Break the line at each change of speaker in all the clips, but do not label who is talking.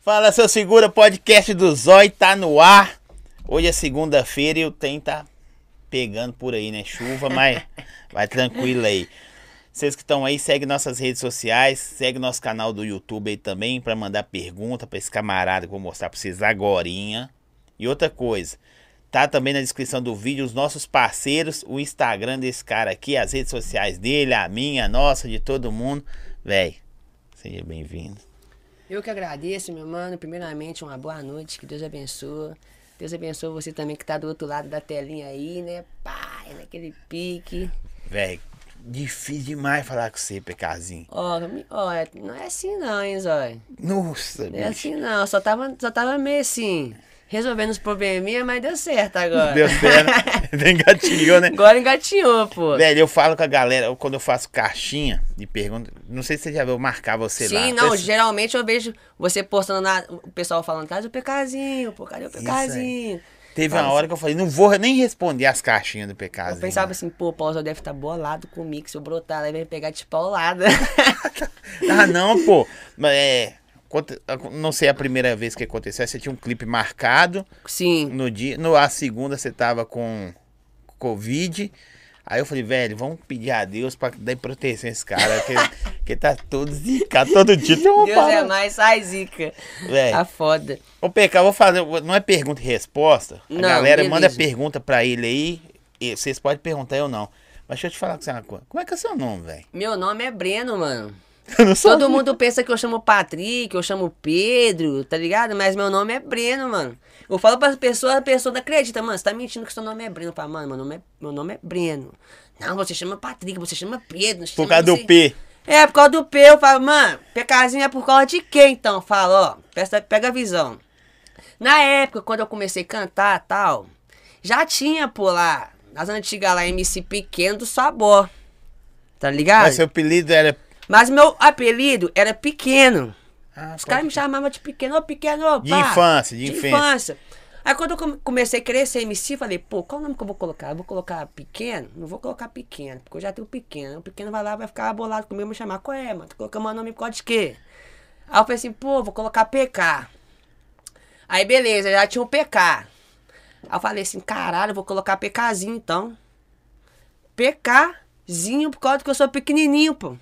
Fala, seu segura, podcast do Zói tá no ar. Hoje é segunda-feira e o trem tá pegando por aí, né? Chuva, mas vai tranquilo aí. Vocês que estão aí, segue nossas redes sociais, segue nosso canal do YouTube aí também pra mandar pergunta pra esse camarada que eu vou mostrar pra vocês agorinha. E outra coisa, tá também na descrição do vídeo os nossos parceiros, o Instagram desse cara aqui, as redes sociais dele, a minha, a nossa, de todo mundo. Véi, seja bem-vindo.
Eu que agradeço, meu mano. Primeiramente, uma boa noite, que Deus abençoe. Deus abençoe você também que tá do outro lado da telinha aí, né? Pai, naquele pique.
Véi, difícil demais falar com você, Pecazinho.
Ó, me- ó, é- não é assim não, hein, Zói?
Nossa,
Não é
bicho.
assim não. Só tava, só tava meio assim, resolvendo os probleminha, mas deu certo agora.
Deu certo. Tem gatilho, né?
Agora engatinhou, pô.
Velho, eu falo com a galera, eu- quando eu faço caixinha de pergunta, não sei se você já viu, eu marcar você lá.
Sim, não,
Esse-
geralmente eu vejo você postando na, o pessoal falando, traz o pecazinho, pô, cadê o
aí.
pecazinho?
Teve
Fala
uma hora que eu falei, não vou nem responder as caixinhas do Pecazinho.
Eu pensava assim, pô, o Paulzão deve estar bolado comigo, que se eu brotar lá, ele vai me pegar de paulada.
Ah, não, pô. Mas é. conta- Não sei a primeira vez que aconteceu, você tinha um clipe marcado.
Sim.
No dia, no, a segunda você tava com Covid. Aí eu falei, velho, vamos pedir a Deus pra dar proteção a esse cara, que, que tá todo zicado, todo dia tem uma
Deus é
parada.
mais, sai zica.
Véi.
Tá foda.
Ô, PK, eu vou fazer, não é pergunta e resposta? A
Não,
galera manda
beleza.
pergunta pra ele aí, e vocês podem perguntar, eu não. Mas deixa eu te falar com você uma coisa, como é que é seu nome, velho?
Meu nome é Breno, mano.
Eu não sou-
Todo mundo pensa que eu chamo Patrick, eu chamo Pedro, tá ligado? Mas meu nome é Breno, mano. Eu falo pras pessoas, a pessoa não acredita, mano, você tá mentindo que seu nome é Breno. Eu falo, mano, meu nome é, meu nome é Breno. Não, você chama Patrick, você chama Pedro. você
Por
chama
causa
não
do
sei-
P.
É, por causa do P. Eu falo, mano, pecazinho é por causa de quem, então? Fala, ó, presta- pega a visão. Na época, quando eu comecei a cantar tal, já tinha, pô, lá, nas antigas lá, MC Pequeno do Sabor. Tá ligado?
Mas seu apelido era...
Mas meu apelido era Pequeno.
Ah,
Os caras me chamavam de pequeno, ô, pequeno, ô,
De
pá.
infância, de infância.
Aí quando eu come- comecei a crescer MC, falei, pô, qual o nome que eu vou colocar? Eu vou colocar pequeno? Não vou colocar pequeno, porque eu já tenho pequeno. O pequeno vai lá, vai ficar bolado comigo, me chamar, qual é, mano? Tá colocando meu nome por causa de quê? Aí eu falei assim, pô, vou colocar PK. Aí beleza, já tinha um PK. Aí eu falei assim, caralho, eu vou colocar PKzinho então. PKzinho por causa que eu sou pequenininho, pô.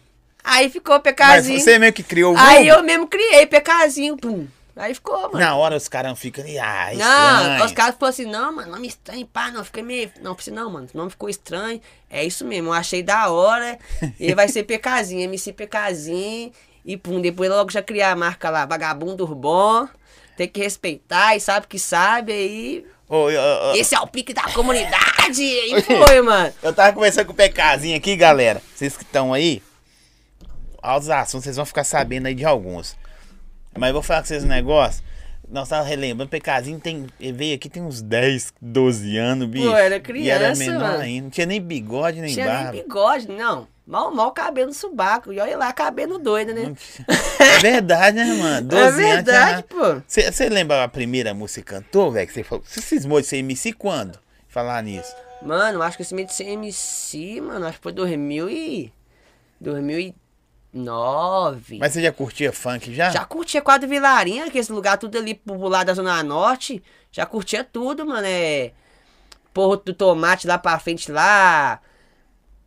Aí ficou
Mas
PKzinho.
você meio que criou o
Aí
nome?
eu mesmo criei PKzinho, pum. Aí ficou, mano.
Na hora os caras ficam, ah, estranho.
Não, os caras falaram assim, não, mano, nome estranho, pá, não, fiquei meio. Não, eu falei assim, não, mano, o nome ficou estranho. É isso mesmo, eu achei da hora. E vai ser PKzinho, MC PKzinho. E pum, depois logo já criar a marca lá, vagabundo urbano. Tem que respeitar e sabe que sabe, aí.
Ô, eu- eu-
Esse é o pique da comunidade! E foi, mano.
Eu tava conversando com o Pecazinho aqui, galera. Vocês que estão aí, aos assuntos, vocês vão ficar sabendo aí de alguns. Mas eu vou falar com vocês um negócio. Nós tava relembrando, o Pecazinho tem, ele veio aqui tem uns 10, 12 anos, bicho.
era
E era
criança,
menor
mano.
ainda. Não tinha nem bigode, nem
Tinha
barba.
nem bigode, não. Mal, mal cabelo no subaco. E olha lá, cabelo doido, né?
Não tinha- É verdade, né, mano? 12
É
anos. tinha
verdade,
nada.
pô.
Você você lembra a primeira música que cantou, velho? Que você falou. Você cismou de ser MC quando? Falar nisso.
Mano, acho que esse meio de ser MC, mano, acho que foi 2000 e... 2009.
Mas é. você já curtia funk já?
Já curtia quadro Vilarinha, que é esse lugar tudo ali pro lado da Zona Norte. Já curtia tudo, mano. É... Porra do Tomate lá pra frente lá.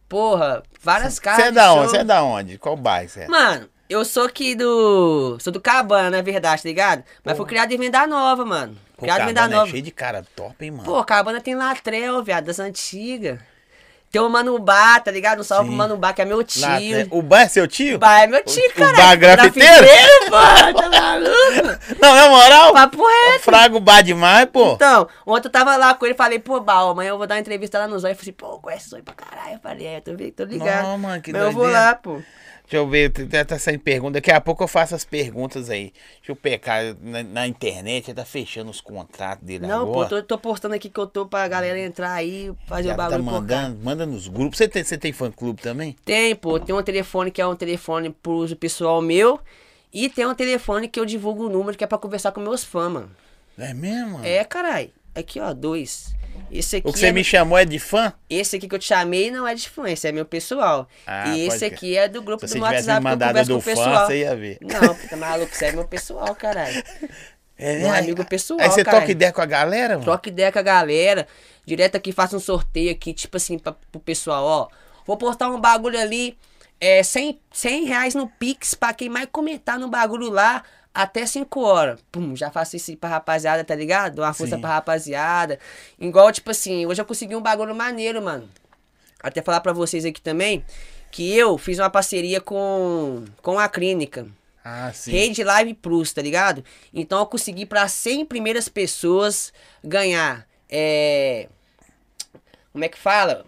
Porra, várias casas.
Você é
de
da
show.
onde? Você é da onde? Qual bairro você é?
Mano, eu sou aqui do... Sou do Cabana, na verdade, tá ligado? Mas fui criado em Venda Nova, mano.
Pô,
Criado em Venda
Cabana é
Nova.
cheio de cara top, hein, mano?
Pô, Cabana tem Latrel, viado, das antigas. Tem o Manubá, tá ligado? Um salve
Sim.
pro Manubá, que é meu tio.
Lá, né? O Ban é seu tio?
O Bá é meu tio,
o
cara.
Bá grafiteiro?
pô, tá maluco?
Não, na moral,
Papo reto.
fraga o bar demais, pô.
Então, ontem eu tava lá com ele, falei, pô, Bá, ó, amanhã eu vou dar uma entrevista lá no Zóio. Eu falei, pô, conhece o Zóio pra caralho. Eu falei, é, tô, vi- tô ligado.
Não, mano, que
Mas Eu vou
doideira.
lá, pô.
Deixa eu ver, tá, tá saindo pergunta. Daqui a pouco eu faço as perguntas aí. Deixa eu pecar na, na internet, ele tá fechando os contratos dele
Não,
agora.
pô, tô, tô postando aqui que eu tô pra galera entrar aí, fazer
Já
o
tá
bagulho por cá.
mandando, manda nos grupos. Você tem, você tem fã-clube também?
Tem, pô. Tem um telefone que é um telefone pro uso pessoal meu. E tem um telefone que eu divulgo o número que é pra conversar com meus fãs, mano.
É mesmo? mano?
É, carai. Aqui, ó, dois. Esse aqui
O que você
é
me chamou é de fã?
Esse aqui que eu te chamei não é de influência, é meu pessoal.
Ah, pode
e esse
crer.
aqui é do grupo
Se você
do
tivesse me
WhatsApp que eu
mandado a
converso com
do
o
fã,
pessoal.
você ia ver.
Não, puta maluco, você é meu pessoal, caralho.
É,
Meu
aí-
amigo pessoal,
Aí você
cara.
toca ideia com a galera, mano?
Troca ideia com a galera. Direto aqui, faça um sorteio aqui, tipo assim, pra, pro pessoal, ó. Vou postar um bagulho ali, é, 100, 100 reais no Pix pra quem mais comentar no bagulho lá até 5 horas. Pum, já faço isso pra rapaziada, tá ligado? Dou uma força
Sim.
pra rapaziada. Igual, tipo assim, hoje eu consegui um bagulho maneiro, mano. Até falar pra vocês aqui também, que eu fiz uma parceria com, com a clínica.
Ah, sim.
Rede Live Plus, tá ligado? Então eu consegui para 100 primeiras pessoas ganhar. É... Como é que fala?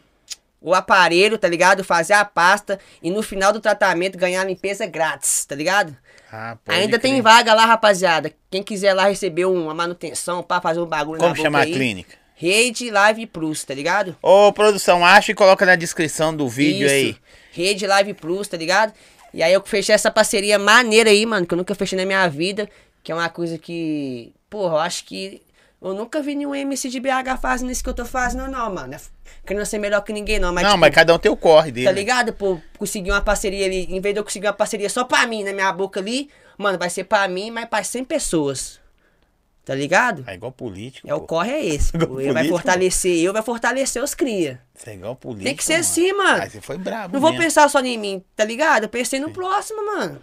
O aparelho, tá ligado? Fazer a pasta e no final do tratamento ganhar a limpeza grátis, tá ligado?
Ah, pode
Ainda tem
crer.
vaga lá, rapaziada. Quem quiser lá receber uma manutenção pra fazer um bagulho na
Como
boca
chamar a
aí.
clínica?
Rede Live Plus, tá ligado?
Ô, produção, acha e coloca na descrição do vídeo
Isso.
aí.
Rede Live Plus, tá ligado? E aí eu fechei essa parceria maneira aí, mano, que eu nunca fechei na minha vida, que é uma coisa que, porra, eu acho que eu nunca vi nenhum MC de BH fazendo isso que eu tô fazendo, não, mano. É Querendo ser melhor que ninguém, não, mas,
não,
tipo,
mas cada um tem o corre dele.
tá ligado? Pô, conseguir uma parceria ali, em vez de eu conseguir uma parceria só pra mim, na minha boca ali, mano, vai ser pra mim, mas pra 100 pessoas. Tá ligado?
É igual político.
É o
pô.
corre é esse, pô. Ele vai
Político.
fortalecer eu, vai fortalecer os cria.
Isso é igual político.
Tem que ser assim, mano.
Aí você foi brabo.
Não vou
mesmo.
pensar só em mim, tá ligado? Eu pensei no próximo, mano.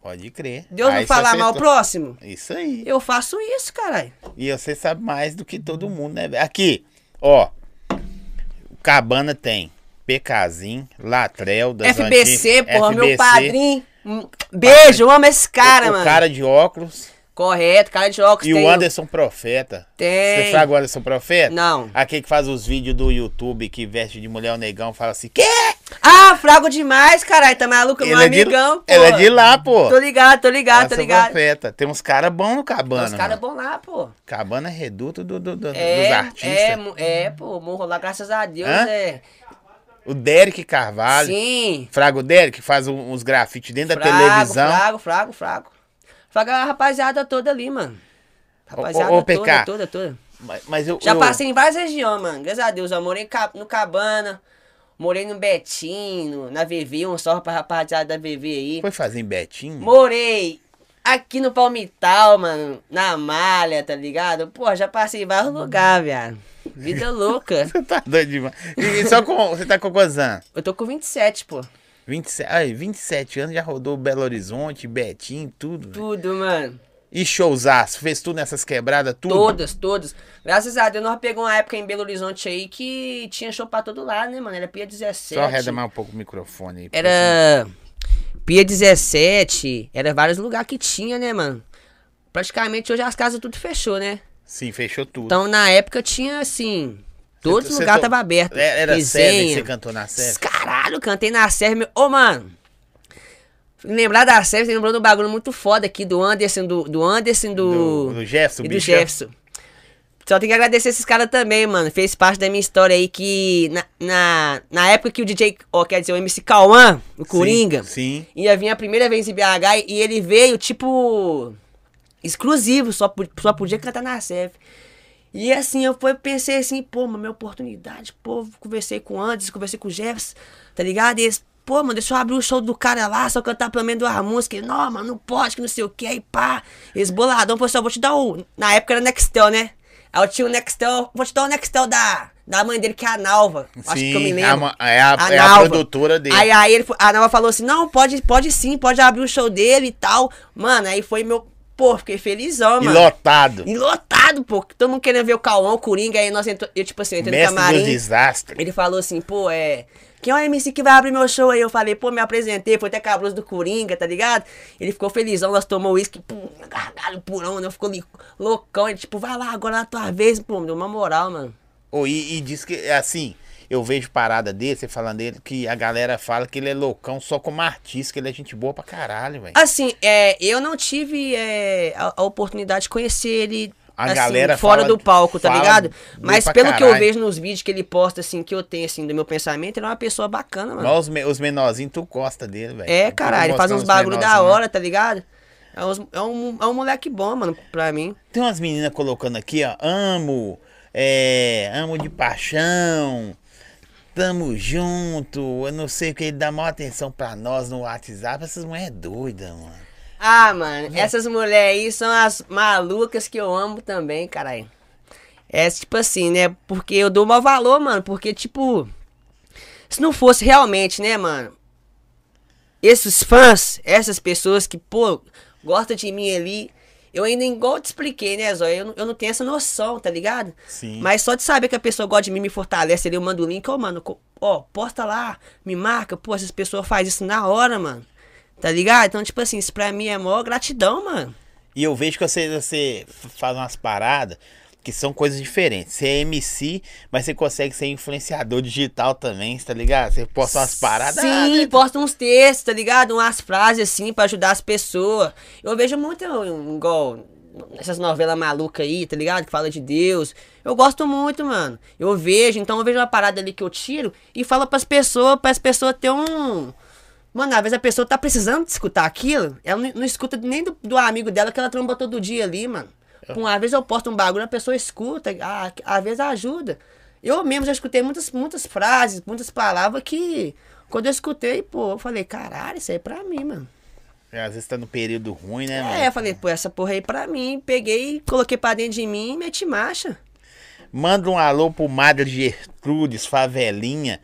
Pode crer.
Deus
Aí
não
você
falar mal o
acertou.
próximo.
Isso aí.
Eu faço isso, caralho.
E você sabe mais do que todo mundo, né? velho? Aqui, ó. O Cabana tem PKzinho, Latrel, das
FBC,
antigas,
porra, meu
FBC,
padrinho. Hum, Beijo, eu amo esse cara,
o,
mano.
O cara de óculos
Correto, cara de óculos.
e
tem
o Anderson Profeta.
Tem.
Você sabe o Anderson Profeta?
Não.
Aquele que faz os vídeos do YouTube que veste de mulher o negão fala assim, quê?
Ah, frago demais, caralho. Tá maluco? Meu amigão,
de, ele é de
pô.
lá, pô.
Tô ligado, tô ligado,
Anderson
tô Ah, tá ligado.
Profeta. Tem uns caras bons no Cabana.
Os caras
mano.
vão lá, pô.
Cabana é reduto do, do- do-
É,
dos artistas.
é, mo- é, pô, morro lá, graças a Deus,
Hã?
é.
O Derek Carvalho.
Sim.
Frago Derek faz um- uns grafites dentro da televisão.
Frago, frago, frago. Frago é a rapaziada toda ali, mano. Rapaziada
ô,
toda,
PK.
toda, toda.
Mas, mas eu,
Já
eu-
passei em várias regiões, mano. Graças a Deus. Eu morei em Ca- no Cabana, morei no Betinho, na VV, um salve pra rapaziada da VV aí.
Foi fazer em Betinho?
Morei aqui no Palmital, mano, na Malha, tá ligado? Porra, já passei em vários lugares, viado. Vida louca.
Você tá doido demais. E, e só com. Você tá com quantos anos?
Eu tô com 27, pô.
27, ai, 27 anos, já rodou Belo Horizonte, Betim, tudo. velho.
Tudo, mano.
E showzaço, fez tudo nessas quebradas, tudo.
Todas, todas. Graças a Deus, nós pegamos uma época em Belo Horizonte aí que tinha show pra todo lado, né, mano? Era Pia 17.
Só reda mais um pouco o microfone aí.
Era. Pia 17, era vários lugares que tinha, né, mano? Praticamente hoje as casas tudo fechou, né?
Sim, fechou tudo.
Então na época tinha assim. Todos os
Você
lugares
to-
tava aberto.
É- Era Seven,
Resenha.
você cantou na Seven.
Caralho, cantei na Sérvia. meu- Ô, mano. Lembrar da Sérvia, você lembrou de um bagulho muito foda aqui do Anderson, do, do Anderson, do.
Do, do Jefferson,
e do
bicho. é
Jefferson. Só tem que agradecer esses caras também, mano. Fez parte da minha história aí que na, na, na época que o DJ, ó, quer dizer, o MC Cauã, o Coringa,
Sim.
ia vir a primeira vez em BH e ele veio, tipo, exclusivo, só, po- só podia cantar na CEF. E assim, eu fui, pensei assim, pô, mano, minha oportunidade, pô, conversei com o Andes, conversei com o Jefferson, tá ligado? E eles, pô, mano, deixa eu abrir o show do cara lá, só cantar pelo menos duas músicas. Ele, Não, mano, não pode, que não sei o que, aí pá. Eles boladão, pô, só vou te dar o... Na época era Nextel, né? Aí eu tinha o Nextel, vou te dar o Nextel da, da mãe dele, que é a Nalva. Acho que eu me
Sim,
lembro.
a ma- é a- é a
Nalva.
produtora dele.
Aí, aí ele, fo- a Nalva falou assim, não, pode, pode sim, pode abrir o show dele e tal. Mano, aí foi meu... Pô, fiquei felizão,
E
mano.
lotado.
E lotado, pô. Todo mundo querendo ver o Cauã, o Coringa. Aí nós entrou, eu, tipo assim, eu entrei no
Mestre do
camarim.
desastre.
Ele falou assim, pô, é. Quem é o MC que vai abrir meu show aí? Eu falei, pô, me apresentei, foi até com a blusa do Coringa, tá ligado? Ele ficou felizão, nós tomamos uísque, pum, gargalho, purão, né? Ficou li- loucão. Ele, tipo, vai lá agora na tua vez, pô, me deu uma moral, mano.
Ô, e, e diz que, assim, eu vejo parada dele, você falando dele, que a galera fala que ele é loucão só como artista, que ele é gente boa pra caralho, velho.
Assim, é, eu não tive é, a, a oportunidade de conhecer ele
A
assim,
galera
fora
fala-
do palco, tá
fala
ligado?
bem
Mas
pra
pelo que eu
caralho.
vejo nos vídeos que ele posta, assim, que eu tenho, assim, do meu pensamento, ele é uma pessoa bacana, mano.
Mas os, me- os menorzinhos, tu gosta dele, velho.
É,
Eu
caralho, ele
gosto
faz uns
dos
bagulho da
menorzinhos.
hora, tá ligado? É, uns- é um, é um moleque bom, mano, pra mim.
Tem umas meninas colocando aqui, ó, amo é, amo de paixão, tamo junto, eu não sei o que, ele dá maior atenção pra nós no WhatsApp. Essas mulheres é doida, mano.
Ah, mano, essas mulheres aí são as malucas que eu amo também, caralho. É tipo assim, né? Porque eu dou mau valor, mano. Porque, tipo, se não fosse realmente, né, mano? Esses fãs, essas pessoas que, pô, gostam de mim ali. Eu ainda, igual eu te expliquei, né, Zóia? Eu, não- eu não tenho essa noção, tá ligado?
Sim.
Mas só de saber que a pessoa gosta de mim, me fortalece ali, eu mando o link, ô, mano, co- ó, posta lá, me marca, pô, essas pessoas fazem isso na hora, mano. Tá ligado? Então, tipo assim, isso pra mim é maior gratidão, mano.
E eu vejo que você, você f- faz umas paradas que são coisas diferentes. Você é MC, mas você consegue ser influenciador digital também, tá ligado? Você posta umas paradas. ah,
Sim,
né?
posta uns textos, tá ligado? Umas frases assim pra ajudar as pessoas. Eu vejo muito, um, igual, essas novelas malucas aí, tá ligado? Que fala de Deus. Eu gosto muito, mano. Eu vejo, então eu vejo uma parada ali que eu tiro e falo pras pessoas, pras pessoas ter um. Mano, às vezes a pessoa tá precisando de escutar aquilo, ela não, não escuta nem do, do amigo dela que ela tromba todo dia ali, mano. Pô, Uma vez eu posto um bagulho, a pessoa escuta, a- às vezes ajuda. Eu mesmo já escutei muitas, muitas frases, muitas palavras que quando eu escutei, pô, eu falei, caralho, isso aí é pra mim, mano.
Às vezes tá no período ruim, né, mano?
É, eu falei, pô, essa porra aí é pra mim. Peguei, coloquei pra dentro de mim e meti marcha.
Manda um alô pro Madre Gertrudes, favelinha.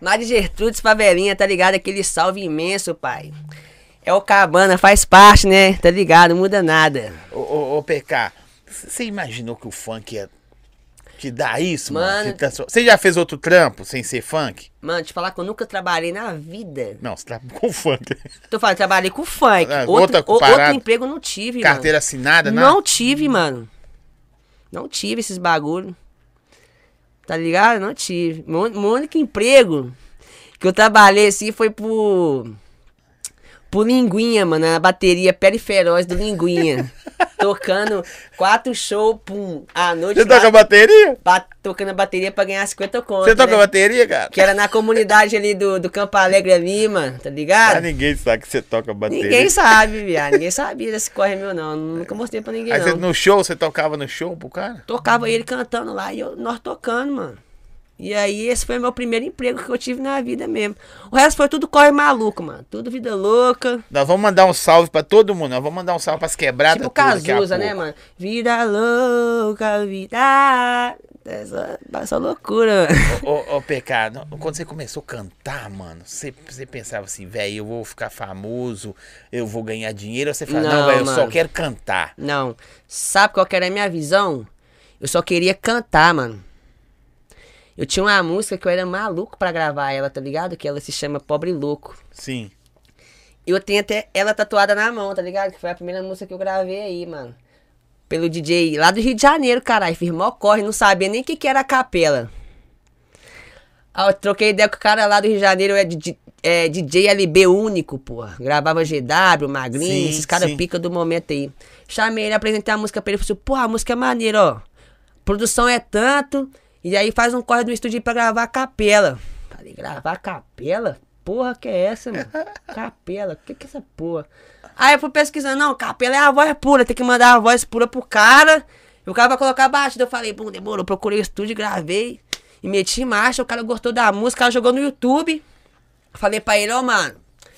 Mari Gertrudes Favelinha, tá ligado? Aquele salve imenso, pai. É o Cabana, faz parte, né? Tá ligado? Muda nada.
Ô, ô, ô PK, c- você imaginou que o funk ia te dar isso, mano?
Mano.
Se transform- Você já fez outro trampo sem ser funk?
Mano, te falar que eu nunca trabalhei na vida.
Não, você tá com funk.
Tô falando, trabalhei com funk.
Ah, outra
outro, o- outro
parada.
emprego eu não tive,
Carteira assinada,
mano.
né?
Não tive, mano. Não tive esses bagulho. Tá ligado? Não tive. Meu ún- meu único emprego que eu trabalhei assim foi por. Por Linguinha, mano. A bateria periferóis do Linguinha. tocando quatro shows, pum, à noite.
Você
lá,
toca bateria?
ba- tocando a bateria pra ganhar 50 conto.
Você toca
né?
bateria, cara?
Que era na comunidade ali do, do Campo Alegre ali, mano, tá
Ah,
ligado?
ninguém sabe que você toca bateria.
Ninguém sabe, viado. Ninguém sabia desse corre meu, não. Nunca mostrei pra ninguém,
É. Aí você,
não.
no show, você tocava no show pro cara?
Tocava ele cantando lá e eu, nós tocando, mano. E aí, esse foi meu primeiro emprego que eu tive na vida mesmo. O resto foi tudo corre maluco, mano. Tudo vida louca.
Nós vamos mandar um salve pra todo mundo. Nós vamos mandar um salve pras quebradas.
Tipo
tudo daqui a
Cazuza, né,
pouco.
mano? Vida louca, vida. É só, só loucura, mano.
Ô, ô, pecado, quando você começou a cantar, mano, você, você pensava assim, velho, eu vou ficar famoso, eu vou ganhar dinheiro. Ou você fala, não,
Não,
velho, eu só
mano.
quero cantar.
Não. Sabe qual que era a minha visão? Eu só queria cantar, mano. Eu tinha uma música que eu era maluco pra gravar ela, tá ligado? Que ela se chama Pobre Louco.
Sim.
Eu tenho até ela tatuada na mão, tá ligado? Que foi a primeira música que eu gravei aí, mano. Pelo DJ lá do Rio de Janeiro, caralho. Fiz mó corre, não sabia nem o que, que era a capela. Ah, eu troquei ideia com o cara lá do Rio de Janeiro, é, DJ é DJ LB único, porra. Gravava GW, Magrinho,
Sim,
esses caras
sim.
pica do momento aí. Chamei ele, apresentei a música pra ele, falei assim, porra, a música é maneira, ó. Produção é tanto, e aí faz um corre do estúdio aí pra gravar a capela. Falei, gravar a capela? Porra, que é essa, mano? Capela, o que que é essa porra? Aí eu fui pesquisando, não, capela é a voz pura, tem que mandar a voz pura pro cara, e o cara vai colocar a batida. Eu falei, bom, demorou, procurei o estúdio, gravei, e meti em marcha, o cara gostou da música, o cara jogou no YouTube. Falei pra ele, ó, mano,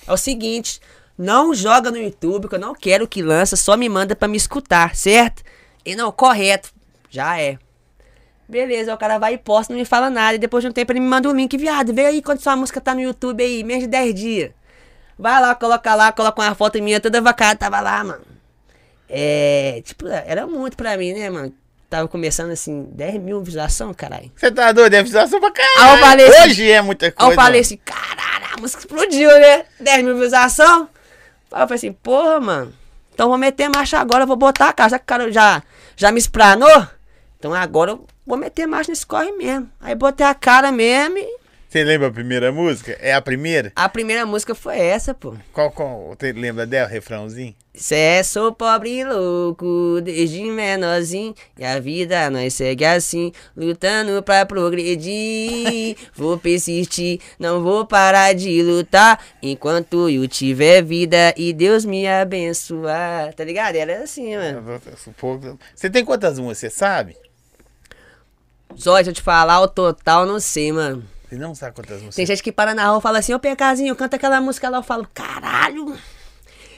é o seguinte, não joga no YouTube, que eu não quero que lança, só me manda pra me escutar, certo? E não, correto, já é. Beleza, o cara vai e posta, não me fala nada, e depois de um tempo ele me manda um link, viado, vê aí quando sua música tá no YouTube aí, menos de 10 dias. Vai lá, coloca lá, coloca uma foto minha toda vacada, tava lá, mano. É, tipo, era muito pra mim, né, mano? Tava começando assim, 10 mil visualizações, caralho.
Você tá doido? É visualização pra
Aí
caralho.
eu falei assim-
Hoje é muita
Aí
coisa.
eu falei assim, caralho, a música explodiu, né? 10 mil visualização. Aí eu falei assim, porra, mano. Então vou meter marcha agora, vou botar a cara. Já que o cara já, já me espranou, então agora eu vou meter marcha nesse corre mesmo. Aí botei a cara mesmo e
Você lembra a primeira música? É a primeira?
a primeira música foi essa, pô.
Qual, qual? Você lembra dela, o refrãozinho?
Cê é sou pobre e louco, desde menorzinho, e a vida nós segue assim, lutando pra progredir. Vou persistir, não vou parar de lutar, enquanto eu tiver vida e Deus me abençoar. Tá ligado? Era assim, mano.
Você tem quantas músicas, você sabe?
Zói, se eu te falar o total, não sei, mano.
Você não sabe quantas músicas.
Tem gente que para na rua e fala assim, ô Pecazinho, canta aquela música lá. Eu falo, caralho.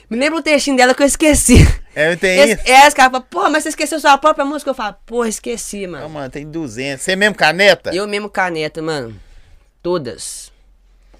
Me lembra um textinho dela que eu esqueci.
É, tem
Esse-
isso.
É, os caras falam, pô, mas você esqueceu sua própria música? Eu falo, pô, esqueci,
Não,
mano.
mano, tem 200. Você mesmo caneta?
Eu mesmo caneta, mano. Todas.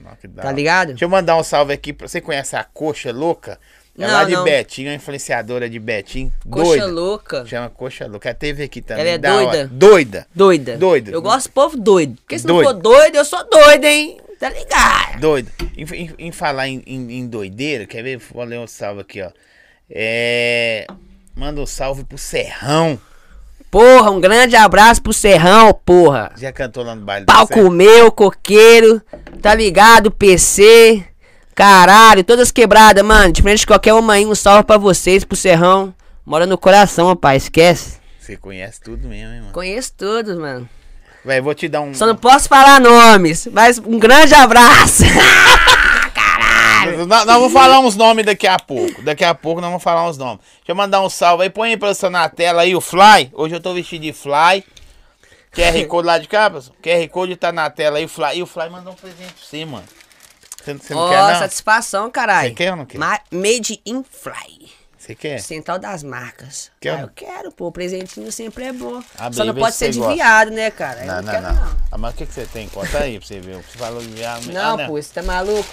Não, que da
Tá
hora.
ligado?
Deixa eu mandar um salve aqui. pra- Você conhece a Coxa Louca? É
Não,
lá de
não.
Betinho, é influenciadora de Betinho.
Coxa
doida.
louca.
Chama Coxa Louca. Ela teve aqui também.
Ela é
da hora.
doida?
Doida.
Doida.
Doida.
Eu gosto do povo doido. Porque se
Doido.
não for doido, eu sou doido, hein? Tá ligado?
Doida. Em, em- em falar em, em- em doideira, quer ver? Vou ler um salve aqui, ó. É. Manda um salve pro Serrão.
Porra, um grande abraço pro Serrão, porra.
Já cantou lá no baile do
Palco
Serrão?
meu, coqueiro, tá ligado? PC, caralho, todas quebradas, mano. Diferente de qualquer uma aí, um salve pra vocês, pro Serrão. Mora no coração, rapaz, esquece.
Você conhece tudo mesmo, hein, mano?
Conheço todos, mano.
Véi, vou te dar um.
Só não posso falar nomes, mas um grande abraço.
Nós, nós vamos falar uns nomes daqui a pouco. Daqui a pouco nós vamos falar uns nomes. Deixa eu mandar um salve aí. Põe aí pra você na tela aí o Fly. Hoje eu tô vestido de Fly. QR Code lá de cá, pessoal. QR Code tá na tela aí o Fly. E o Fly mandou um presente pra você, mano. Você, você não
Ó,
quer, não?
satisfação, caralho.
Você quer ou não quer?
Ma- Made in Fly.
Você quer?
Central das marcas.
Quer ou
Ah,
não?
eu quero, pô. O presentinho sempre é bom.
Abre
Só
aí,
não
vê
pode
se
ser
você
de
gosta.
viado, né, cara? Eu
Não, não,
quero,
não. Ah, mas o que, que você tem? Conta aí pra você ver. Você falou de ah,
Não,
não.
pô, você tá maluco?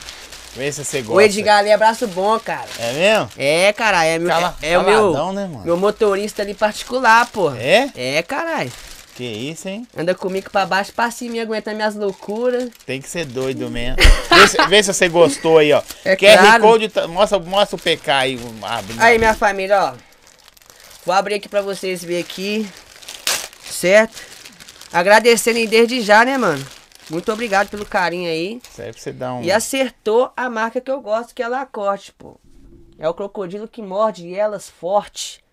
Vê se você
O
gosta.
Edgar ali é braço bom, cara.
É mesmo?
É, caralho, é, meu,
Cala-
é, é o
caladão,
meu,
né, mano?
meu motorista ali particular, pô.
É?
É, caralho.
Que isso, hein?
Anda comigo pra baixo, pra cima, e aguenta minhas loucuras.
Tem que ser doido mesmo. Vê se, vê se você gostou aí, ó.
É
QR
claro.
Code, tá- mostra, mostra o PK aí. o- Abre,
Aí, minha família, ó. Vou abrir aqui pra vocês verem aqui. Certo? Agradecendo aí desde já, né, mano? Muito obrigado pelo carinho aí.
Isso aí pra você dar um.
E acertou a marca que eu gosto, que é a Lacoste, pô. É o crocodilo que morde elas forte.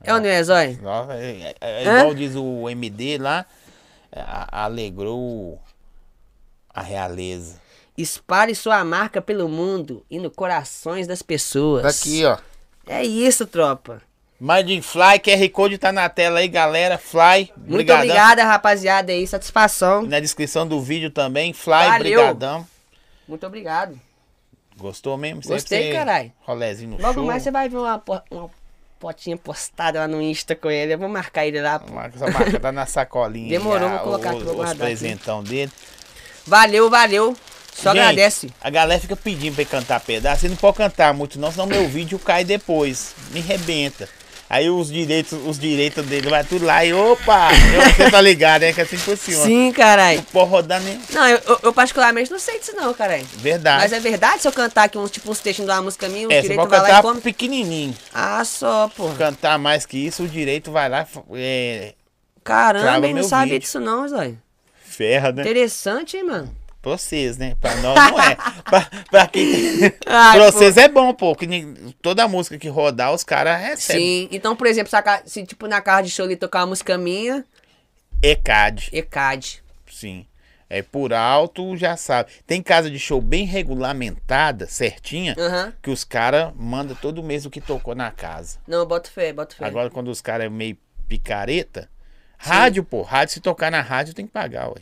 É ou não é, Zói?
Nossa, é, é- é
Hã?
igual diz o MD lá, é, a- alegrou a realeza.
Espalhe sua marca pelo mundo e no corações das pessoas.
Tá aqui, ó.
É isso, tropa.
Made in Fly, QR Code tá na tela aí, galera. Fly,
Muito
brigadão.
obrigada, rapaziada aí. Satisfação.
Na descrição do vídeo também, Fly,
Valeu.
brigadão.
Muito obrigado.
Gostou mesmo? Isso aí pra
Gostei,
você-
carai.
Rolezinho no
Logo
show.
mais você vai ver uma, po- uma potinha postada lá no Insta com ele. Eu vou marcar ele lá. pô.
Marca essa marca, tá na sacolinha.
Demorou,
aí,
vou
a-
colocar aqui,
os-
vou
Os
guardar aqui.
presentão dele.
Valeu, valeu. Só
Gente,
agradece.
A galera fica pedindo pra eu cantar pedaço. Você não pode cantar muito, não, senão meu vídeo cai depois. Me rebenta. Aí os direitos, os direitos dele vai tudo lá e opa! Eu, você tá ligado, é que assim funciona.
Sim, caralho.
Não pode rodar nem.
Não, eu, eu- eu particularmente não sei disso não, caralho.
Verdade.
Mas é verdade se eu cantar aqui uns, tipo, uns textos de uma música minha, o
é, você
direito
pode
vai lá e
cantar
come?
pequenininho.
Ah, só, pô.
Cantar mais que isso, o direito vai lá. É, Trava
Caramba, hein? Não
meu
sabia
vídeo.
disso não, Zóio.
ferra, né?
Interessante, hein, mano?
Pra vocês, né? Pra nós não é. pra, pra quem.
Ai,
pra
pô.
vocês é bom, pô. Que nem- toda música que rodar, os caras recebem.
Sim. Então, por exemplo, se, a ca- se, tipo na casa de show ele tocar uma música minha,
ECAD.
ECAD.
Sim. É por alto, já sabe. Tem casa de show bem regulamentada, certinha,
Aham.
que os caras mandam todo mês o que tocou na casa.
Não, boto fé, boto fé.
Agora, quando os caras é meio picareta, rádio, pô, rádio, se tocar na rádio, tem que pagar, ué.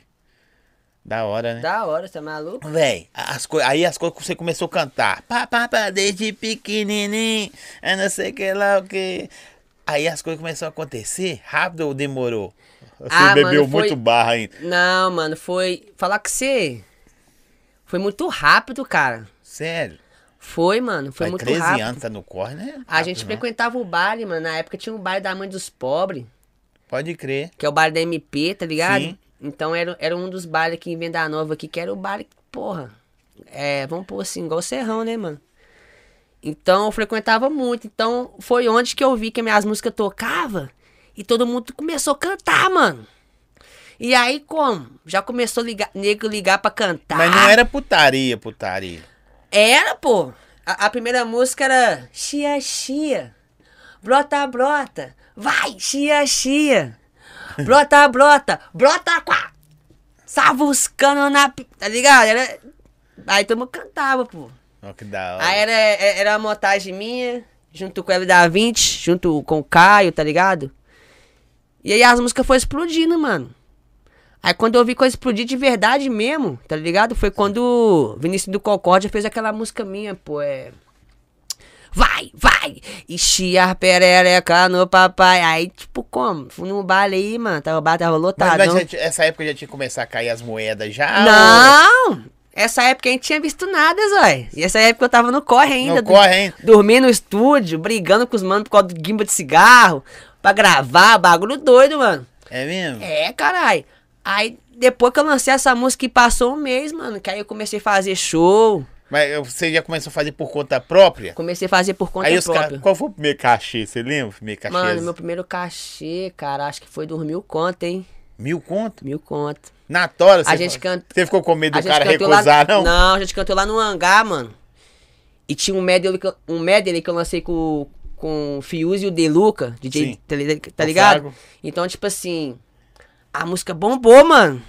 Da hora, né?
Da hora, você tá maluco?
Véi, as coi- aí as coisas que você começou a cantar. Pá, pá, pá, desde pequenininho, eu não sei que lá o que. Aí as coisas começaram a acontecer rápido ou demorou? Você
Ah,
bebeu
mano, foi-
muito barra ainda.
Não, mano, foi. Falar que você. Foi muito rápido, cara.
Sério.
Foi, mano. Foi
Faz
muito
13
rápido.
anos, tá no corre, né?
A gente
Rápido,
frequentava o baile, mano. Na época tinha um baile da mãe dos pobres,
não. Pode crer.
que é o baile da MP, tá ligado?
Sim.
Então era, era um dos bailes aqui em Venda Nova aqui, que era o baile, que, porra. É, vamos pôr assim, igual o Serrão, né, mano? Então eu frequentava muito. Então foi onde que eu vi que minhas músicas tocava e todo mundo começou a cantar, mano. E aí como? Já começou a ligar, nego ligar pra cantar.
Mas não é era putaria, putaria.
Era, pô. A, a primeira música era Xia Xia. Brota, brota. Vai, Xia Xia. Brota, brota. Brota, quá. Savuscando na. pi- Tá ligado? Era... Aí todo mundo cantava, pô.
Ó, que da hora.
Aí era, é- era uma montagem minha, junto com o da 20, junto com o Caio, tá ligado? E aí as músicas foram explodindo, mano. Aí quando eu vi coisa explodir de verdade mesmo, tá ligado? Foi quando o Vinícius do Concórdia fez aquela música minha, pô, é. Vai, vai! Enchiar perereca no papai. Aí, tipo, como? Fui num baile aí, mano. Tava, bar, tava lotado.
Mas, mas já- essa época já tinha que começar a cair as moedas já?
Não! Essa época a gente tinha visto nada, Zói. E essa época eu tava no corre ainda.
No corre, hein?
Dormindo no estúdio, brigando com os manos por causa do guimba de cigarro. Pra gravar, bagulho doido, mano.
ou- É mesmo?
É, carai. Aí depois que eu lancei essa música e passou um mês, mano, que aí eu comecei a fazer show.
Mas eu- você já começou a fazer por conta própria?
Comecei a fazer por conta
Aí os
própria.
caras. Qual foi o primeiro cachê? Você lembra? o Primeiro cachê? assim?
Mano, meu primeiro cachê, cara, acho que foi dos mil conto, hein?
Mil conto?
Mil conto.
Na tora,
A
você,
gente
fa-
canta-
você ficou com medo
A
do
gente
cara
cantou
recusar,
lá...
não?
Não, a gente cantou lá no hangar, mano. E tinha um medley que eu, um medley que eu lancei com, com o Fiuse e o Deluca,
Sim.
DJ, tá, li- tá
O
ligado?
Fago.
Então, tipo assim, a música bombou, mano.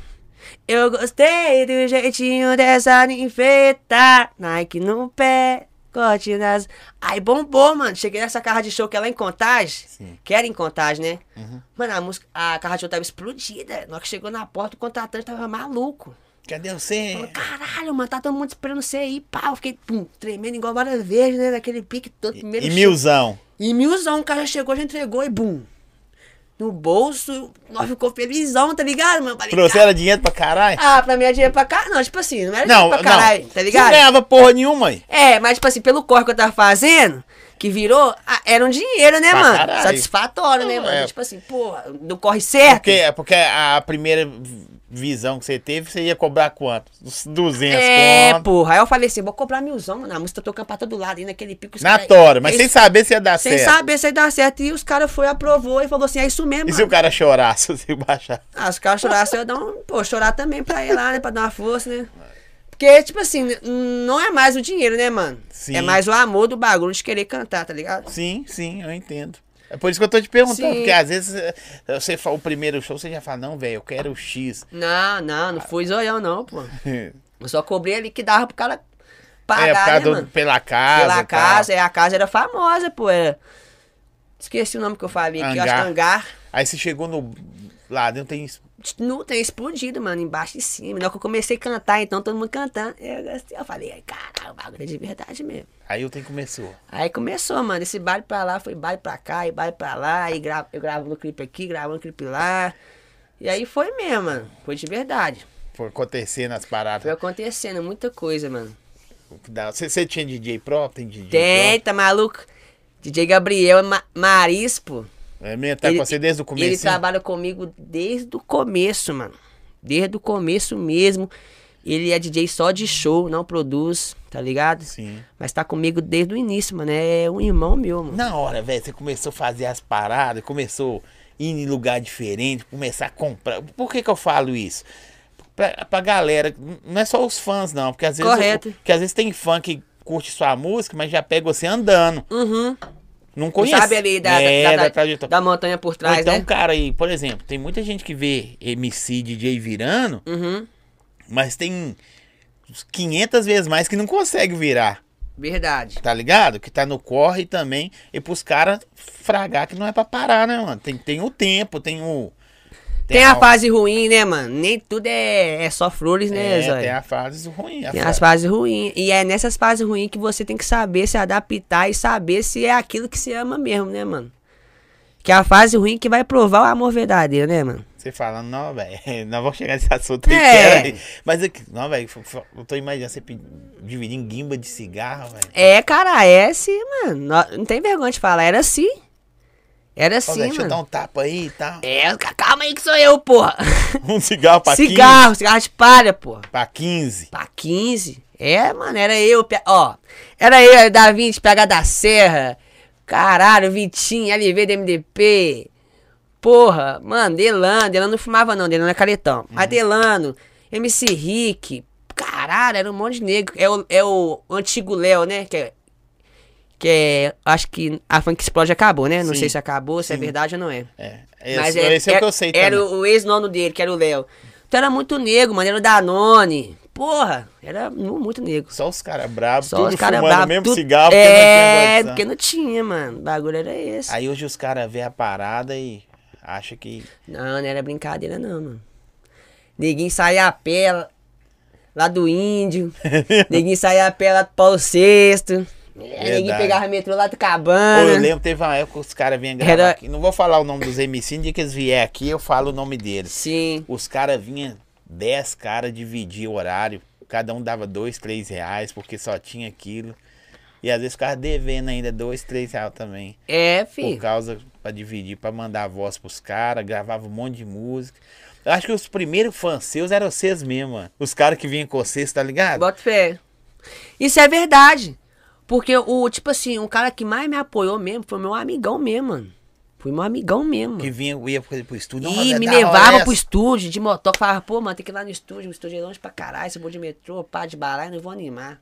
Eu gostei do jeitinho dessa ninfeta, Nike no pé, corte nas... Aí bombou, mano. Cheguei nessa carra de show que é lá em Contagem,
Sim. Uhum.
que era em Contagem, né? Mano, a, música, a carra de show tava explodida. Na hora que chegou na porta, o contratante tava maluco.
Cadê você?
Falou, caralho, mano, tá todo mundo esperando você aí, pá. Eu fiquei pum, tremendo igual várias vezes, né? Naquele pique todo primeiro.
E
show.
milzão.
E milzão, o cara chegou, já entregou e bum. No bolso, nós ficou felizão, tá ligado, mano? Falei,
Trouxeram dinheiro pra caralho?
"Cara, Ah, pra mim é dinheiro pra cá. Não, tipo assim, não era
não,
dinheiro pra
não.
caralho, tá
Não
ligado?
ganhava porra nenhuma, aí.
É, mas tipo assim, pelo corre que eu tava fazendo, que virou, ah, era um dinheiro, né,
Pra
mano?
caralho.
Satisfatório, né,
Não,
mano?
é.
Tipo assim, porra, do corre certo.
Porque, é porque a primeira vi- visão que você teve, você ia cobrar quanto? Uns 200
É,
conto.
porra. Aí eu falei assim, vou cobrar milzão, mano. A música tocando pra todo lado, aí naquele pico. os
Na
cara-
tora, mas
eles-
sem saber se ia dar
Sem
certo.
saber se ia dar certo. E os caras foi, aprovou e falou assim: é isso mesmo.
E se o
Mano.
cara chorar, se você baixar?
Ah, os caras chorassem, eu dar um. Pô, chorar também pra ir lá, né? Pra dar uma força, né? Porque, tipo assim, n- não é mais o dinheiro, né, mano?
Sim.
É mais o amor do bagulho de querer cantar, tá ligado?
Sim, sim, eu entendo. É por isso que eu tô te perguntando,
Sim.
porque às vezes eh, você fala o primeiro show, você já fala, não, velho, eu quero o X.
Não, não, não fui zoião, não, pô. Eu só cobrei ali que dava pro cara pagar,
é, por causa
né,
do-
mano?
pela casa. tá.
Pela
e tal.
casa, é, a casa era famosa, pô. Era... Esqueci o nome que eu falei aqui, eu acho que é
Hangar.
hangar.
Aí você chegou no. Lá dentro tem.
Não tem explodido, mano, embaixo e em cima. Na hora que eu comecei a cantar, então todo mundo cantando. Eu, gostei, eu falei, "Ai, caralho, o bagulho é de verdade mesmo.
Aí o tem começou.
Aí começou, mano, esse baile pra lá, foi baile pra cá, e baile pra lá, e gra eu gravando clipe aqui, gravando clipe lá. E aí foi mesmo, mano. Foi de verdade.
Foi acontecendo as
Foi
paradas.
acontecendo muita coisa, mano.
Da- Você, você tinha DJ próprio? Tem DJ
Tem, tá maluco? DJ Gabriel é ma Marispo.
próprio? É mesmo? Tá com você desde o começo?
Ele trabalha comigo desde o começo, mano. Desde o começo mesmo. Ele é DJ só de show, não produz, tá ligado?
Sim.
Mas tá comigo desde o início, mano. É um irmão meu, mano.
Na hora, velho, você começou a fazer as paradas, começou a ir em lugar diferente, começar a comprar. Por que que eu falo isso? Pra, pra galera, n- não é só os fãs, não, porque às vezes.
Correto.
o- Porque às vezes tem fã que curte sua música, mas já pega você andando.
Uhum.
Não conhece.
Sabe ali da,
é,
da, da-
trajetória.
da montanha por
Ou
trás,
então,
né?
cara, aí, por exemplo, tem muita gente que vê MC DJ virando,
Uhum.
mas tem uns 500 vezes mais que não consegue virar,
Verdade.
tá ligado? Que tá no corre também. E pros caras fragar que não é pra parar, né, mano? Tem, tem o tempo, tem o.
Tem, a fase ruim, né, mano? Nem tudo é, é só flores, né,
É,
Zóio?
tem a fase ruim. a
Tem
fa-
as fases ruins. E é nessas fases ruins que você tem que saber se adaptar e saber se é aquilo que se ama mesmo, né, mano? Que é a fase ruim que vai provar o amor verdadeiro, né, mano?
Você fala, não, velho, nós vamos chegar nesse assunto aí,
É.
peraí. Mas aqui, não, velho, f- f- eu tô imaginando você pe- dividindo guimba de cigarro, velho.
É, cara, é sim, mano. Nó- Não tem vergonha de falar, era sim. Era
Ô,
sim,
velho, deixa eu dar
mano.
um tapa aí e tal.
É, ca- calma aí que sou eu, porra.
Um cigarro pra 15.
cigarro, cigarro de palha, porra.
Pra 15.
Pra 15. É, mano, era eu, pe- ó. Era eu, era da 20, PH da Serra. Caralho, Vitinho, LV do MDP. Porra, mano, Delano, Delano não fumava não, Delano é caretão.
Uhum.
Mas Delano, MC Rick, caralho, era um monte de negro. É o, é o antigo Léo, né? Que é, que é, acho que a funk explode acabou, né? Não
Sim.
sei se acabou, se é
Sim.
verdade ou não é.
É. Esse,
Mas
é,
era-
esse é o que eu sei
Era
também.
o ex-nono dele, que era o Léo. Então era muito negro, mano. Era o Danone. Porra, era nu- muito negro.
Só os caras bravos,
Só
tudo
os caras
fumando o
bravos,
mesmo
tudo-
cigarro, porque não tinha
É, porque
condição.
não tinha, mano. O bagulho era esse.
Aí hoje os caras vê a parada e acha que...
Não, não era brincadeira, não, mano. Neguinho saía a pé lá- lá do Índio. Neguinho saía a pé lá do Paulo VI. É, Neguinho
Verdade.
pegava metrô lá do
Pô, eu
Cabana.
lembro, teve uma época que os caras vinham gravar
Era-
aqui. Não vou falar o nome dos MC, no dia que eles vier aqui, eu falo o nome deles.
Sim.
Os caras vinham, 10 caras, dividir o horário. Cada um dava 2, 3 reais, porque só tinha aquilo. E às vezes ficava devendo ainda 2, 3 reais também.
É,
Por
filho.
causa, pra dividir, pra mandar a voz pros caras, gravava um monte de música. Eu acho que os primeiros fãs seus eram vocês mesmo, mano. Os caras que vinham com vocês, tá ligado?
Bota fé. Isso é verdade. Porque o, tipo assim, o cara que mais me apoiou mesmo foi meu amigão mesmo, mano. Foi meu amigão mesmo. mano.
Que vinha, ia pro pro estúdio. "Nossa,
E
é
me
da hora
levava
essa."
pro estúdio de motoca. Falava, pô, mano, tem que ir lá no estúdio. O estúdio é longe pra caralho. Se eu vou de metrô, pá, de baralho, não vou animar.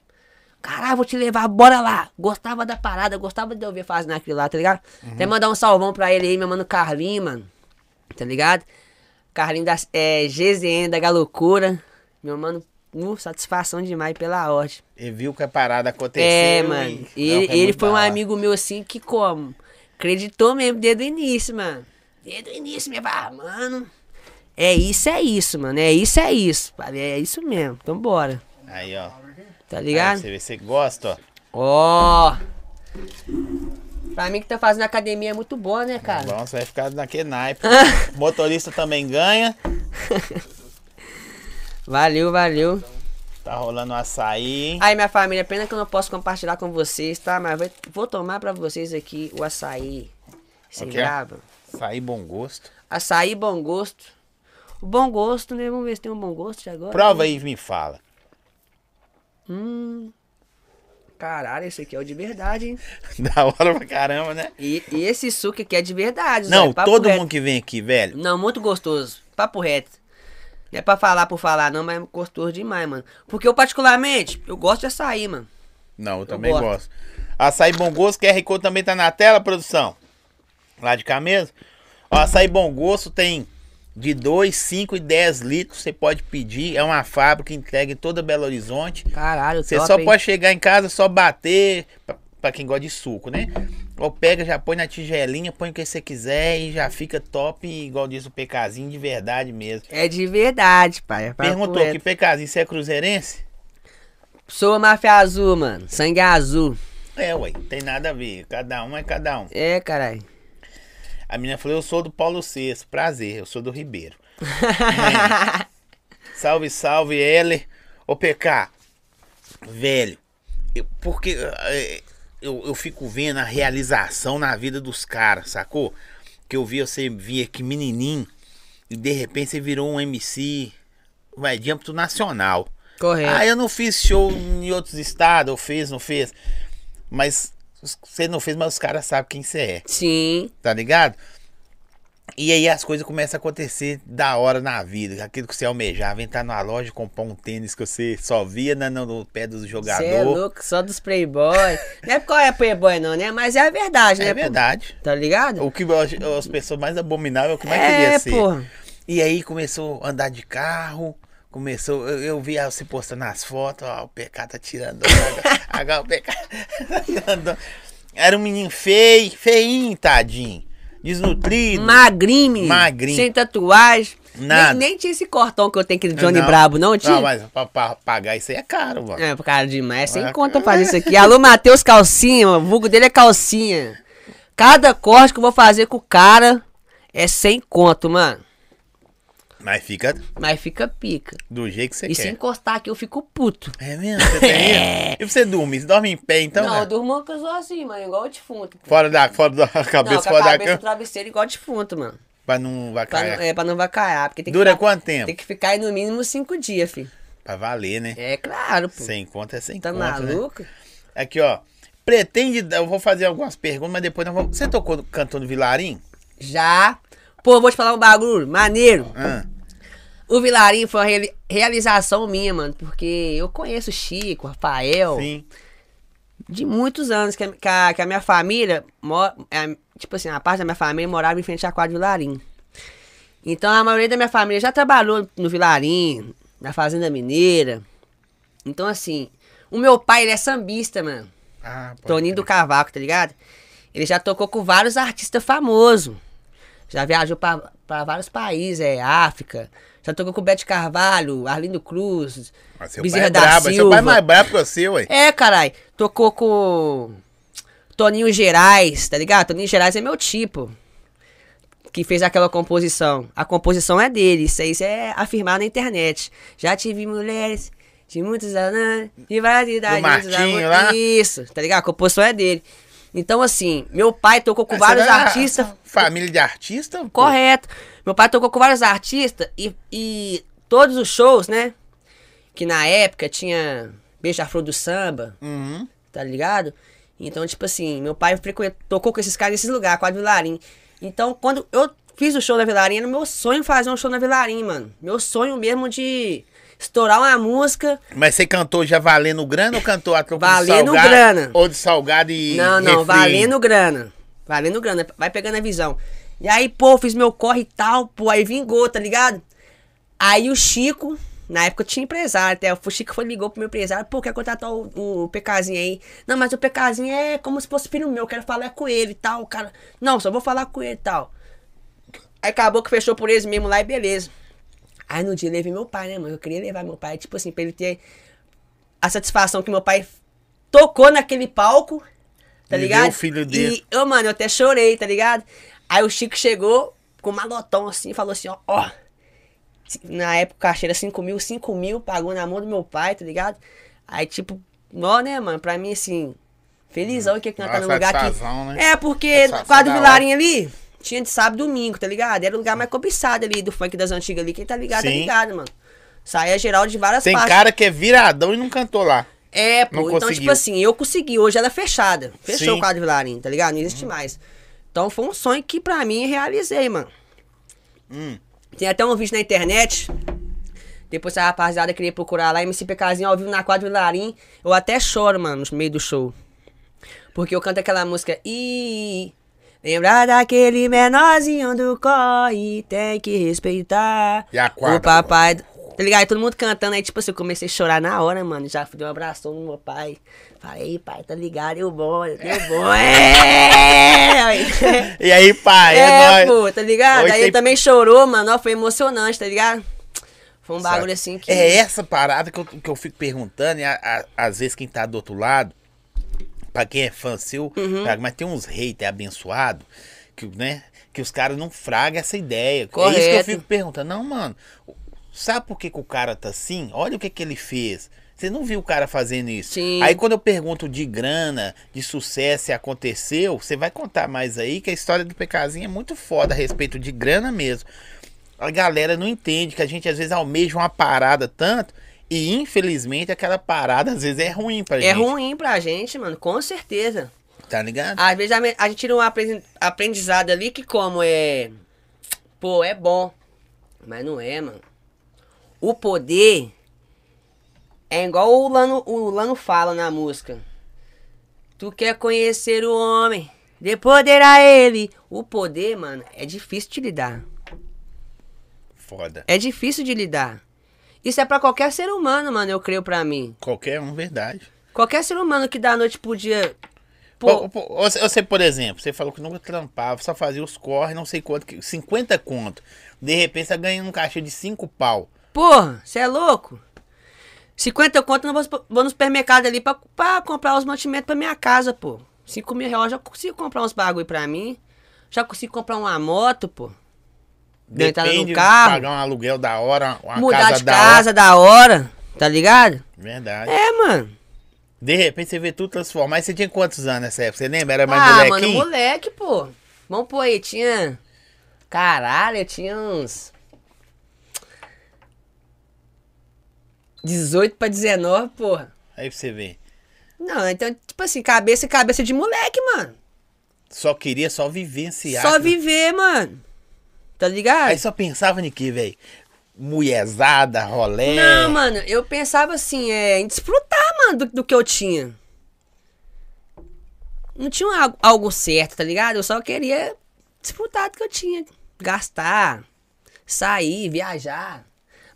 Caralho, vou te levar, bora lá. Gostava da parada, gostava de ouvir fazendo aquilo lá, tá ligado?
Uhum.
Até mandar um salvão pra ele aí, meu mano Carlinho, mano. Tá ligado? Carlinho da é, GZN da Galocura. Meu mano, nu, satisfação demais pela ordem.
E viu que a parada aconteceu.
É,
e- Não,
mano.
é
E ele,
muito
ele foi um
da hora.
amigo meu assim que, como? Acreditou mesmo desde o início, mano. Desde o início, me fala, mano. É isso, é isso, mano. É isso, é isso. Falei, é isso mesmo. Então bora.
Aí, ó.
Tá
Aí,
ligado?
você vê, você gosta, ó.
Ó. Pra mim que tá fazendo academia é muito bom, né, cara?
Bom, você vai ficar naquele naipe. Motorista também ganha.
Valeu, valeu.
Tá rolando um açaí, hein?
Aí, minha família, pena que eu não posso compartilhar com vocês, tá? Mas vai- vou tomar pra vocês aqui o açaí. Sem
Ok.
brava.
Açaí bom gosto.
Açaí bom gosto. O bom gosto, né? Vamos ver se tem um bom gosto de agora.
Prova aí e me fala.
Caralho, esse aqui é o de verdade, hein?
Da hora pra caramba, né?
E, e esse suco aqui é de verdade,
Não,
Zóio, papo
todo
reto.
mundo que vem aqui, velho.
Não, muito gostoso. Papo reto. Não é pra falar por falar, não, mas é gostoso demais, mano. Porque eu, particularmente, eu gosto de açaí, mano.
Não, eu também
gosto.
gosto. Açaí bom gosto, QR Code também tá na tela, produção. Lá de cá mesmo. Ó, açaí bom gosto tem de 2, 5 e 10 litros. Você pode pedir. É uma fábrica entregue em toda Belo Horizonte.
Caralho,
Você
top,
só
hein?
pode chegar em casa, só bater, pra, pra quem gosta de suco, né? Ou pega, já põe na tigelinha, põe o que você quiser e já fica top, igual diz o Pecazinho, de verdade mesmo.
É de verdade, pai. É papo
Perguntou
reto.
aqui, Pecazinho, você é cruzeirense?
Sou máfia azul, mano. Sangue azul.
É, ué, tem nada a ver, cada um é cada um.
É, caralho.
A menina falou, eu sou do Paulo VI, prazer, eu sou do Ribeiro. É. Salve, salve, Heller. Ô, PK, velho, eu- porque eh, eu, eu fico vendo a realização na vida dos caras, sacou? Que eu vi você vir aqui menininho e de repente você virou um MC, vai, de âmbito nacional.
Correto.
Ah, eu não fiz show em outros estados, eu fiz, não fiz. Mas os- você não fez, mas os caras sabem quem você é
Sim.
tá ligado? E aí as coisas começam a acontecer da hora na vida. Aquilo que você almejava, entrar numa loja e comprar um tênis que você só via na- no, no pé dos
Você é
jogadores.
louco, só dos playboy. não é porque eu é playboy, não, né? Mas é a verdade, né,
É
pô?
verdade.
Tá ligado?
O que eu acho- as pessoas mais abomináveis é o que mais
é,
queria ser.
porra.
E aí começou a andar de carro. Começou, eu, eu vi você postando as fotos, ó, o PK tá tirando. onda, Agora o PK tá tirando. onda. Era um menino feio, feinho, tadinho. Desnutrido.
Magrinho, menino.
Magrinho.
Sem tatuagem.
Nada.
Nem, nem tinha esse cortão que eu tenho aqui do Johnny
Não.
Brabo, não tinha?
Não, mas pra, pra pagar isso aí é caro, mano.
É, por causa demais. Sem
Ah,
conta
cara.
fazer isso aqui. Alô, Matheus Calcinha, mano, o vulgo dele é calcinha. Cada corte que eu vou fazer com o cara é sem conto, mano.
Mas fica
Mas fica pica.
do jeito que você
E
quer.
se encostar aqui, eu fico puto.
É mesmo? Você tem isso? E você dorme? Você dorme em pé, então?
não, eu
né?
durmo com os olhos assim, mano, igual o defunto.
Fora da, fora da
Não, com
cabeça,
a
fora da
cabeça no
cama.
travesseiro igual defunto, mano.
Pra não
Pra,
vacar.
não- é, pra não vacaiar. Porque tem que
Dura
ficar-
quanto tempo?
Tem que ficar aí no mínimo cinco dias, filho.
Pra valer, né?
É claro, pô.
Sem conta é sem
Tá
conta. né?
maluco?
Aqui, ó. Pretende. dar- Eu vou fazer algumas perguntas, mas depois nós vamos. Você tocou no cantor do Vilarim?
Já. Pô, vou te falar um bagulho maneiro.
Ah,
O Vilarinho foi uma reali- realização minha, mano, porque eu conheço o Chico, o Rafael,
sim.
de muitos anos, que a, que a- que a minha família, mo- é, tipo assim, a parte da minha família morava em frente à quadra do Vilarinho. Então a maioria da minha família já trabalhou no Vilarinho, na Fazenda Mineira. Então assim, o meu pai, ele é sambista, mano.
Ah, pode
Toninho do
crer.
Cavaco, tá ligado? Ele já tocou com vários artistas famosos. Já viajou pra, pra vários países, é, África. Já tocou com o Bete Carvalho, Arlindo Cruz,
Mas seu
Bezerra
pai
da
é brabo, seu
Silva.
pai é mais brabo que você, ué.
É, carai. Tocou com Toninho Gerais, tá ligado? Toninho Gerais é meu tipo. Que fez aquela composição. A composição é dele, isso aí isso é afirmado na internet. Já tive mulheres de muitos anos, de várias idades. muitos
Martinho
amores.
lá?
Isso, tá ligado? A composição é dele. Então, assim, meu pai tocou com
Ah,
vários
você era
artistas.
Família de artista? pô.
Correto. Meu pai tocou com vários artistas e, e todos os shows, né? Que na época tinha Beija-Flor do Samba,
Uhum.
tá ligado? Então, tipo assim, meu pai frequen- tocou com esses caras nesses lugares, com a Vilarim. Então, quando eu fiz o show na Vilarim, era meu sonho fazer um show na Vilarim, mano. Meu sonho mesmo de estourar uma música.
Mas você cantou já valendo grana ou cantou a troca
Valendo
de salgado?
grana.
Ou de salgado e
não, não,
refri?
valendo grana. Valendo grana, vai pegando a visão. E aí, pô, fiz meu corre e tal, pô, aí vingou, tá ligado? Aí o Chico, na época eu tinha empresário, até o Chico foi, ligou pro meu empresário, pô, quer contratar o, o PKzinho aí. Não, mas o PKzinho é como se fosse filho meu, eu quero falar com ele e tal, o cara. Não, só vou falar com ele e tal. Aí acabou que fechou por eles mesmo lá e beleza. Aí no dia eu levei meu pai, né, mano? Eu queria levar meu pai, tipo assim, pra ele ter a satisfação que meu pai tocou naquele palco, tá
E ver
ligado?
o filho dele.
E, eu, mano, eu até chorei, tá ligado? Aí o Chico chegou com um malotão assim e falou assim, ó, ó. Na época o cachê era 5 mil, 5 mil, pagou na mão do meu pai, tá ligado? Aí, tipo, nó, né, mano? Pra mim, assim, felizão que ia cantar
Uma
no lugar que.
Hum. Ah, satisfação, né?
É, porque
Satisfação
no quadro
da
Vilarinho ali, tinha de sábado e domingo, tá ligado? Era o lugar mais cobiçado ali do funk das antigas ali. Quem tá ligado, tá
Sim.
ligado, mano. Saía geral de várias
Tem
partes.
cara que é viradão e não cantou lá.
É, pô.
Não
então,
conseguiu.
tipo assim, eu consegui. Hoje ela é fechada. Fechou
Sim. Uhum.
o quadro Vilarinho, tá ligado? Não existe mais. Então foi um sonho que pra mim realizei, mano.
Hum.
Tem até um vídeo na internet. Depois se a rapaziada queria procurar lá, MCPKzinho ao vivo na quadra Vilarim. Eu até choro, mano, no meio do show. Porque eu canto aquela música. Ih, lembrar daquele menorzinho do corre, tem que respeitar.
E a quadra,
O papai. Tá ligado? Aí todo mundo cantando. Aí, tipo assim, eu comecei a chorar na hora, mano. Já fui dar um abração no meu pai. Falei, "Ei, pai, tá ligado? Eu bom, eu bom. É!
E aí, pai, é,
É,
nóis.
pô, tá ligado?
Hoje
Aí
tem-
ele também chorou, mano. ó, Foi emocionante, tá ligado? Foi um
Sabe?
bagulho assim que.
É essa parada que eu, que eu fico perguntando, e a- a- às vezes quem tá do outro lado, pra quem é fã seu,
Uhum.
fraga, mas tem uns haters abençoado que, né, que os caras não fragam essa ideia. É isso que eu
Correto.
fico perguntando. Não, mano, sabe por que, que o cara tá assim? Olha o que, que ele fez. Você não viu o cara fazendo isso.
Sim.
Aí quando eu pergunto de grana, de sucesso, se aconteceu, você vai contar mais aí que a história do PKzinho é muito foda a respeito de grana mesmo. A galera não entende que a gente às vezes almeja uma parada tanto e infelizmente aquela parada às vezes é ruim pra gente.
É ruim pra gente, mano, com certeza.
Tá ligado?
Às vezes a, me- a gente tira um apresen- aprendizado ali que, como é. Pô, é bom. Mas não é, mano. O poder é igual o Lano, o Lano fala na música. Tu quer conhecer o homem, dê poder a ele. O poder, mano, é difícil de lidar.
Foda.
É difícil de lidar. Isso é pra qualquer ser humano, mano, eu creio pra mim.
Qualquer um, verdade.
Qualquer ser humano que da noite pro dia.
Pô,
Pô,
pô, você, você, por exemplo, você falou que nunca trampava, só fazia os corre, não sei quanto, que- 50 conto. De repente você ganha um caixa de 5 pau.
porra, você é louco? 50 conto eu não vou, vou no supermercado ali pra, pra comprar os mantimentos pra minha casa, pô. 5 mil reais eu já consigo comprar uns bagulho pra mim. Já consigo comprar uma moto, pô. Deu entrada no
Depende
carro.
pagar um aluguel da hora, uma
Mudar
casa
de
da hora.
casa da hora, tá ligado?
Verdade.
É, mano.
De repente você vê tudo transformar. Mas você tinha quantos anos nessa época? Você lembra? Era é mais
Ah, mano,
molequinho?
moleque, pô. Vamos pô aí, tinha. Caralho, eu tinha uns. 18 pra 19, porra.
Aí pra você vê.
Não, então, tipo assim, cabeça e cabeça de moleque, mano.
Só queria só vivenciar.
Só
aquilo.
viver, mano. Tá ligado?
Aí só pensava em que, velho? Mulherzada, rolé.
Não, mano, eu pensava assim, é, em desfrutar, mano, do, do que eu tinha. Não tinha algo, algo certo, tá ligado? Eu só queria desfrutar do que eu tinha. Gastar, sair, viajar.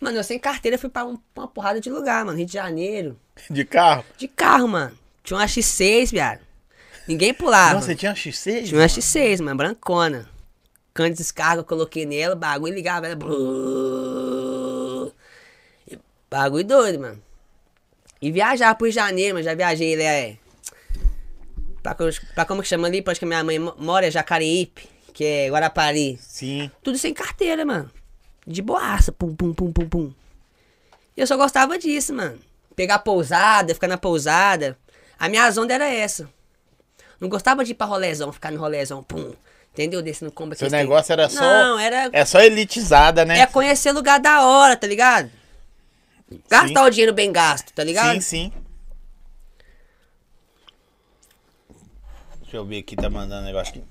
Mano, eu sem carteira fui pra, um- pra uma porrada de lugar, mano. Rio de Janeiro.
De carro.
De carro, mano. Tinha uma X6, viado. Ninguém pulava.
Nossa, você tinha um X6?
Tinha uma X6, mano, brancona. cana de descarga, eu coloquei nela, o bagulho ligava, ela. brrr. E Bagulho doido, mano. E viajar pro Rio de Janeiro, mano. Já viajei ele é. Pra, co- pra como que chama ali? Pra onde que minha mãe mo- mora, é Jacareípe, que é Guarapari.
Sim.
Tudo sem carteira, mano. De boaça. Pum, pum, pum, pum, pum. E eu só gostava disso, mano. Pegar pousada, ficar na pousada. A minha onda era essa. Não gostava de ir pra rolézão, ficar no rolézão, pum. Entendeu? Desse no combo aqui.
Seu negócio era só.
Não, era.
É só elitizada, né?
É conhecer lugar da hora, tá ligado? Gastar o dinheiro bem gasto, tá ligado?
Sim, sim. Deixa eu ver aqui, tá mandando um negócio aqui.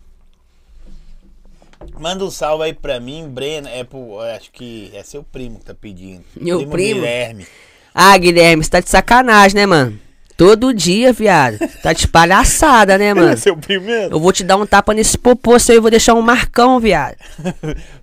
Manda um salve aí pra mim, Breno. É pro, acho que é seu primo que tá pedindo.
Meu primo?
Guilherme.
Ah, Guilherme, você tá de sacanagem, né, mano? Todo dia, viado. Tá de palhaçada, né,
Ele
mano?
é seu primo mesmo?
Eu vou te dar um tapa nesse popô seu e vou deixar um marcão, viado.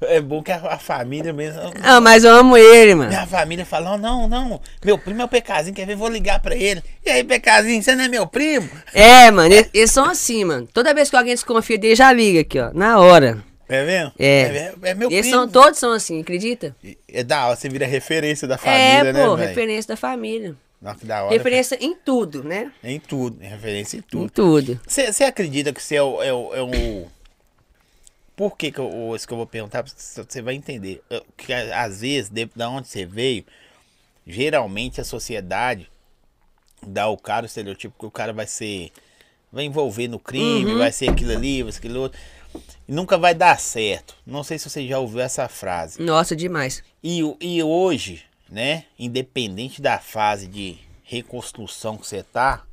é bom que a, a família mesmo.
Ah, mas eu amo ele, mano.
Minha família fala: "Ó, não, não. Meu primo é o Pecazinho, quer ver? Vou ligar pra ele. E aí, Pecazinho, você não é meu primo?
É, mano, e- eles são assim, mano. Toda vez que alguém desconfia dele, já liga aqui, ó. Na hora.
É mesmo?
É.
É, é meu
eles
primo.
são, todos são assim, acredita?
É da hora, você vira referência da família,
é,
né?
pô,
véi?
referência da família.
Nossa, que da hora.
Referência em tudo, né?
Em tudo, em referência em
Em
tudo.
tudo.
Você acredita que você é o. É o, é o- Por que, que eu, o- isso que eu vou perguntar? Você vai entender. Eu- Que a- às vezes, de, da onde você veio, geralmente a sociedade dá o cara o estereotipo que o cara vai ser. Vai envolver no crime, vai ser aquilo ali, vai ser aquilo outro. E nunca vai dar certo. Não sei se você já ouviu essa frase.
Nossa, demais.
E, o- e hoje, né, independente da fase de reconstrução que você tá,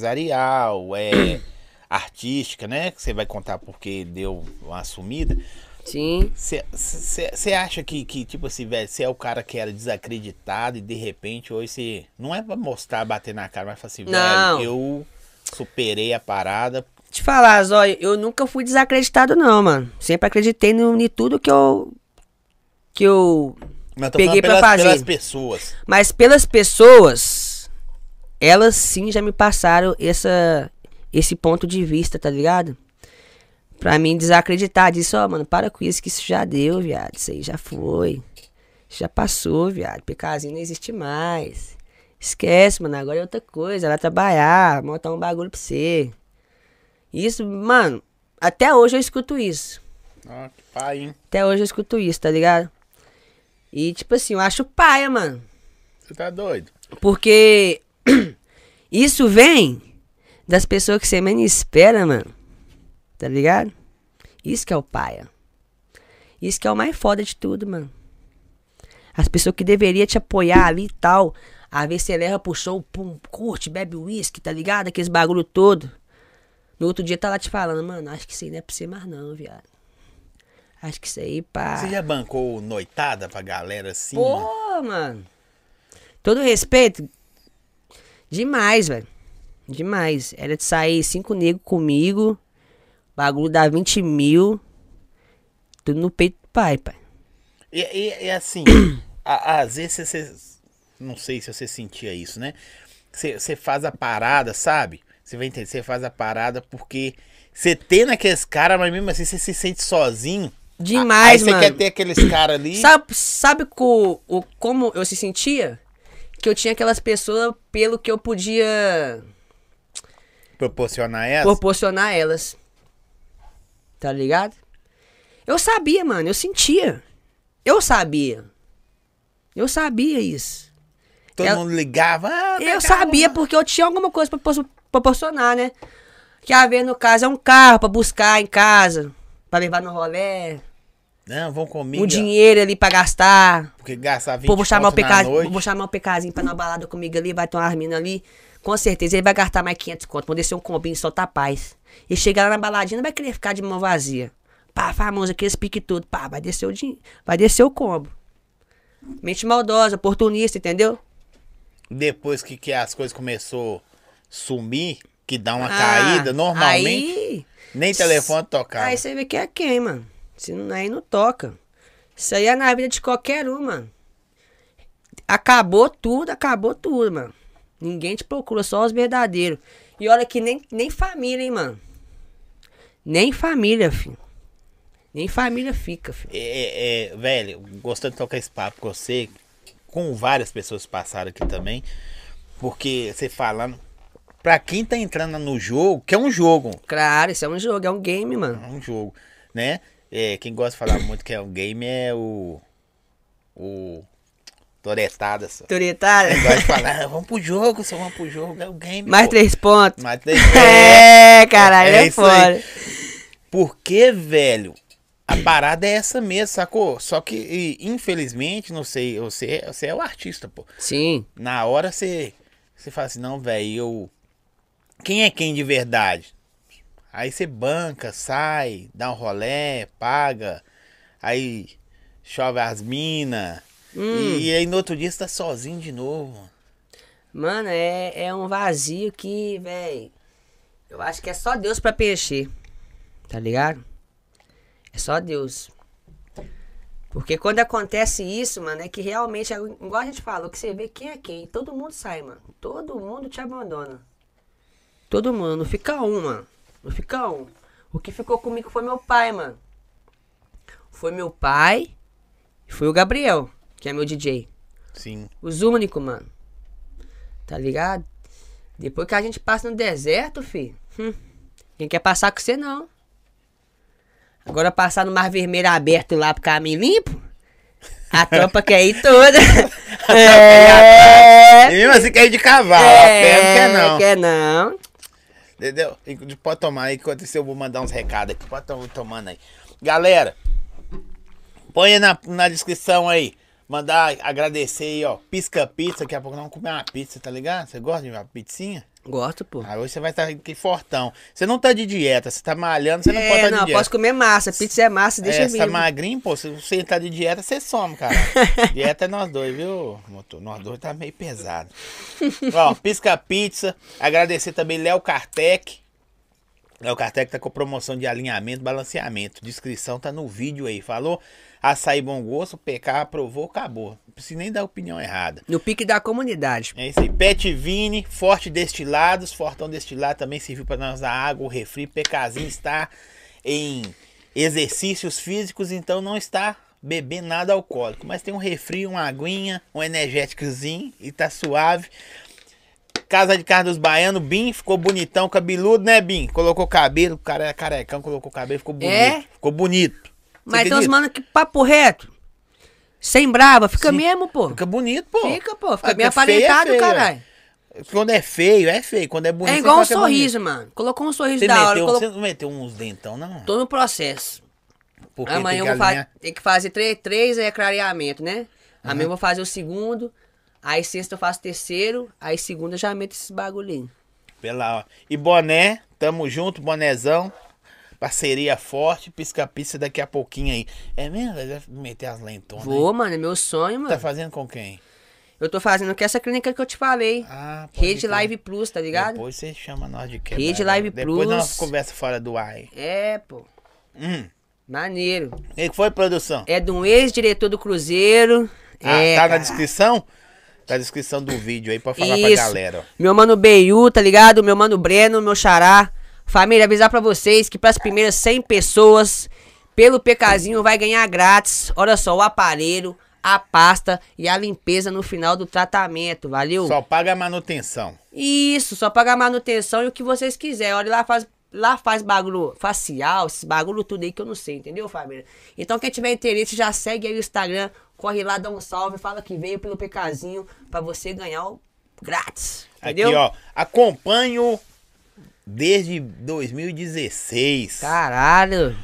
empresarial, é artística, né, que você vai contar porque deu uma sumida,
Sim.
você acha que, que, tipo assim, velho, você é o cara que era desacreditado e de repente hoje você, não é pra mostrar, bater na cara, mas falar assim,
Não.
velho, eu superei a parada,
Te falar, Zóio, eu nunca fui desacreditado, não, mano. Sempre acreditei no, em tudo que eu. Que eu.
mas eu tô
Peguei
falando
pra
pelas,
fazer.
pelas pessoas.
Mas pelas pessoas, elas sim já me passaram essa, esse ponto de vista, tá ligado? Pra mim desacreditar disso, ó, mano, para com isso que isso já deu, viado. Isso aí já foi. Já passou, viado. Pecazinho não existe mais. Esquece, mano. Agora é outra coisa. Vai trabalhar, montar um bagulho pra você. Isso, mano, até hoje eu escuto isso.
Ó, Ah, que pai, hein?
Até hoje eu escuto isso, tá ligado? E tipo assim, eu acho paia, mano.
Você tá doido?
Porque isso vem das pessoas que você menos espera, mano. Tá ligado? Isso que é o paia. Isso que é o mais foda de tudo, mano. As pessoas que deveriam te apoiar ali e tal. Às vezes você leva pro show, pum, curte, bebe uísque, tá ligado? Aqueles bagulho todo. No outro dia tá lá te falando, mano, acho que isso aí não é pra você mais não, viado. Acho que isso aí, pá.
Você já bancou noitada pra galera assim? mano?
Pô, mano. Todo respeito. Demais, velho. Demais. Era de sair cinco negros comigo. Bagulho dá 20 mil. Tudo no peito do pai, pai.
E, e- e assim, a- às vezes você. Não sei se você sentia isso, né? Você você faz a parada, sabe? Você vai entender, você faz a parada porque você tem naqueles caras, mas mesmo assim você se sente sozinho. Ah, Aí
Demais,
você
mano.
quer ter aqueles caras ali.
Sabe, sabe co- o, como eu se sentia? Que eu tinha aquelas pessoas pelo que eu podia
Proporcionar essa.
proporcionar a elas. Tá ligado? Eu sabia, mano, eu sentia. Eu sabia. Eu sabia isso.
Todo
eu-
mundo ligava. "Ah,
Eu
legal,
sabia
mano."
porque eu tinha alguma coisa pra propor- proporcionar, né? Que a ver no caso é um carro pra buscar em casa, pra levar no rolê,
Não, vão comigo.
um dinheiro ali pra gastar.
Porque gastar 20
Pô, vou chamar, o
conto na
PK,
noite.
vou chamar o PKzinho pra dar uma balada comigo ali, vai tomar umas minas ali. Com certeza ele vai gastar mais 500 conto. Vou descer um combinho e soltar paz. E chegar lá na baladinha, não vai querer ficar de mão vazia. Pá, famoso, aqueles pique tudo. Pá, vai descer o dinheiro. Vai descer o combo. Mente maldosa, oportunista, entendeu?
Depois que, que as coisas começou a sumir, que dá uma
Ah,
caída, normalmente,
Aí,
nem telefone tocava.
aí você vê que é quem, mano. Se não, aí não toca. Isso aí é na vida de qualquer um, mano. Acabou tudo, acabou tudo, mano. Ninguém te procura, só os verdadeiros. E olha que nem, nem família, hein, mano. Nem família, filho. Nem família fica, filho.
É, é, é, velho, gostando de tocar esse papo com você, com várias pessoas que passaram aqui também, porque você falando, pra quem tá entrando no jogo, que é um jogo,
Claro, isso é um jogo, é um game, mano.
é um jogo, né? É, quem gosta de falar muito que é um game é o. O. Toretada, só.
Autoritária.
Gosta de falar, "Ah, vamos pro jogo, só vamos pro jogo, é o game.
Mais
pô."
três pontos.
Mais três.
É, caralho, é,
isso
foda.
aí. Porque, velho, a parada é essa mesmo, sacou? Só que, e, infelizmente, não sei, você, você é o artista, pô.
Sim,
Na hora você, você fala assim, não, velho, eu. Quem é quem de verdade? Aí você banca, sai, dá um rolé, paga, aí chove as minas. E, aí no outro dia você tá sozinho de novo, mano.
mano, é, é um vazio que, velho. Eu acho que é só Deus pra preencher. Tá ligado? É só Deus. Porque quando acontece isso, mano, é que realmente, é igual a gente falou, que você vê quem é quem. Todo mundo sai, mano. Todo mundo te abandona. Todo mundo. Não fica um, mano. Não fica um. O que ficou comigo foi meu pai, mano. Foi meu pai e foi o Gabriel, que é meu DJ.
Sim.
Os únicos, mano. Tá ligado? Depois que a gente passa no deserto, fi. hum, ninguém quer passar com você, não. Agora passar no Mar Vermelho aberto lá pro caminho limpo. A tropa quer ir toda. É
E mesmo assim quer ir de cavalo, a pé não quer não.
Quer não.
Entendeu? E Pode tomar aí, enquanto isso eu vou mandar uns recados aqui. Pode tomar tomando aí. Galera, põe aí na, na descrição aí. Mandar agradecer aí, ó. Pisca pizza, daqui a pouco nós vamos comer uma pizza, tá ligado? Você gosta de uma pizzinha?
Gosto, pô.
Aí hoje você vai estar aqui fortão. Você não tá de dieta, você tá malhando, você não pode
é,
estar
não,
de dieta.
posso comer massa. Pizza é massa, deixa
é,
mesmo.
você tá magrinho, pô. Se você tá de dieta, você some, cara. dieta é nós dois, viu, motor? Nós dois tá meio pesado. Ó, Pisca Pizza. Agradecer também Léo Kartek. Léo Kartek tá com promoção de alinhamento, balanceamento. Descrição tá no vídeo aí, falou? Açaí Bom Gosto, PK aprovou, acabou. Não precisa nem dar opinião errada.
No pique da comunidade.
É isso aí. Pet Vini, Forte Destilados, Fortão Destilado também serviu para nós a água, o refri. Pecazinho está em exercícios físicos, então não está bebendo nada alcoólico. Mas tem um refri, uma aguinha, um energéticozinho e tá suave. Casa de Carlos Baiano, Bim, ficou bonitão, cabeludo, né, Bim? Colocou cabelo, o cara é carecão, colocou cabelo, ficou bonito.
É?
Ficou bonito. Você
Mas tem uns
acredita?
mano que papo reto. Sem brava, fica
Sim.
mesmo, pô.
Fica bonito, pô.
Fica, pô, fica
Ah,
bem
feio é
aparentado,
feio,
caralho.
Quando é feio, é feio. Quando é bonito,
É igual um
você fala que é bonito.
sorriso, mano. Colocou um sorriso
Você,
da hora.
meteu,
colocou-
você não meteu uns dentão, não?
Tô no processo.
Porque
Amanhã eu
tem
vou
que alinhar.
fazer. Tem que fazer três, três aí é clareamento, né? Amanhã eu vou fazer o segundo. Aí sexta eu faço terceiro. Aí segunda eu já meto esses bagulhinhos.
Pela, ó. E boné, tamo junto, bonézão. Parceria forte, pisca-pisca daqui a pouquinho aí. É mesmo? Vai meter as lentonas. aí.
Vou, mano. É meu sonho, mano.
Tá fazendo com quem?
Eu tô fazendo com essa clínica que eu te falei.
Ah, pode
Rede
crer.
Live Plus, tá ligado?
Depois você chama nós de quebra. né?
Rede Live
Depois
Plus.
nós conversa fora do ar. hein?
É, pô.
Hum.
Maneiro.
O que foi, produção?
É de um ex-diretor do Cruzeiro.
Ah,
é,
tá na
cara.
descrição? Tá na descrição do vídeo aí pra falar pra
Isso.
galera. ó.
Meu mano Beiu, tá ligado? Meu mano Breno, meu xará. Família, avisar pra vocês que pras primeiras 100 pessoas, pelo PKzinho vai ganhar grátis. Olha só, o aparelho, a pasta e a limpeza no final do tratamento, valeu?
Só paga a manutenção.
Isso, só pagar manutenção e o que vocês quiserem. Olha lá, faz, lá faz bagulho facial, esses bagulho tudo aí que eu não sei, entendeu, família? Então, quem tiver interesse, já segue aí o Instagram, corre lá, dá um salve, fala que veio pelo PKzinho pra você ganhar o grátis. Entendeu?
Aqui, ó. Acompanho desde 2016.
Tá. Caralho.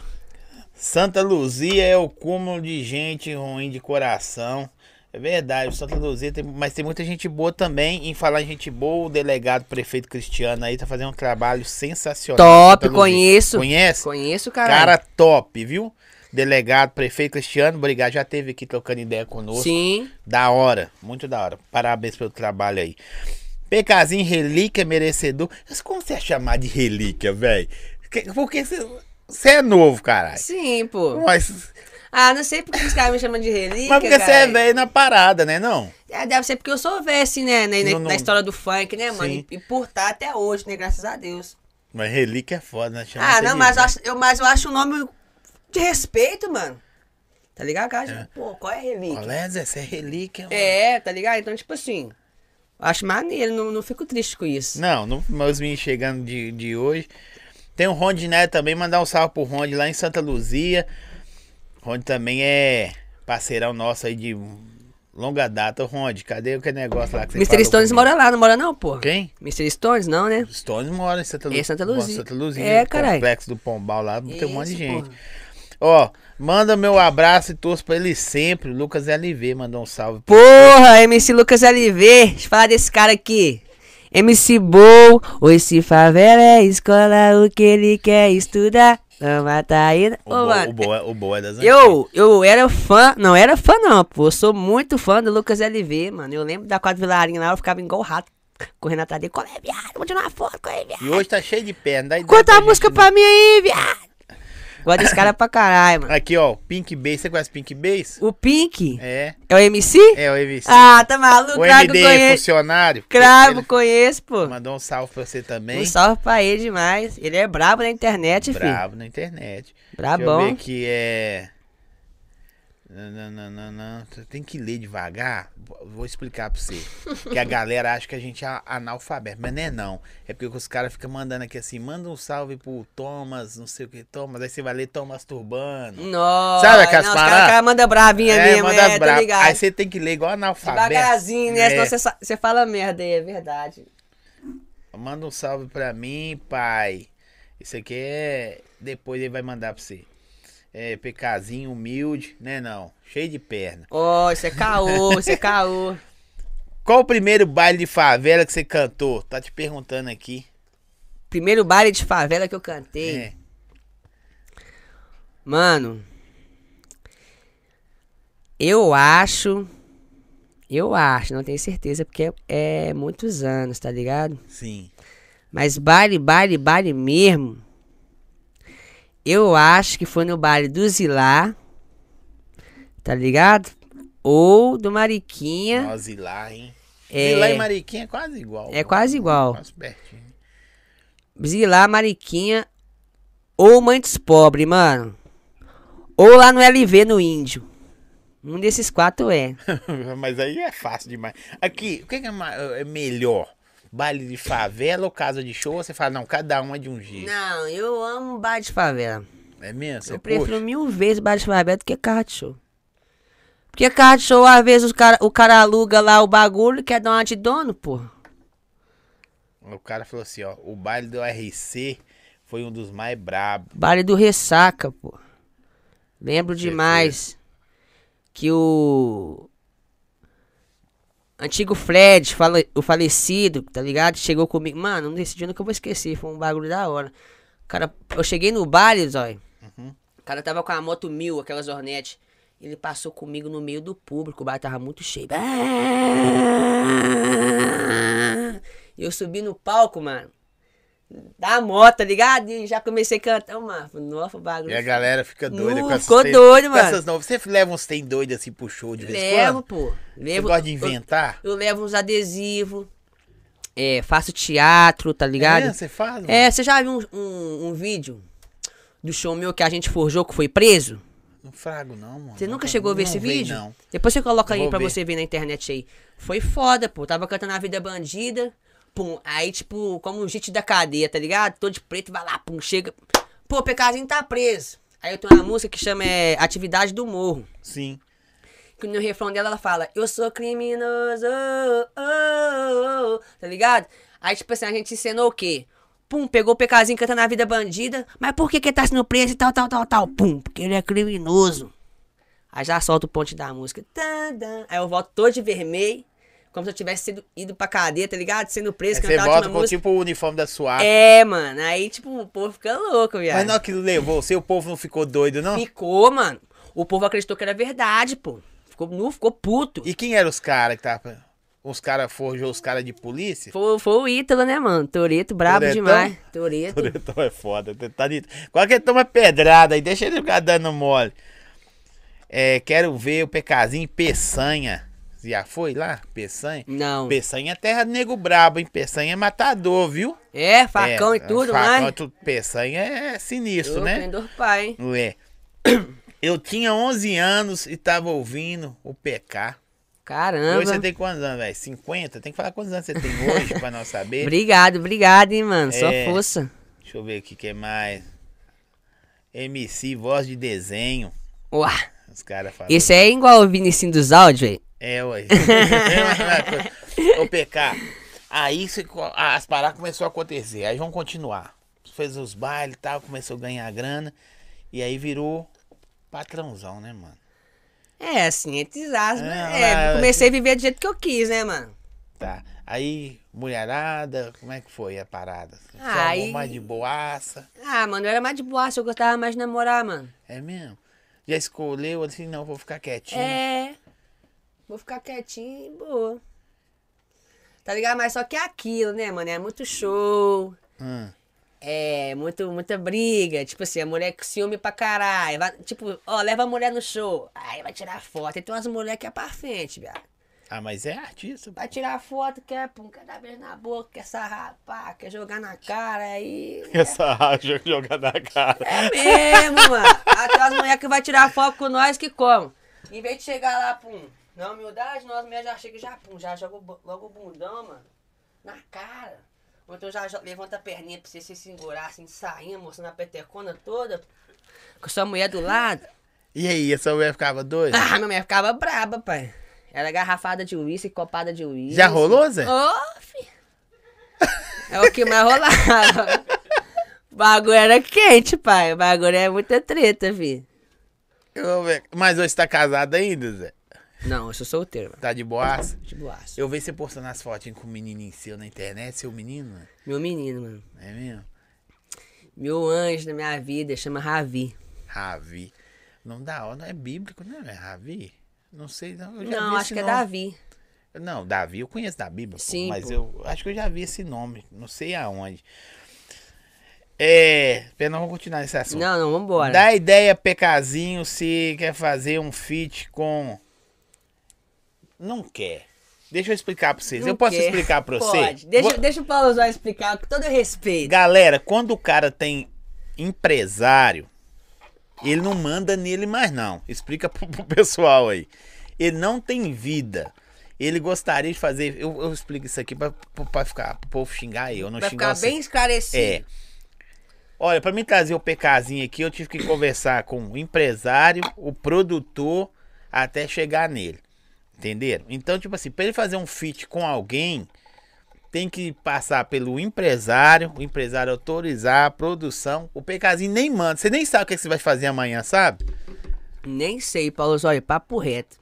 Santa Luzia é o cúmulo de gente ruim de coração. É verdade, Santa Luzia tem, mas tem muita gente boa também. Em falar em gente boa, o delegado prefeito Cristiano aí tá fazendo um trabalho sensacional. em
Top,
Santa Luzia.
conheço.
Conhece?
Conheço,
Cara
caralho.
top, viu? Delegado prefeito Cristiano, obrigado, já teve aqui trocando ideia conosco.
Sim.
Da hora, muito da hora. Parabéns pelo trabalho aí. PKzinho, relíquia, merecedor. Mas como você é chamado de relíquia, velho? Porque você- você é novo, caralho.
Sim, pô.
Mas,
Ah, não sei porque os caras me chamam de relíquia.
mas porque você é
caralho.
velho na parada, né? Não?
É, deve ser porque eu sou velho, assim, né? Na, na-
Não, não.
na história do funk, né, mano?
Sim.
E, e por tá até hoje, né? Graças a Deus.
Mas relíquia é foda, né? Chama
Ah,
você
não,
de
mas eu,
velho.
acho, eu, mas eu acho o nome de respeito, mano. Tá ligado? Cara, tipo, pô, qual é a relíquia?
Olés, essa é relíquia. mano.
É, tá ligado? Então, tipo assim, acho maneiro, não, não fico triste com isso.
Não, não, meus meninos chegando de, de hoje. Tem o Ronde Neto também, mandar um salve pro Ronde lá em Santa Luzia. Ronde também é parceirão nosso aí de longa data. Ô, Ronde, cadê aquele negócio lá que você
Mr.
falou
Stones
comigo?
mora lá, não mora não, pô.
Quem?
Mr. Stones, não, né?
Stones mora em Santa, Lu...
É, Santa
mora em
Luzia.
Santa Luzia.
É,
no
caralho.
complexo do Pombal lá, tem um monte de
Isso,
gente.
porra.
Ó, manda meu abraço e torço pra ele sempre. Lucas LV mandou um salve.
Porra, MC Lucas LV, deixa eu falar desse cara aqui. MC Bow, ou esse favela é escola, o que ele quer estudar. Não mata ainda.
O,
Ô,
Bo-
mano,
o, Bo- o Bo é das antigas.
Né? Eu, eu era fã, não era fã não, pô. Eu sou muito fã do Lucas LV, mano. Eu lembro da quadra Vilarinho lá, eu ficava igual rato, correndo atrás dele. Qual é, viado? Vou tirar uma foto, qual é, viado?
E hoje tá cheio de perna. dá ideia
Conta
pra
a
gente
música
não-
pra mim aí, viado. Gosto desse cara pra caralho, mano.
Aqui, ó, Pink Bass. Você conhece Pink Bass?
O Pink
É.
é o MC?
É, o MC.
Ah, tá maluco,
o
Cravo
MD é
conheço.
funcionário.
Cravo
Ele
conheço, pô.
Mandou um salve pra você também.
Um salve pra ele demais. Ele é brabo na internet, filho. Tá
Brabo na internet. Deixa eu ver
Brabão.
aqui, é... Não, não, não, não, não. Você Tem que ler devagar. Vou explicar pra você. que a galera acha que a gente é analfabeto. Mas não é não. É porque os caras ficam mandando aqui assim, manda um salve pro Thomas, não sei o que, Thomas. Aí você vai ler Thomas Turbano.
Nossa,
Sabe aquelas
não, os cara,
paradas?
cara manda bravinha mesmo,
manda
é, tá
brabo.
ligado.
Aí você tem que ler igual analfabeto.
Devagarzinho, né?
É.
Senão você sa- você fala merda aí, é verdade.
Manda um salve pra mim, pai. Isso aqui é. Depois ele vai mandar pra você. É, PKzinho, humilde, né? Não. Cheio de perna.
Ó, isso é caô, isso é caô.
Qual o primeiro baile de favela que você cantou? Tá te perguntando aqui.
Primeiro baile de favela que eu cantei.
É.
Mano, eu acho. Eu acho, não tenho certeza, porque é, é muitos anos, tá ligado?
Sim.
Mas baile, baile, baile mesmo. Eu acho que foi no baile do Zilá, tá ligado? Ou do Mariquinha.
Nós e lá, hein?
É.
E lá em Mariquinha é quase igual.
É quase igual.
Quase pertinho.
Zilá, Mariquinha ou Mãe dos Pobres, mano. Ou lá no LV, no Índio. Um desses quatro é.
Mas aí é fácil demais. Aqui, o que que é, ma- é melhor? Baile de favela ou casa de show? Você fala, não, cada um é de um jeito.
Não, eu amo bar de favela.
É mesmo? Você
eu prefiro
curte?
mil vezes bar de favela do que carro de show. Porque carro de show, às vezes, o cara, o cara aluga lá o bagulho e quer dar uma de dono, pô.
O cara falou assim, ó, o baile do RC foi um dos mais brabos.
Baile do Ressaca, pô. Lembro
certeza.
demais que o antigo Fred, fale- o falecido, tá ligado? Chegou comigo. Mano, não decidi nunca vou esquecer. Foi um bagulho da hora. Cara, eu cheguei no baile, zóio. O cara tava com a moto mil, aquelas Hornet. Ele passou comigo no meio do público, o bar tava muito cheio. Eu subi no palco, mano. Da moto, tá ligado? E já comecei a cantar, mano. Nossa, o bagulho.
E a galera fica doida
Nu,
com essas
ficou
tem-
doido,
com
mano.
essas novas. Você leva uns tem doido assim pro show de vez em
Levo,
quando?
pô.
Você
Levo,
gosta de
eu-
inventar?
Eu, levo uns adesivos. É, faço teatro, tá
É,
ligado?
você faz? mano?
É, você já viu um, um- um vídeo do show meu que a gente forjou que foi preso?
Não frago não, mano.
Você nunca
Não-
chegou a ver
não
esse
vi,
vídeo?
Não.
Depois você coloca aí
Vou
pra
ver.
você ver na internet aí. Foi foda, pô. Tava cantando A Vida é Bandida. Pum. Aí, tipo, como um gente da cadeia, tá ligado? Todo de preto, vai lá, pum, chega. Pô, o Pecazinho tá preso. Aí eu tenho uma música que chama é, Atividade do Morro.
Sim.
Que no refrão dela ela fala, eu sou criminoso, oh, oh, oh", tá ligado? Aí, tipo assim, a gente encenou o quê? Pum, pegou o pecazinho cantando a vida bandida, mas por que que ele tá sendo preso e tal, tal, tal, tal? Pum, porque ele é criminoso. Aí já solta o ponte da música. Tan, tan. Aí eu volto todo de vermelho, como se eu tivesse sido, ido pra cadeia, tá ligado? Sendo preso,
Aí É, você
cantar a
volta
última
com
música.
tipo o uniforme da SWAT.
É, mano, aí tipo, o povo fica louco, viado.
Mas não que levou, seu povo não ficou doido, não?
Ficou, mano. O povo acreditou que era verdade, pô. Ficou, nu, ficou puto.
E quem eram os caras que tava. Os caras forjou os caras de polícia?
Foi, foi o Ítalo, né, mano? Toreto, brabo
Toretão?
demais. Toreto.
Toretão é foda, tá dito. Qualquer toma pedrada aí, deixa ele ficar dando mole. É, quero ver o Pecazinho em Peçanha. Já foi lá? Peçanha?
Não.
Peçanha é terra do nego brabo, hein? Peçanha é matador, viu?
É, facão
É,
e tudo,
facão
né?
e tudo. Peçanha é sinistro,
Ô,
né?
Kendor Pai, hein?
Não é. Eu tinha 11 anos e tava ouvindo o PK.
Caramba.
Hoje você tem quantos anos, velho? 50? Tem que falar quantos anos você tem hoje pra nós saber.
Obrigado, obrigado, hein, mano. Só
É.
força.
Deixa eu ver aqui o que mais. MC, voz de desenho.
Uá.
Os caras falam.
Esse é igual o Vinicinho dos áudios, velho.
É, ué. É a mesma coisa. Ô, PK, aí cê co- as paradas começaram a acontecer. Aí vão continuar. Fez os bailes e tal, começou a ganhar grana. E aí virou patrãozão, né, mano?
É, assim, entre as,
Ah,
é,
lá,
comecei a viver do jeito que eu quis, né, mano?
Tá. Aí, mulherada, como é que foi a parada? Só
Ah, Aí-
arrumou mais de boaça.
Ah, mano, eu era mais de boa, eu gostava mais de namorar, mano.
É mesmo? Já escolheu assim, não, vou ficar quietinho.
É. Vou ficar quietinho e boa. Tá ligado? Mas só que é aquilo, né, mano? É muito show.
Hum.
É, muito, muita briga. Tipo assim, a mulher com ciúme pra caralho. Vai- tipo, ó, leva a mulher no show. Aí vai tirar foto. E tem umas mulheres que é pra frente, viado.
Ah, mas é artista. pô.
Vai tirar foto, quer pum, quer dar beijo na boca, quer sarrar, pá, quer jogar na cara. Aí.
Essa racha jogar na cara.
É mesmo, mano. Aquelas mulheres que vai tirar foto com nós que como. Em vez de chegar lá, pum, na humildade, nós mulheres já chega e já, pum, já joga o bu- logo o bundão, mano. Na cara. Ou então já jo- levanta a perninha pra você se segurar, assim, saindo, mostrando a petecona toda. Com sua mulher do lado.
E aí, essa mulher ficava doida?
Ah, minha mulher ficava braba, pai. Era garrafada de uísque, copada de uísque.
Já rolou, Zé?
Ô, fi. É o que mais rolava. O bagulho era quente, pai. O bagulho é muita treta, fi.
Eu, velho, mas hoje tá casado ainda, Zé?
Não, eu sou solteiro, mano.
Tá de boaça?
De boaço.
Eu vejo você postando as fotinhas com o menininho seu na internet, seu menino, né?
Meu menino, mano.
é mesmo?
Meu anjo da minha vida, chama Ravi.
Ravi. Não dá, ó, não é bíblico, né? É Ravi? Não sei, não. Eu já
Não,
vi
acho
esse
que é
nome.
Davi.
Não, Davi, eu conheço da Bíblia, pô,
Sim,
mas
pô.
eu acho que eu já vi esse nome, não sei aonde. É, pera, não vamos continuar nesse assunto.
Não, não, vambora.
Dá ideia, Pecazinho, se quer fazer um feat com. Não quer. Deixa eu explicar pra vocês.
Não
eu posso
quer.
explicar pra você?
Pode. Deixa,
Vou-
deixa o Paulo Zóio explicar, com todo respeito.
Galera, quando o cara tem empresário, ele não manda nele mais, não. Explica pro, pro pessoal aí. Ele não tem vida. Ele gostaria de fazer. Eu, eu explico isso aqui pra, pra ficar, pro povo xingar eu, não
Vai
xingar
ficar
vocês.
bem esclarecido.
É. Olha, pra mim trazer o PKzinho aqui, eu tive que conversar com o empresário, o produtor, até chegar nele. Entenderam? Então, tipo assim, pra ele fazer um feat com alguém, tem que passar pelo empresário, o empresário autorizar, a produção. O PKzinho nem manda. Você nem sabe o que que você vai fazer amanhã, sabe?
Nem sei, Paulo Zóio, papo reto.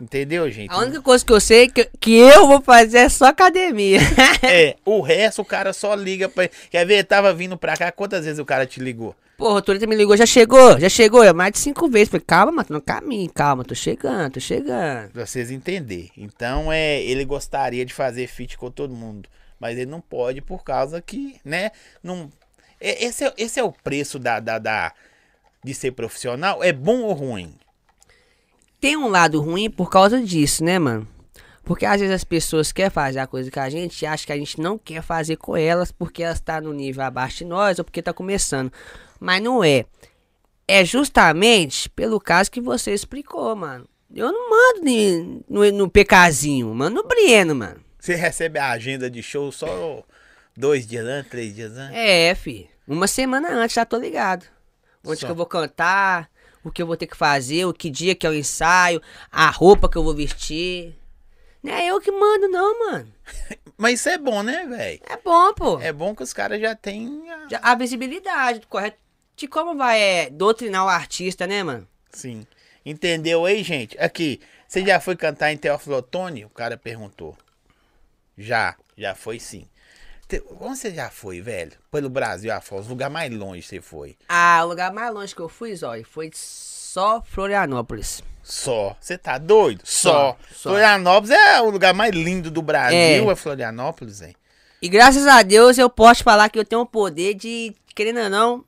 Entendeu, gente?
A única coisa que eu sei é que, que eu vou fazer é só academia.
É, o resto o cara só liga pra ele. Quer ver? Tava vindo pra cá, quantas vezes o cara te ligou?
Porra, o Torita me ligou, já chegou, já chegou, é mais de cinco vezes. Falei, calma, mano, tô no caminho, calma, tô chegando, tô chegando.
Pra vocês entenderem. Então, é, ele gostaria de fazer feat com todo mundo. Mas ele não pode por causa que, né? Não, é- esse, é, esse é o preço da, da, da- de ser profissional. É bom ou ruim?
Tem um lado ruim por causa disso, né, mano? Porque às vezes as pessoas querem fazer a coisa que a gente acha que a gente não quer fazer com elas porque elas tá no nível abaixo de nós ou porque tá começando. Mas não é. É justamente pelo caso que você explicou, mano. Eu não mando ni- no, no PKzinho, mano, no Breno, mano.
Você recebe a agenda de show só dois dias antes, três dias antes?
É, fi. Uma semana antes já tô ligado. Onde
Só.
que eu vou cantar, o que eu vou ter que fazer, o que dia que é o ensaio, a roupa que eu vou vestir. Não é eu que mando, não, mano.
Mas isso é bom, né, velho?
É bom, pô.
É bom que os caras já têm. a-
Já- A visibilidade, correto? De como vai é, doutrinar o artista, né, mano?
Sim. Entendeu aí, gente? Aqui, você já foi cantar em Teoflotone? O cara perguntou. Já, já foi sim. Te- Onde você já foi, velho? Pelo Brasil afora, o lugar mais longe você foi.
Ah, o lugar mais longe que eu fui, Zóio, foi só Florianópolis.
Só. Você tá doido? Só.
Só, só.
Florianópolis é o lugar mais lindo do Brasil,
É.
é, Florianópolis, hein?
E graças a Deus eu posso falar que eu tenho o poder de, querendo ou não,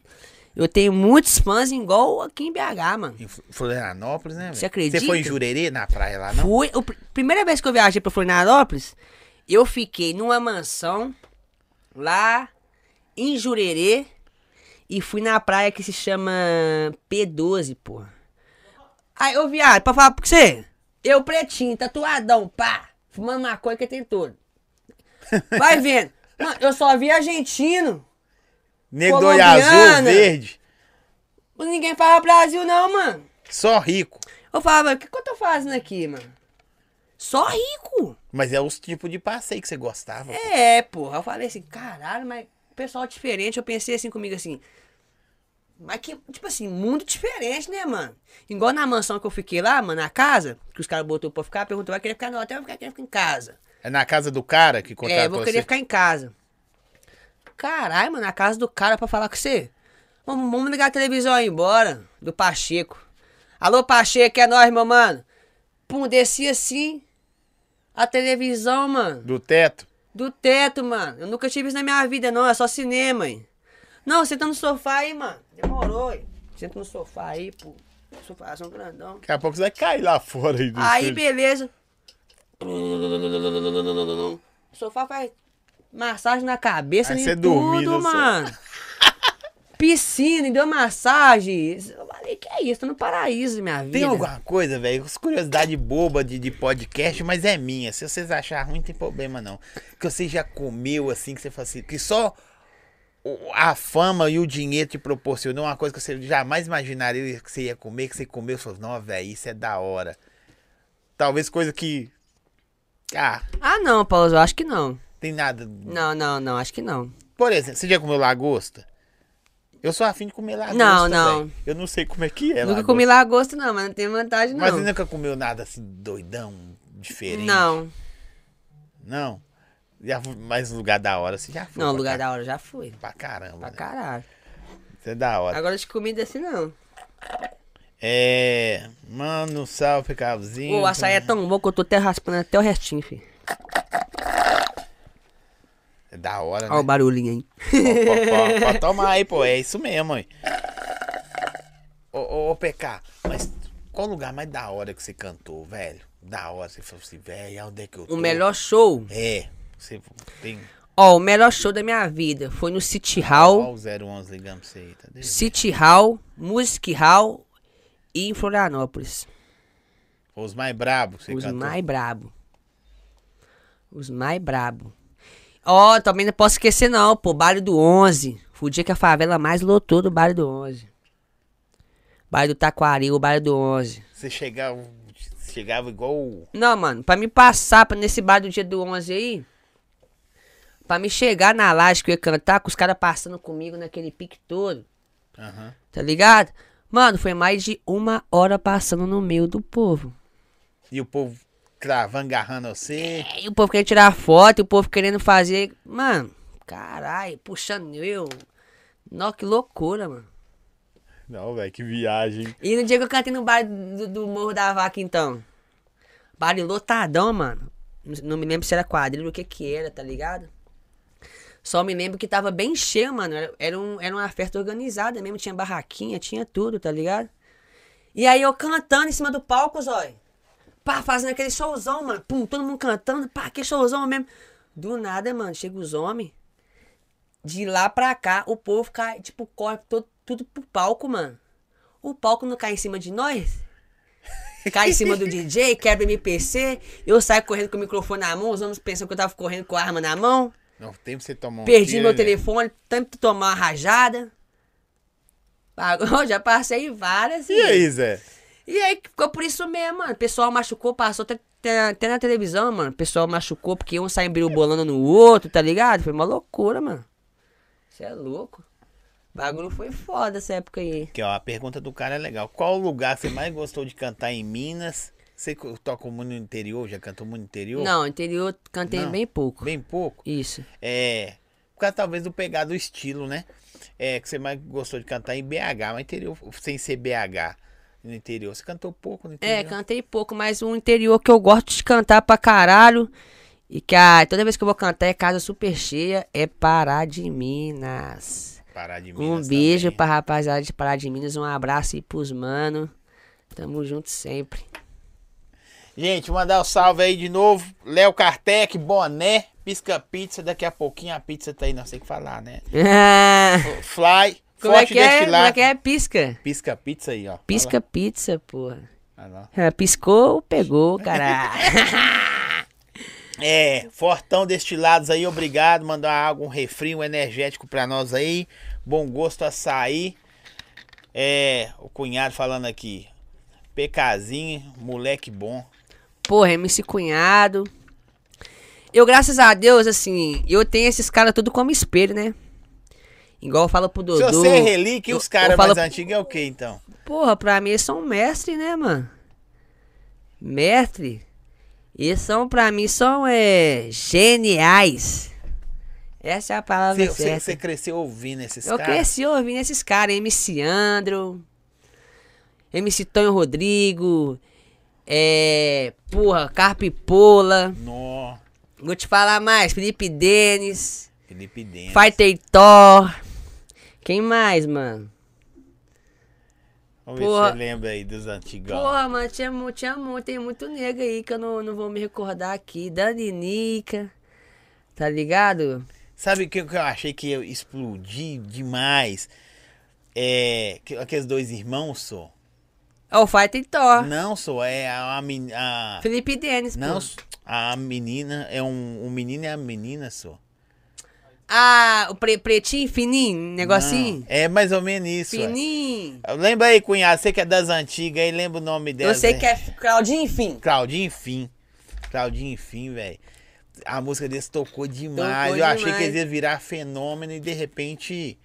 eu tenho muitos fãs igual aqui em BH, mano.
Em Fl- Florianópolis, né, velho?
acredita?
Você foi em Jurerê, na praia lá, não?
Fui. A primeira vez que eu viajei pra Florianópolis, eu fiquei numa mansão lá em Jurerê. E fui na praia que se chama P12, porra. Aí, ô viado, pra falar pra você, eu pretinho, tatuadão, pá, fumando maconha que tem todo. Vai vendo. Mano, eu só vi argentino.
Nego do olho azul,
Colombiana.
verde,
Ninguém fala Brasil, não, mano.
só rico.
Eu falava, o que, que eu tô fazendo aqui, mano? Só rico.
Mas é os tipos de passeio que você gostava. pô.
É, porra. Eu falei assim, caralho, mas pessoal diferente. Eu pensei assim comigo assim. Mas que, tipo assim, mundo diferente, né, mano? Igual na mansão que eu fiquei lá, mano, na casa, que os caras botou pra ficar, perguntou, vai querer ficar no hotel, vai ficar- querer ficar em casa.
É na casa do cara que contratou
É, vou querer
você.
ficar em casa. Caralho, mano, na casa do cara pra falar com você. Vamos, vamos ligar a televisão aí embora, do Pacheco. Alô, Pacheco, é nóis, meu mano. Pum, desci assim. A televisão, mano.
Do teto.
Do teto, mano. Eu nunca tive isso na minha vida, não. É só cinema, hein. Não, senta no sofá aí, mano. Demorou, hein. Senta no sofá aí, pô. Sofazão grandão.
Daqui a pouco você vai cair lá fora aí. do
Aí,
estúdio.
beleza. O sofá faz massagem na cabeça né,
Aí
em
você
tudo,
dormindo, só.
mano. Piscina, e deu massagem. Eu falei, que é isso? Tô no paraíso, minha vida.
Tem alguma coisa, velho, com curiosidade boba de, de podcast, mas é minha. Se vocês acharem ruim, não tem problema não. Que você já comeu assim, que você fala assim, que só o- a fama e o dinheiro te proporcionou uma coisa que você jamais imaginaria que você ia comer, que você comeu, você falou, não, velho, isso é da hora. Talvez coisa que. Ah,
Ah, não, Paulo, eu acho que não.
tem nada.
Não, não, não, acho que não.
Por exemplo, você já comeu lagosta? Eu sou afim de comer lagosta.
Não, não.
velho. Eu não sei como é que é.
Nunca
lagosta.
comi lagosta, não, mas não tem vantagem, não.
Mas você nunca comeu nada assim doidão, diferente?
Não,
Não. Já fui mais no lugar da hora, você já foi.
não,
pra
lugar
cá-
da hora, já fui.
Pra caramba.
Pra
né?
caralho.
Isso é da hora.
Agora de comida assim, não.
É. Mano, salve, Carlzinho.
Ô, o açaí é tão bom que eu tô até raspando até o restinho, filho.
É da hora, né?
Olha o barulhinho aí.
Pô, pô, pô, pô, Toma aí, pô. É isso mesmo, mãe. Ô, ô, ô, PK, mas qual lugar mais da hora que você cantou, velho? Da hora. Você falou assim, velho, onde é que eu tô?
O melhor show
É. Você tem.
Ó, o melhor show da minha vida foi no City
Ó,
Hall,
o 011 ligando pra você aí, tá doido?
City Hall, Music Hall e em Florianópolis.
Os mais brabos que você
Os
cantou.
mais brabo. Os mais brabo. Ó, também não posso esquecer não, pô, Baile do 11. Foi o dia que a favela mais lotou do Baile do 11. Baile do Taquari, o Baile do 11.
Você chegava, chegava igual. o-
Não, mano, pra me passar pra nesse bar do dia do 11 aí, pra me chegar na laje que eu ia cantar, com os caras passando comigo naquele pique todo,
Aham.
Tá ligado? Mano, foi mais de uma hora passando no meio do povo.
E o povo cravando, agarrando você.
É, E o povo querendo tirar foto, e o povo querendo fazer. Mano, caralho, puxando eu. Nó, que loucura, mano.
Não, velho, que viagem.
E no dia que eu cantei no bar do, do Morro da Vaca, então. Bar lotadão, mano. Não- Não me lembro se era quadrilha ou o que que era, tá ligado? Só me lembro que tava bem cheio, mano. Era, era, um, era uma festa organizada mesmo. Tinha barraquinha, tinha tudo, tá ligado? E aí eu cantando em cima do palco, zói. Pá, fazendo aquele showzão, mano. Pum, todo mundo cantando. Pá, que showzão mesmo. Do nada, mano, chega os homens. De lá pra cá, o povo cai, tipo, corre todo, tudo pro palco, mano. O palco não cai em cima de nós? Cai em cima do DJ, quebra MPC. Eu saio correndo com o microfone na mão. Os homens pensam que eu tava correndo com a arma na mão.
Não tem pra você tomar um
Perdi
tiro,
meu
né?
telefone, tanto de tomar uma rajada. Agora já passei várias.
E aí, Zé?
E aí ficou por isso mesmo, mano. O pessoal machucou, passou até, até- até na televisão, mano. O pessoal machucou porque um sai embrirubolando no outro, tá ligado? Foi uma loucura, mano. Você é louco. O bagulho foi foda essa época aí.
Aqui, ó, a pergunta do cara é legal. Qual o lugar que você mais gostou de cantar em Minas? Você co- toca o mundo interior? Já cantou o mundo interior?
Não, interior eu cantei
Não.
bem pouco.
Bem pouco.
Isso.
É. Por causa talvez do pegar do estilo, né? É, que você mais gostou de cantar em BH, mas interior, sem ser BH. No interior. Você cantou pouco no interior.
É, cantei pouco, mas um interior que eu gosto de cantar pra caralho. E que ah, toda vez que eu vou cantar é casa super cheia, é Pará de Minas.
Parar de
Um
Minas
beijo
também.
pra rapaziada de Pará de Minas, um abraço aí pros mano. Tamo junto sempre.
Gente, mandar um salve aí de novo. Léo Kartek, Boné, Pisca Pizza. Daqui a pouquinho a pizza tá aí, não sei o que falar, né? Fly,
Como é
forte
que é?
deste
Como é
lado.
que é? Pisca.
Pisca pizza aí, ó.
Pisca pizza, porra.
Olha lá. Olha lá.
Ah, Piscou, pegou, caralho.
É, fortão destilados aí, obrigado. Mandar uma água, um refri, um energético pra nós aí. Bom gosto açaí. É, o cunhado falando aqui. Pecazinho, moleque bom.
Porra, MC Cunhado. Eu, graças a Deus, assim, eu tenho esses caras tudo como espelho, né? Igual eu falo pro
Se
Dodô.
você é relíquia,
eu-
os caras
eu falo-
mais antigos é o que então?
Porra, pra mim eles são mestre, né, mano? Mestre. Eles são, pra mim, são é, geniais. Essa é a palavra
Você, você-
certa.
você cresceu ouvindo esses
Eu
caras?
cresci ouvindo esses caras, MC Andro, MC Tonho Rodrigo, é. Porra, Carpipola.
Nó,
Vou te falar mais, Felipe Denis,
Felipe Dente.
Fighter Thor. Quem mais, mano?
Vamos ver
Porra.
se você lembra aí dos antigos.
Porra, mano, tinha, mu- tinha muito, tem muito nego aí que eu não, não vou me recordar aqui. Dani Nica, tá ligado?
Sabe o que que eu achei que eu explodi demais? É. que- Aqueles dois irmãos, só.
Ó, É o Fighter Thor,
Não, só. É a, a, men- a-
Felipe Denis,
Não,
pô.
só, a menina. É um, um menino e a menina,
Tipo
só.
Ah, o pre- pretinho, fininho, um negocinho?
Não, É mais ou menos isso. é.
fininho.
Lembra aí, cunhado. Você que é das antigas aí, lembra o nome né? dela.
Eu sei que é Claudinho, enfim.
Claudinho Fim. Claudinho Fim, velho. A música desse tocou demais.
Tocou
eu achei
demais.
que eles ia virar fenômeno e de repente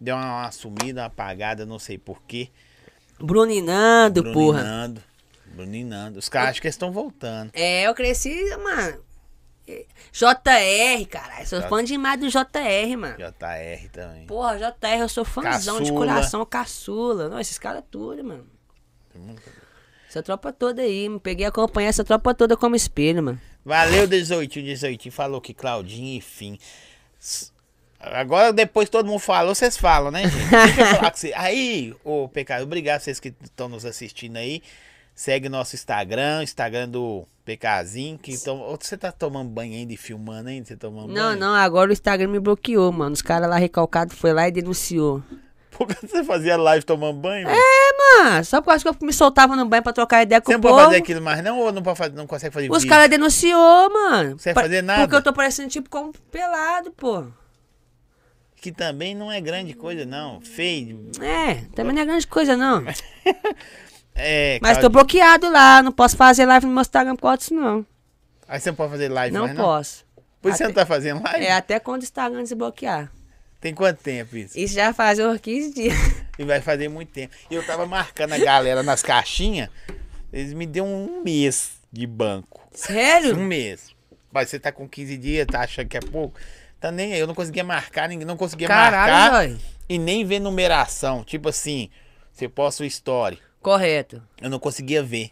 deu uma, uma sumida, uma apagada, não sei porquê.
Bruno e Nando, porra.
Bruninando. Bruninando. Os caras acham que eles estão voltando.
É, eu cresci, mano. JR, caralho. Sou
Tá.
fã demais do JR, mano.
JR também.
Porra, JR, eu sou fãzão de
Caçula.
coração, caçula. Não, esses caras é tudo, mano. Essa tropa toda aí, me peguei a acompanhar essa tropa toda como espelho, mano.
Valeu, 18, 18. Falou que Claudinho e Fim. S- Agora, depois que todo mundo falou, vocês falam, né, gente? Deixa eu falar com vocês. Aí, ô Pecado, obrigado vocês que estão nos assistindo aí. Segue nosso Instagram, Instagram do Pecazinho. Que tão- Ô, Você tá tomando banho ainda e filmando ainda? Você tomando
Não,
banho?
não, agora o Instagram me bloqueou, mano. Os caras lá recalcados foi lá e denunciou.
Por que você fazia live tomando banho? velho?
Ah, só por causa que eu me soltava no banho pra trocar ideia com
você
o
não
povo.
pode fazer aquilo mais, não? Ou não, pode fazer, não consegue fazer
Os
vídeo?
caras denunciou, mano.
Sem
Pa-
fazer nada?
Porque eu tô parecendo tipo como pelado, pô.
Que também não é grande coisa, não. Feio.
É, também não é grande coisa, não.
É,
Mas tô
Claudinho.
bloqueado lá, não posso fazer live no meu Instagram por causa disso, não.
Aí você não pode fazer live
Não
mais, não?
posso.
Por isso você não tá fazendo live?
É até quando o Instagram desbloquear.
Tem quanto tempo isso?
Isso já faz uns 15 dias.
E vai fazer muito tempo. Eu tava marcando a galera nas caixinhas, eles me deu um mês de banco. Um
Sério?
mês. Mas você tá com 15 dias, tá achando que é pouco? Tá nem aí. Eu não conseguia marcar, ninguém não conseguia marcar
Caralho, velho.
e nem ver numeração. Tipo assim, você posta o story.
Correto.
Eu não conseguia ver.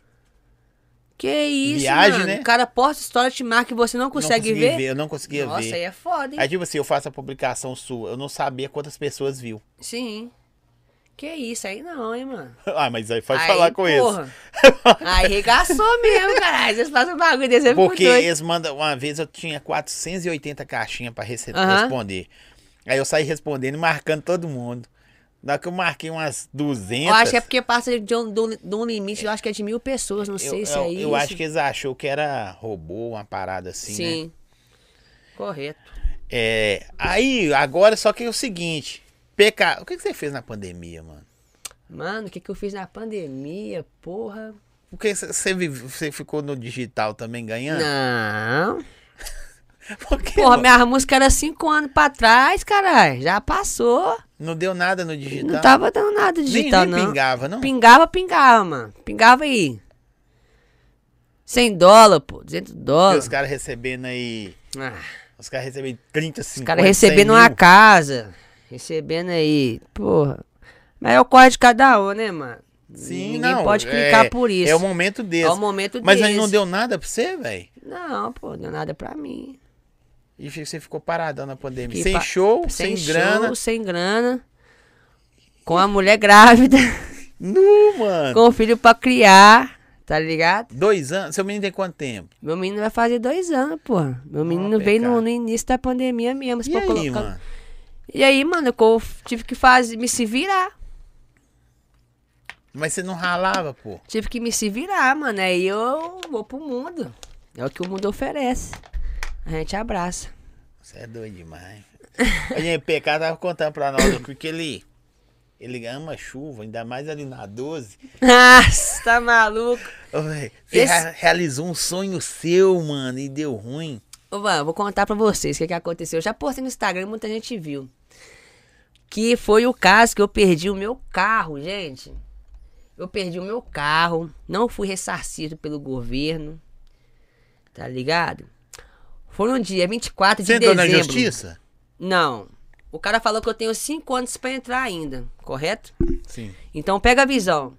Que isso,
Viagem,
mano.
né?
O cara posta história, te marca e você não consegue
não conseguia
ver?
Eu não conseguia
Nossa, aí
ver.
é foda, hein?
Aí, tipo assim, eu faço a publicação sua. Eu não sabia quantas pessoas viu.
Sim. Que isso, aí não, hein, mano.
Ah, mas aí pode
Aí,
falar com eles.
porra. Aí regaçou mesmo, caralho. Vocês fazem um bagulho desse, é muito
Porque
doido.
eles mandam. Uma vez eu tinha 480 caixinhas pra rece-
Aham.
responder. Aí eu saí respondendo, e marcando todo mundo. Na hora que eu marquei umas 200.
Eu acho que é porque passa de um, do- de um limite, eu acho que é de mil pessoas, não sei
eu,
se é
eu-
isso.
eu acho que eles achou que era robô, uma parada assim,
Sim.
né?
Correto.
É, aí, agora só que é o seguinte. PK, o que, que você fez na pandemia, mano?
Mano, o que, que eu fiz na pandemia, porra?
Porque c- você, vive- você ficou no digital também ganhando?
Não.
Por que,
Porra,
mano?
minha música era cinco anos pra trás, caralho. Já passou.
Não deu nada no digital?
Não tava dando nada
tá. Nem-
digital,
nem,
não.
pingava, não?
Pingava, pingava, mano. Pingava aí. 100 dólar, pô. 200
Porque
dólares.
Os caras recebendo aí.
Ah,
Os caras recebendo 30, 50,
os caras recebendo uma
mil.
casa. Recebendo aí. Porra. Mas é o corre de cada um, né, mano?
Sim,
Ninguém
não,
pode clicar
é-
por isso.
É o momento desse.
É o momento
Mas aí
desse.
não deu nada pra você, velho?
Não, pô, deu nada pra mim.
E fi- você ficou paradão na pandemia.
Que
sem
pa-
show, sem,
show,
grana.
Sem grana. Com a mulher grávida.
Nu, mano.
com o filho pra criar, tá ligado?
Dois anos. Seu menino tem quanto tempo?
Meu menino vai fazer dois anos, pô. Meu menino veio
pecado.
no, no início da pandemia mesmo. Se
E
for
aí,
colocar-
mano?
E aí, mano, eu tive que fazer, me se virar.
Mas você não ralava, pô.
Tive que me se virar, mano. Aí eu vou pro mundo. É o que o mundo oferece. A gente abraça.
Você é doido demais. A gente, o PK tava contando pra nós porque ele. Ele ama chuva, ainda mais ali na 12.
Nossa, tá maluco.
Ô, véi, Você
Esse-
rea- realizou um sonho seu, mano, e deu ruim.
Ô, Van, vou contar pra vocês o que, que aconteceu. Eu já postei no Instagram, muita gente viu. Que foi o caso que eu perdi o meu carro, gente. Eu perdi o meu carro, não fui ressarcido pelo governo. Tá ligado? Foi no dia 24 de
Você entrou
dezembro.
na justiça?
Não. O cara falou que eu tenho 5 anos pra entrar ainda, correto?
Sim.
Então pega a visão.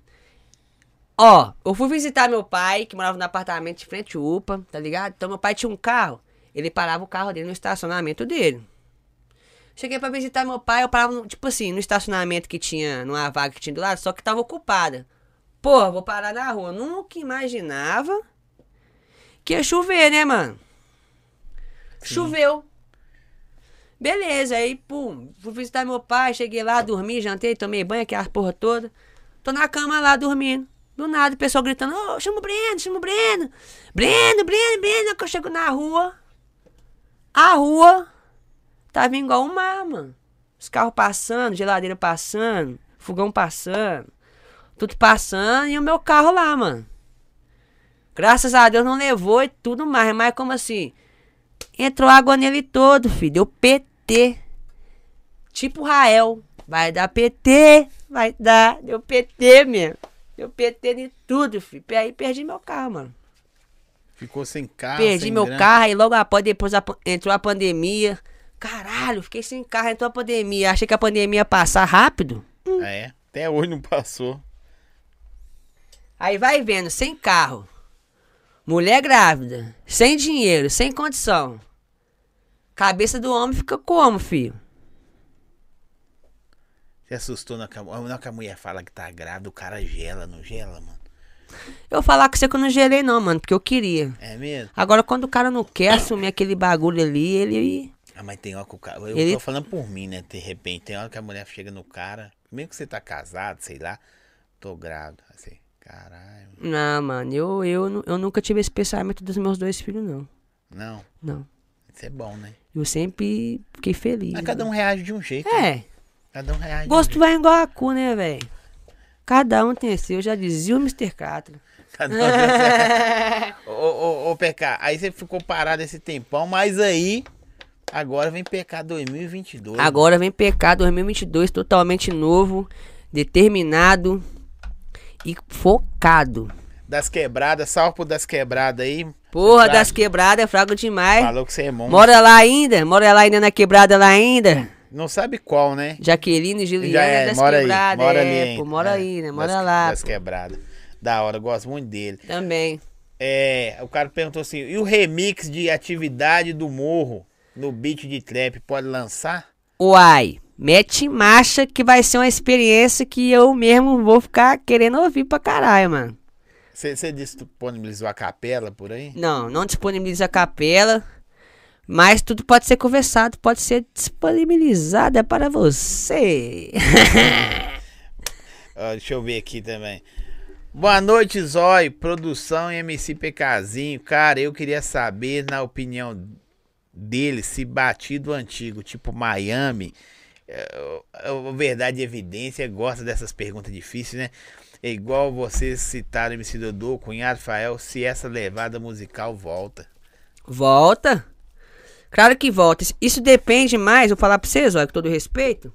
Ó, eu fui visitar meu pai, que morava no apartamento de frente ao UPA, tá ligado? Então meu pai tinha um carro, ele parava o carro dele no estacionamento dele. Cheguei pra visitar meu pai, eu parava, no- tipo assim, no estacionamento que tinha, numa vaga que tinha do lado, só que tava ocupada. Porra, vou parar na rua. Nunca imaginava que ia chover, né, mano? Choveu. Beleza, aí, pum, fui visitar meu pai, cheguei lá, dormi, jantei, tomei banho, aquela porra toda. Tô na cama lá dormindo. Do nada, o pessoal gritando: Ô, chama o Breno, chama o Breno. Breno, Breno, Breno. Na hora Que eu chego na rua. A rua tava igual o mar, mano. Os carros passando, geladeira passando, fogão passando, tudo passando e o meu carro lá, mano. Graças a Deus não levou e tudo mais, mas como assim? Entrou água nele todo, filho. Deu PT. Tipo Rael. Vai dar PT. Vai dar. Deu PT mesmo. Deu PT em tudo, filho. Aí perdi meu carro, mano.
Ficou sem carro.
Perdi
Ah, sem
meu
grana.
carro e logo após, depois a pan- entrou a pandemia. Caralho, fiquei sem carro, entrou a pandemia. Achei que a pandemia ia passar rápido.
É. Até hoje não passou.
Aí vai vendo, sem carro. Mulher grávida, sem dinheiro, sem condição. Cabeça do homem fica como, filho?
Se assustou na cama. Na hora que a mulher fala que tá grávida, o cara gela, não gela, mano.
Eu falar com você que eu não gelei não, mano, porque eu queria.
É mesmo?
Agora, quando o cara não quer assumir aquele bagulho ali, ele...
Ah, mas tem hora que o cara. Eu
Ele-
tô falando por mim, né? De repente, tem hora que a mulher chega no cara. Mesmo que você tá casado, sei lá. Tô grávida. Assim, caralho.
Não, mano, eu, eu, nu- eu nunca tive esse pensamento dos meus dois filhos, não.
Não,
Não.
isso é bom, né?
Eu sempre fiquei feliz.
Mas cada um reage de um jeito. né?
É,
Cada um reage. de um
gosto vai igual a cu, né, velho? Cada um tem seu, já dizia o Mr. Catra.
Tá dando- um ô, ô, ô, ô, PK, aí você ficou parado esse tempão, mas aí, agora vem PK 2022.
Agora vem PK 2022, totalmente novo, determinado e focado.
Das quebradas, salve pro das quebradas aí.
Porra,
Fraco.
das quebradas, é fraco demais.
Falou que você é monstro.
Mora lá ainda, mora lá ainda na quebrada lá ainda.
Não sabe qual, né?
Jaqueline e
Já
Juliana
é,
das
mora aí,
quebradas.
mora ali.
é,
hein?
pô, mora
É,
aí, né? Mora
das-
lá.
Das
pô.
quebradas. Da hora, eu gosto muito dele.
Também.
É, o cara perguntou assim, e o remix de Atividade do Morro no beat de trap, pode lançar?
Uai, mete em marcha que vai ser uma experiência que eu mesmo vou ficar querendo ouvir pra caralho, mano.
Você você disponibilizou a capela por aí?
Não, não disponibiliza a capela, mas tudo pode ser conversado, pode ser disponibilizado é para você.
Ó, Ah, deixa eu ver aqui também. Boa noite, Zói. Produção e MC PKzinho. Cara, eu queria saber, na opinião dele, se batido antigo, tipo Miami, é, o- o verdade e evidência, gosta dessas perguntas difíceis, né? É igual vocês citaram MC Dodô, cunhado Fael, se essa levada musical volta.
Volta? Claro que volta. Isso- Isso depende mais, vou falar pra vocês, ó, com todo respeito,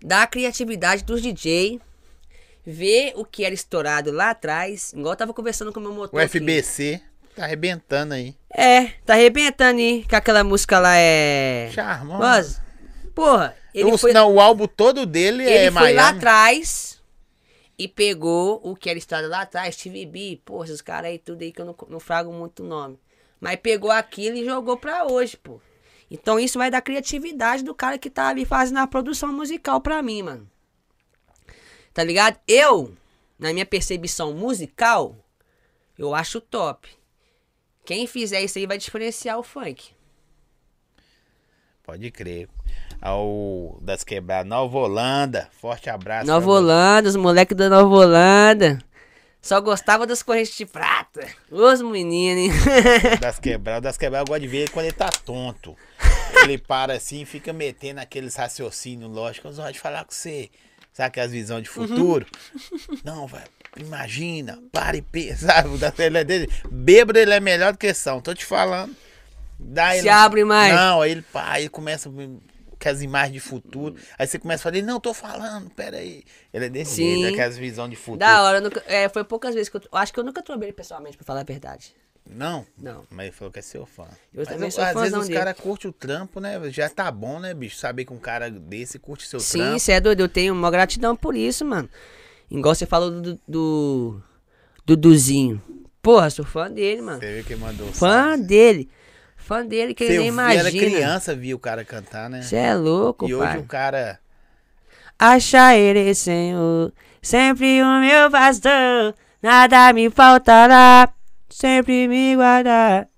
da criatividade dos DJ. Ver o que era estourado lá atrás, igual eu tava conversando com o meu motor.
O
aqui.
FBC tá arrebentando aí.
É, tá arrebentando, hein? Que aquela música lá é.
Charmoso.
Mas, porra, ele
o,
foi,
não, o álbum todo dele é
ele foi
Miami.
lá atrás e pegou o que era estourado lá atrás, Steve B, porra, esses caras aí tudo aí que eu não, co- não frago muito o nome. Mas pegou aquilo e jogou pra hoje, pô. Então isso vai dar criatividade do cara que tá ali fazendo a produção musical pra mim, mano. Tá ligado? Eu, na minha percepção musical, eu acho top. Quem fizer isso aí vai diferenciar o funk.
Pode crer. ao das quebradas Nova Holanda. Forte abraço.
Nova
pra você.
Holanda, os moleques da Nova Holanda. Só gostava das correntes de prata. Os meninos, hein?
Das quebradas, das quebradas eu gosto de ver quando ele tá tonto. Ele para assim, fica metendo aqueles raciocínios lógicos. Eu gosto de falar com você. Sabe aquelas visões de futuro?
Uhum.
Não, velho. Imagina, para e pensa. Sabe? O da- ele é dele. Bêbado ele é melhor do que são. Tô te falando. Daí
Se abre mais.
Não, aí ele, pá, aí começa com as imagens de futuro. Aí você começa a falar, não, tô falando, peraí. Ele é desse
Sim.
jeito, aquelas visões de futuro.
Da hora, eu nunca- é, foi poucas vezes que eu. eu Acho que eu nunca trombei ele pessoalmente, pra falar a verdade.
Não?
Não.
Mas ele falou que é seu fã.
Eu
Mas
também sou
Às vezes
fãzão
os
dele.
caras curtem o trampo, né? Já tá bom, né, bicho? Saber que um cara desse curte seu
Sim,
trampo.
você é doido. Eu tenho uma gratidão por isso, mano. Igual você falou do. do. do Duzinho. Porra, sou fã dele, mano.
Você viu que mandou um
Fã
salve.
dele. Fã dele que ele
Você
nem
via,
imagina.
era criança, via o cara cantar, né?
Você é louco,
e hoje
pai.
o cara.
Acha ele, Senhor, sempre o meu pastor, nada me faltará, sempre me guardará.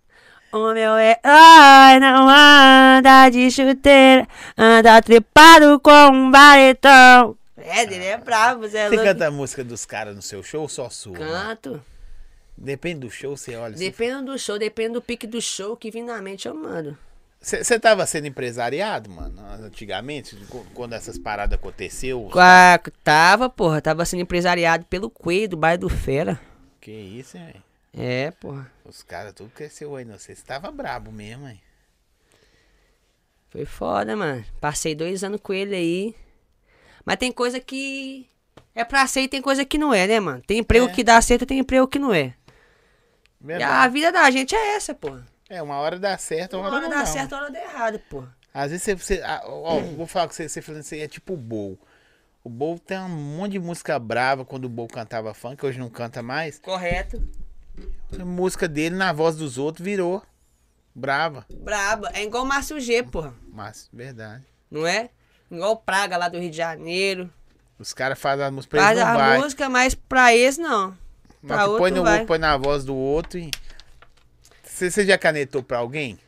O meu herói não anda de chuteira, anda trepado com um baretão. É, ele é bravo, Zé
Você
Louco.
canta a música dos caras no seu show ou só sua? né?
Canto.
Depende do show, você olha. assim.
Depende do show, depende do pique do show que vem na mente, eu mando.
Você você tava sendo empresariado, mano, antigamente, qu- quando essas paradas aconteceu? os caras-
Qua- Tava, porra, tava sendo empresariado pelo Quei do bairro do Fera.
Que isso, hein, velho?
É, porra.
Os caras tudo cresceu aí, não. Você tava brabo mesmo, hein?
Foi foda, mano. Passei dois anos com ele aí. Mas tem coisa que é pra ser e tem coisa que não é, né, mano? Tem emprego
É.
que dá certo e tem emprego que não é. E a
Verdade.
vida da gente é essa, pô.
É, uma hora dá certo, uma,
Uma hora
não
dá
dá
certo, uma hora dá errado, pô.
Às vezes você. você- ah, ó, ó, vou falar com você, você falando assim, é tipo o Bol. O Bol tem um monte de música brava quando o Bol cantava funk, hoje não canta mais.
Correto.
A música dele na voz dos outros virou brava.
Braba. É igual o Márcio G, pô.
Mas, verdade.
Não é? Igual o Praga lá do Rio de Janeiro.
Os caras fazem a música pra
Faz
eles não
a
vai.
música, mas pra esse não.
Mas
pra
tu põe,
outro
no,
vai.
põe na voz do outro e. Você você já canetou pra alguém?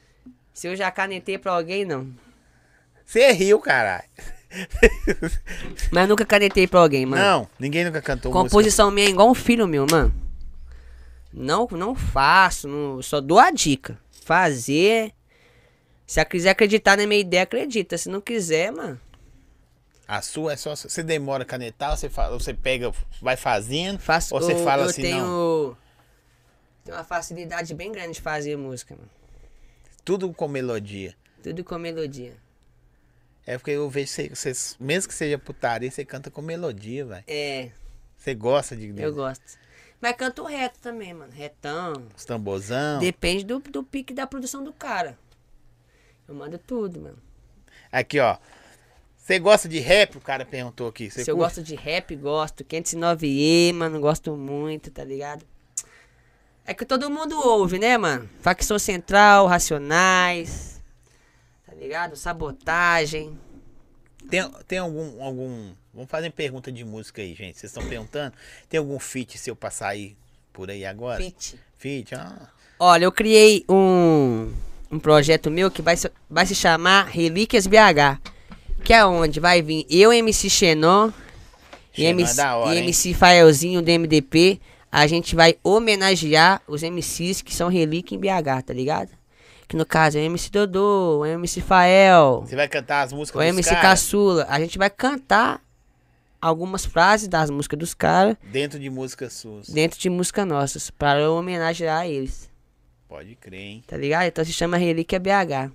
Se eu já canetei pra alguém, não.
Você riu, caralho.
Mas nunca canetei pra alguém, mano.
Não, ninguém nunca cantou música.
Composição minha é igual um filho meu, mano. Não, não faço, não- só dou a dica. Fazer. Se a quiser acreditar na minha ideia, acredita. Se não quiser, mano.
A sua é só. Você demora a canetar, ou você, fala, ou você pega, vai fazendo.
Faço,
ou você
eu,
fala
eu
assim,
tenho,
não.
tenho uma facilidade bem grande de fazer música, mano.
Tudo com melodia.
Tudo com melodia.
É porque eu vejo você, você- mesmo que seja putaria, você canta com melodia, velho.
É,
Você gosta de, de
eu gosto. Mas canto reto também, mano. Retão.
uns tamborzão.
Depende do, do pique da produção do cara. Eu mando tudo, mano.
Aqui, ó. Você gosta de rap? O cara perguntou aqui. Você
Se eu
curte?
gosto de rap, gosto. 509E, mano, gosto muito, tá ligado? É que todo mundo ouve, né, mano? Facção Central, Racionais, tá ligado? Sabotagem.
Tem, tem algum, algum. Vamos fazer pergunta de música aí, gente. Vocês estão perguntando? Tem algum feat seu pra sair por aí agora?
Fit.
Feat? Ah,
Olha, eu criei um, um projeto meu que vai se, vai se chamar Relíquias BH. Que é onde vai vir eu, MC Xenon, e
Xenon é
MC,
da hora,
e
hein?
MC Faelzinho do MDP. A gente vai homenagear os MCs que são relíquia em BH, tá ligado? Que no caso é o MC Dodô, o MC Fael,
você vai cantar as
o
músicas dos
MC
caras
Caçula. A gente vai cantar algumas frases das músicas dos caras
dentro de músicas suas?
dentro de música nossas, para homenagear eles.
Pode crer, hein?
Tá ligado? Então se chama Relíquia BH.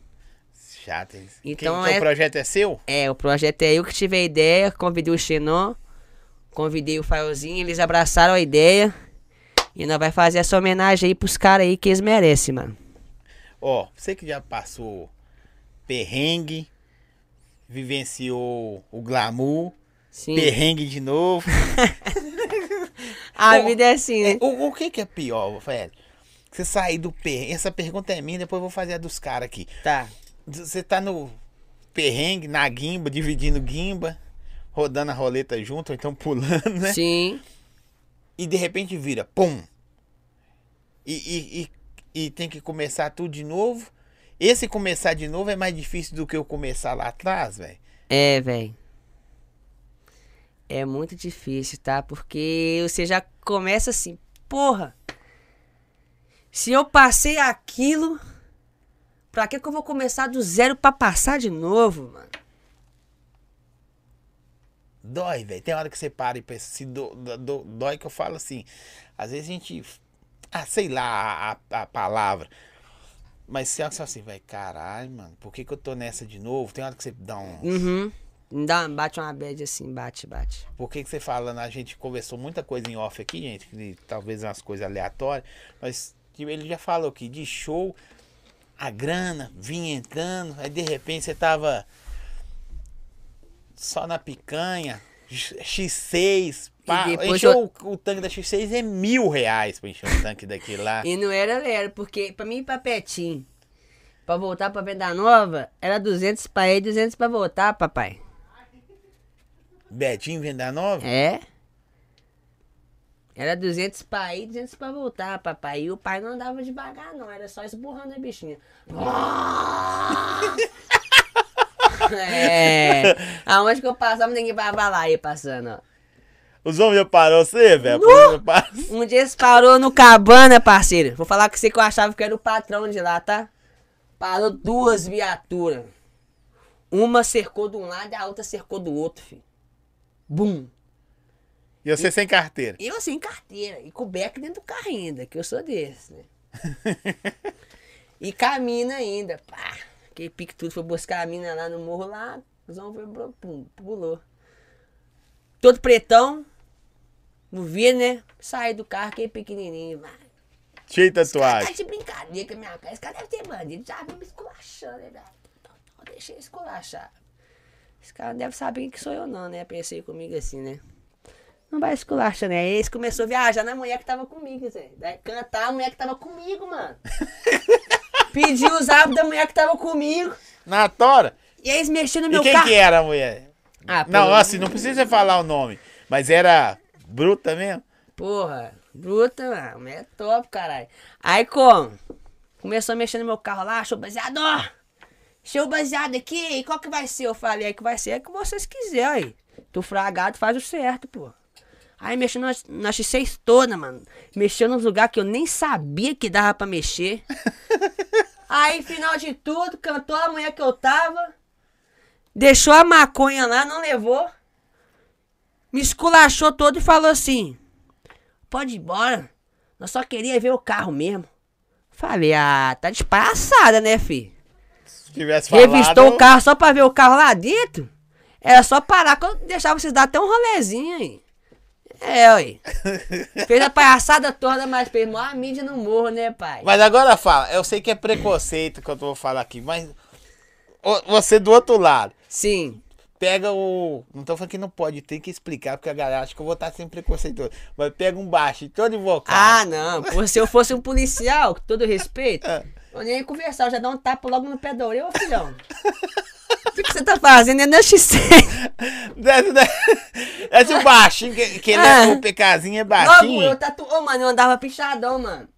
Chato, hein?
Então
Quem,
é-
Seu projeto é seu?
É, o projeto é eu que tive a ideia, convidei o Xenon, convidei o Faelzinho, eles abraçaram a ideia. E nós vai fazer essa homenagem aí pros caras aí que eles merecem, mano.
Ó, você que já passou perrengue, vivenciou o glamour,
Sim.
perrengue de novo.
A
Pô,
vida é assim, né?
o, o que que é pior, velho? Você sair do perrengue. Essa pergunta é minha, depois eu vou fazer a dos caras aqui.
Tá.
Você tá no perrengue, na guimba, dividindo guimba, rodando a roleta junto, ou então pulando, né?
Sim.
E de repente vira, pum! E, e, e, e tem que começar tudo de novo. Esse começar de novo é mais difícil do que eu começar lá atrás, velho.
É, velho. É muito difícil, tá? Porque você já começa assim, porra. Se eu passei aquilo, pra que que eu vou começar do zero pra passar de novo, mano?
Dói, velho. Tem hora que você para e pensa, se do, do- do- dói que eu falo assim. Às vezes a gente. Ah, sei lá a, a- a palavra. Mas você acha assim, velho, caralho, mano, por que, que eu tô nessa de novo? Tem hora que você dá um.
Uhum. Me Dá, bate uma bad assim, bate, bate.
Por que, que você fala? A gente conversou muita coisa em off aqui, gente, que talvez umas coisas aleatórias, mas tipo, ele já falou que de show, a grana vinha entrando, aí de repente você tava só na picanha, X- X6, pá,
E depois
encheu o, o tanque da X6 é mil reais pra encher o tanque daquele lá.
E não era, era, porque pra mim ir pra Petim, pra voltar pra Venda Nova, era 200 pra ir, 200 pra voltar, papai.
Betinho Venda Nova?
É? Era 200 pra ir, 200 pra voltar, papai. E o pai não andava devagar, não. Era só esburrando a bichinha. é. Aonde que eu passava, ninguém parava lá, ia passando, ó.
Os homens já parou você, velho? A polícia já
Uh!
parou.
Um dia eles parou no cabana, parceiro. Vou falar com você que eu achava que era o patrão de lá, tá? Parou duas viaturas. Uma cercou de um lado e a outra cercou do outro, filho. Bum.
E você sem carteira.
Eu sem carteira e com o beck dentro do carro ainda, que eu sou desse, né? e com a mina ainda, pá. Que pique tudo, foi buscar a mina lá no morro lá, os homens foi, pum, pulou. Todo pretão, não via, né? Saí do carro, que pequenininho, mas...
Cheio de
Tá
tatuagem.
de brincadeira com a minha cara. Esse cara deve ter bandido. Já viu me esculachando, né? velho? Então, eu Deixei esculachar. Esse cara não deve saber que sou eu, não, né? Pensei comigo assim, né? Não vai esculachar, né? Esse começou a viajar na mulher que tava comigo, Zé. Vai cantar a mulher que tava comigo, mano. Pediu os hábitos da mulher que tava comigo.
Na tora?
E aí eles mexendo no
E
meu
quem
carro.
que era a mulher?
tá. Ah,
não,
pelo-
assim, não precisa falar o nome. Mas era bruta mesmo?
Porra, bruta, mano. Mulher é top, caralho. Aí como? Começou a mexer no meu carro lá, achou baseado, ó. Show baseado aqui, e qual que vai ser? Eu falei, aí que vai ser é que vocês quiserem, aí. Tu fragado faz o certo, pô. Aí mexendo na, na X6 toda, mano. Mexeu nos lugares que eu nem sabia que dava pra mexer. aí, final de tudo, cantou a mulher que eu tava. Deixou a maconha lá, não levou. Me esculachou todo e falou assim: Pode ir embora. Nós só queria ver o carro mesmo. Falei, ah, tá despassada, né, fi?
Se tivesse falado...
Revistou o carro só pra ver o carro lá dentro? Era só parar que eu deixava vocês dar até um rolezinho aí. É, ué. fez a palhaçada toda, mas fez maior mídia no morro, né, pai?
Mas agora fala, eu sei que é preconceito que eu vou falar aqui, mas o- você do outro lado,
Sim.
pega o... Não tô falando que não pode, tem que explicar, porque a galera acha que eu vou estar sempre preconceituoso. Mas pega um baixo, todo invocado.
Ah, não. Pô, se eu fosse um policial, com todo respeito,
É.
eu nem ia conversar, eu já dá um tapa logo no pé da orelha, ô filhão. O que, que você tá fazendo? É na X6.
Desce, desce, desce o Né, baixinho, que, que ele é,
Ah.
o PKzinho é
Logo
baixinho.
eu tatu... Ô, mano, eu andava pichadão, mano.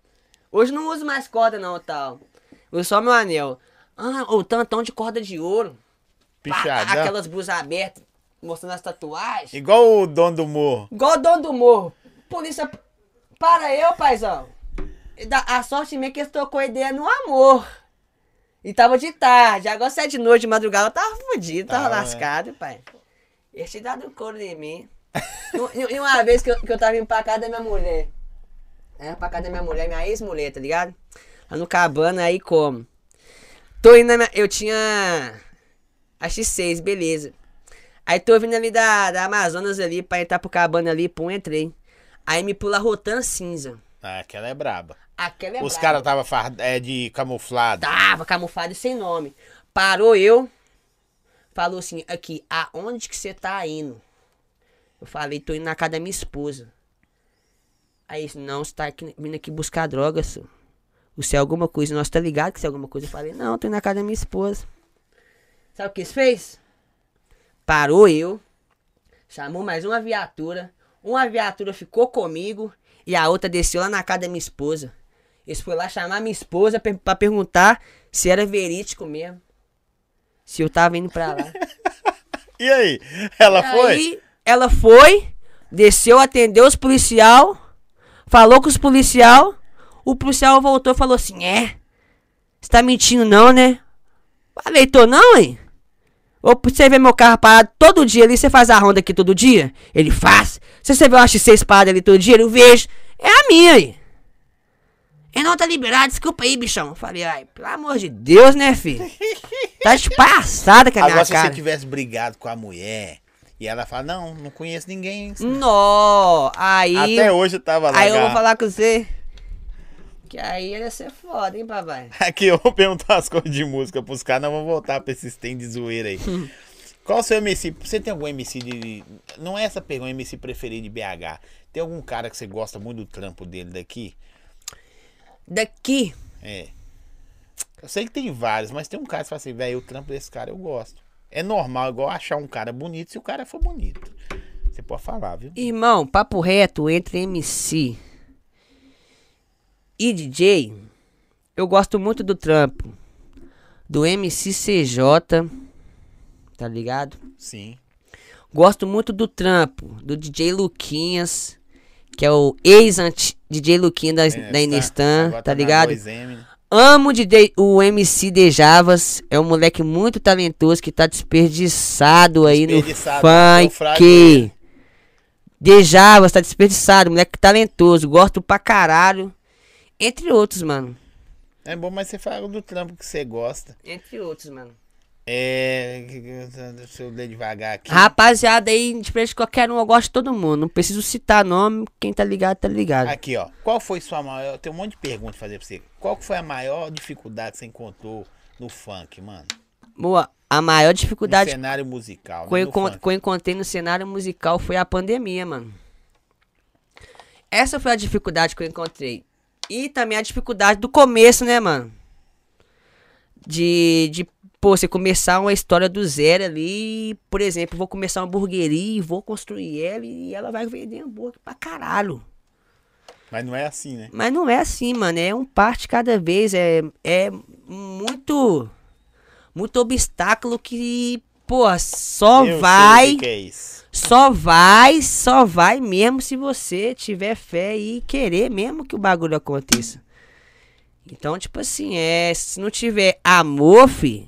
Hoje não uso mais corda, não, tal. Uso só meu anel. Ah, o tantão de corda de ouro. Pá,
Pichadão.
Aquelas blusas abertas, mostrando as tatuagens.
Igual o dono do morro.
Igual o dono do morro. Polícia, para eu, paizão. E da- A sorte minha é que eles tocou a ideia no amor. E tava de tarde. Agora se é de noite, de madrugada, eu tava fudido, tava
Tava, né?
lascado, pai. Eles tinham dado um couro em mim. E- um, e- E uma vez que eu, que eu tava indo pra casa da minha mulher. Era pra casa da minha mulher, minha ex-mulher, tá ligado? Lá no cabana, aí como? Tô indo na minha... Eu tinha... A X6, beleza. Aí tô vindo ali da, da Amazonas ali, pra entrar pro cabana ali, pum, entrei. Aí me pula a Rotan cinza.
Ah, aquela é braba.
Aquela é
Os
brava.
caras estavam é, de camuflado.
Tava camuflado e sem nome. Parou eu. Falou assim, aqui, aonde que você tá indo? Eu falei, tô indo na casa da minha esposa. Aí, ele, não, você tá aqui- vindo aqui buscar drogas, senhor. Você é alguma coisa, nós tá ligado que você é alguma coisa. Eu falei, não, tô indo na casa da minha esposa. Sabe o que isso fez? Parou eu, chamou mais uma viatura. Uma viatura ficou comigo e a outra desceu lá na casa da minha esposa. Eles foram lá chamar minha esposa per- pra perguntar se era verídico mesmo. Se eu tava indo pra lá.
E aí? Ela foi?
Aí ela foi, desceu, atendeu os policial, falou com os policial, o policial voltou e falou assim, é, você tá mentindo não, né? Falei, tô não, hein? Ou você vê meu carro parado todo dia ali, você faz a ronda aqui todo dia? Ele faz. Se você vê uma X6 parada ali todo dia, eu vejo. É a minha, hein? E não tá liberado, desculpa aí, bichão. Falei, ai, pelo amor de Deus, né, filho? Tá de passada com a minha
Agora, se
cara.
você tivesse brigado com a mulher e ela fala, não, não conheço ninguém.
Nó, aí.
Até hoje eu tava lá.
aí eu vou
cara.
falar com você. Que aí ia ser foda, hein, papai?
Aqui, eu vou perguntar as coisas de música pros caras, não vamos voltar pra esses tem de zoeira aí.
Hum.
Qual o seu MC? Você tem algum MC de. Não é essa pergunta, MC preferido de BH. Tem algum cara que você gosta muito do trampo dele daqui?
Daqui.
É. Eu sei que tem vários, mas tem um cara que fala assim, velho, o trampo desse cara eu gosto. É normal, igual achar um cara bonito se o cara for bonito. Você pode falar, viu?
Irmão, papo reto entre MC e DJ. Eu gosto muito do trampo. Do MC CJ. Tá ligado?
Sim.
Gosto muito do trampo. Do DJ Luquinhas. Que é o ex-DJ Luquinhas da, da Inestan.
É, agora
Tá
na
ligado?
2M, né?
Amo de de- o MC Dejavas. É um moleque muito talentoso que tá desperdiçado aí
Desperdiçado,
no
é o frágil.
funk. Dejavas tá desperdiçado, moleque talentoso. Gosto pra caralho. Entre outros, mano.
É bom, mas você fala do trampo que você gosta.
Entre outros, mano.
É. Se eu ler devagar aqui.
Rapaziada aí, diferente de qualquer um, eu gosto de todo mundo. Não preciso citar nome, quem tá ligado, tá ligado.
Aqui, ó. Qual foi sua maior. Tem um monte de perguntas pra fazer pra você. Qual que foi a maior dificuldade que você encontrou no funk, mano?
Boa, a maior
No
dificuldade
cenário musical.
que eu,
né? No
encon-
funk.
que eu encontrei no cenário musical foi a pandemia, mano. Essa foi a dificuldade que eu encontrei. E também a dificuldade do começo, né, mano? De, de pô, você começar uma história do zero ali. Por exemplo, vou começar uma hamburgueria e vou construir ela e ela vai vender hambúrguer pra caralho.
Mas não é assim, né?
Mas não é assim, mano. É um parte cada vez. É, é muito. Muito obstáculo que, pô, só
Eu
vai.
sei o que que é isso.
Só vai, só vai mesmo se você tiver fé e querer mesmo que o bagulho aconteça. Então, tipo assim, é, se não tiver amor, fi,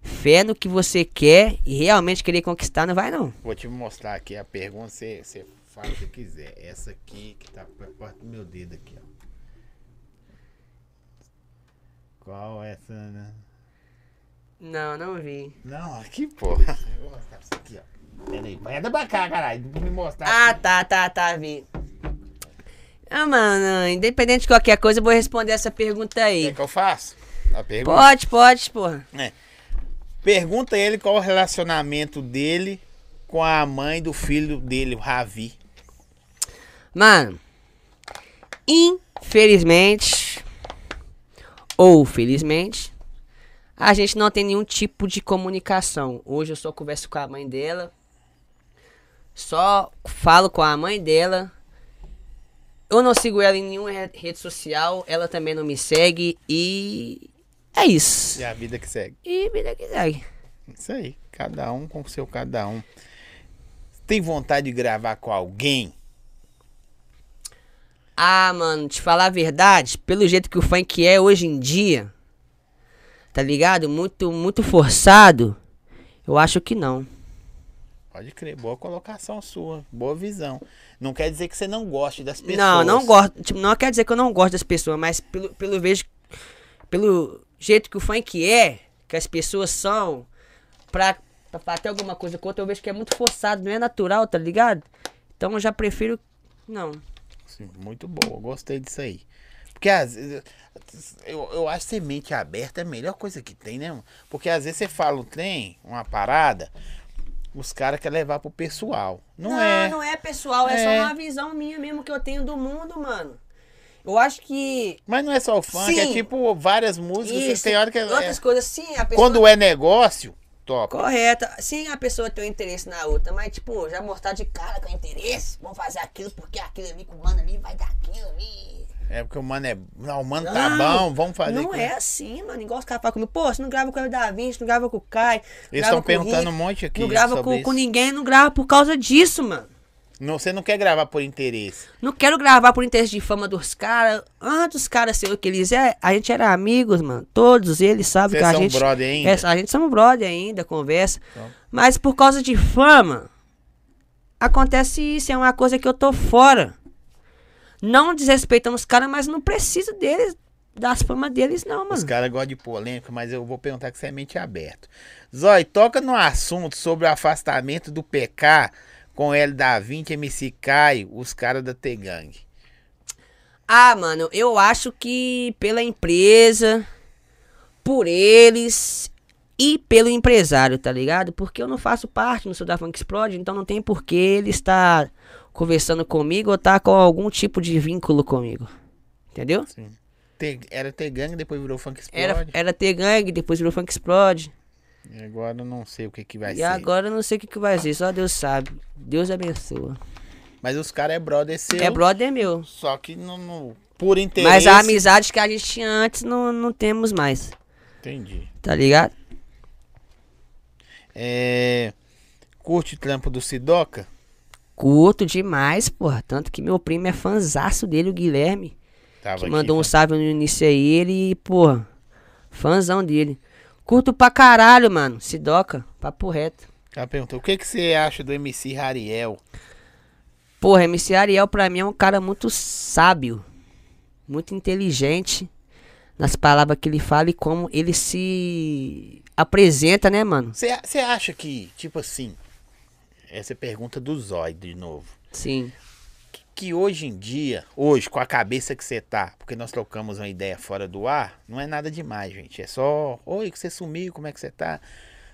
fé no que você quer e realmente querer conquistar, não vai não.
Vou te mostrar aqui a pergunta, você, você faz o que quiser. Essa aqui que tá pra perto do meu dedo aqui, ó. Qual essa, né?
Não, não vi.
Não, aqui, porra. Eu vou mostrar pra você aqui, ó. Peraí, vai dar pra cá, caralho. Não me mostrar.
Ah, tá, tá, tá, vi. Ah, mano, independente de qualquer coisa, eu vou responder essa pergunta
Quer
aí.
que eu faço? A pergunta?
Pode, pode, porra.
Pergunta ele qual o relacionamento dele com a mãe do filho dele, o Ravi.
Mano, infelizmente ou felizmente, a gente não tem nenhum tipo de comunicação. Hoje eu só converso com a mãe dela, só falo com a mãe dela. Eu não sigo ela em nenhuma re- rede social, ela também não me segue e é isso.
E a vida que segue.
E vida que segue.
Isso aí. Cada um com o seu cada um. Tem vontade de gravar com alguém?
Ah, mano, te falar a verdade, pelo jeito que o funk é hoje em dia, tá ligado? Muito, muito forçado. Eu acho que não.
Pode crer, boa colocação sua, boa visão. Não quer dizer que você não goste das pessoas.
Não, não gosto. Tipo, não quer dizer que eu não gosto das pessoas, mas pelo, pelo vejo, pelo jeito que o funk é, que as pessoas são, pra, pra, pra ter alguma coisa contra, eu vejo que é muito forçado, não é natural, tá ligado? Então eu já prefiro. Não.
Sim, Muito boa, gostei disso aí. Porque às vezes. Eu, eu acho que ser mente aberta é a melhor coisa que tem, né? mano? Porque às vezes você fala um trem, uma parada, os caras querem levar pro pessoal. Não, é.
não é pessoal, é,
É.
só uma visão minha mesmo que eu tenho do mundo, mano. Eu acho que.
Mas não é só o funk, é
Sim.
tipo várias músicas.
Isso,
tem hora que. é-
outras coisas, sim, a pessoa. tá
quando é negócio, top.
Correta. Sim, a pessoa tem um interesse na outra, mas, tipo, um já mostrar de cara que é interesse, vamos fazer aquilo porque aquilo ali com o mano ali vai dar aquilo ali.
É porque o mano é. Não, o mano tá bom, vamos fazer.
Não
com-
é assim, mano. Igual os caras falam comigo, pô, você não grava com o Da Vinci, não grava com o Kai.
Eles
estão
estão perguntando um monte aqui.
Não grava
sobre
com,
isso.
com ninguém, não grava por causa disso, mano.
Não, você não quer gravar por interesse.
Não quero gravar por interesse de fama dos caras. Antes os caras serem o que eles é, a gente era amigos, mano. Todos eles sabem
Vocês
que a
são
gente.
brother ainda?
É, a gente somos brother ainda, conversa.
Então.
Mas por causa de fama, acontece isso. É uma coisa que eu tô fora. Não desrespeitando os caras, mas não preciso deles, das famas deles, não,
Os
mano.
caras gostam de polêmica, mas eu vou perguntar que você é mente aberta. Zói, toca no assunto sobre o afastamento do PK com L da 20, MC Caio, os caras da T-Gang.
Ah, mano, eu acho que pela empresa, por eles e pelo empresário, tá ligado? Porque eu não faço parte, não sou da Funk Explode, então não tem por que ele estar conversando comigo ou tá com algum tipo de vínculo comigo. Entendeu?
T- Era T-Gang, depois virou Funk
Era,
Explode.
era T-Gang, depois virou Funk Explode.
E Agora eu não sei o que, que vai
e
ser.
agora eu não sei o que, que vai ser, só Deus sabe. Deus abençoa.
Mas os caras é brother seu.
É brother meu.
Só que não, não- por interesse.
Mas a amizade que a gente tinha antes não, não temos mais,
Entendi.
tá ligado?
É, Curte trampo do Sidoca?
Curto demais, porra. Tanto que meu primo é fanzaço dele, o Guilherme.
Tava
que
aqui,
mandou
né?
um salve no início aí, ele, e, porra, fãzão dele. Curto pra caralho, mano. Sidoca, papo reto.
Ela perguntou, o que, que você acha do MC Rariel?
Porra, MC Ariel pra mim é um cara muito sábio, muito inteligente nas palavras que ele fala e como ele se apresenta, né, mano?
Você você acha que, tipo assim, essa é a pergunta do Zói de novo,
Sim.
que, que hoje em dia, hoje, com a cabeça que você tá, porque nós trocamos uma ideia fora do ar, não é nada demais, gente. É só, oi, que você sumiu, como é que você tá?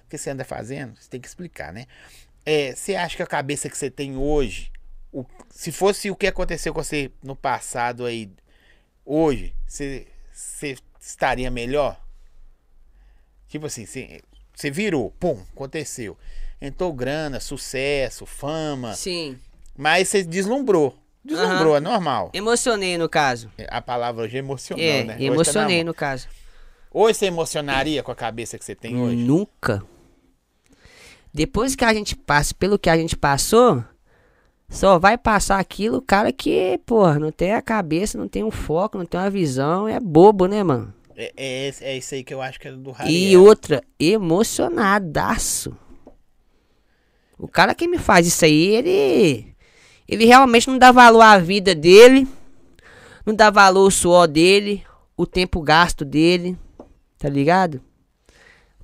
O que você anda fazendo? Você tem que explicar, né? É, Você acha que a cabeça que você tem hoje, o- se fosse o que aconteceu com você no passado aí, hoje, você você estaria melhor? Tipo assim, você você virou, pum, aconteceu. Entrou grana, sucesso, fama.
Sim.
Mas você deslumbrou. Deslumbrou, é normal.
Emocionei no caso.
A palavra hoje é emocional,
é,
né? Hoje tá na
emocionei
moda.
no caso.
Hoje você emocionaria com a cabeça que você tem hoje?
Nunca. Depois que a gente passa pelo que a gente passou, só vai passar aquilo o cara que, porra, não tem a cabeça, não tem um foco, não tem uma visão, é bobo, né, mano?
É, é, esse- é isso aí que eu acho que é do
E
Rariel.
outra, emocionadaço. O cara que me faz isso aí, ele. Ele realmente não dá valor à vida dele, não dá valor ao suor dele, o tempo gasto dele, tá ligado?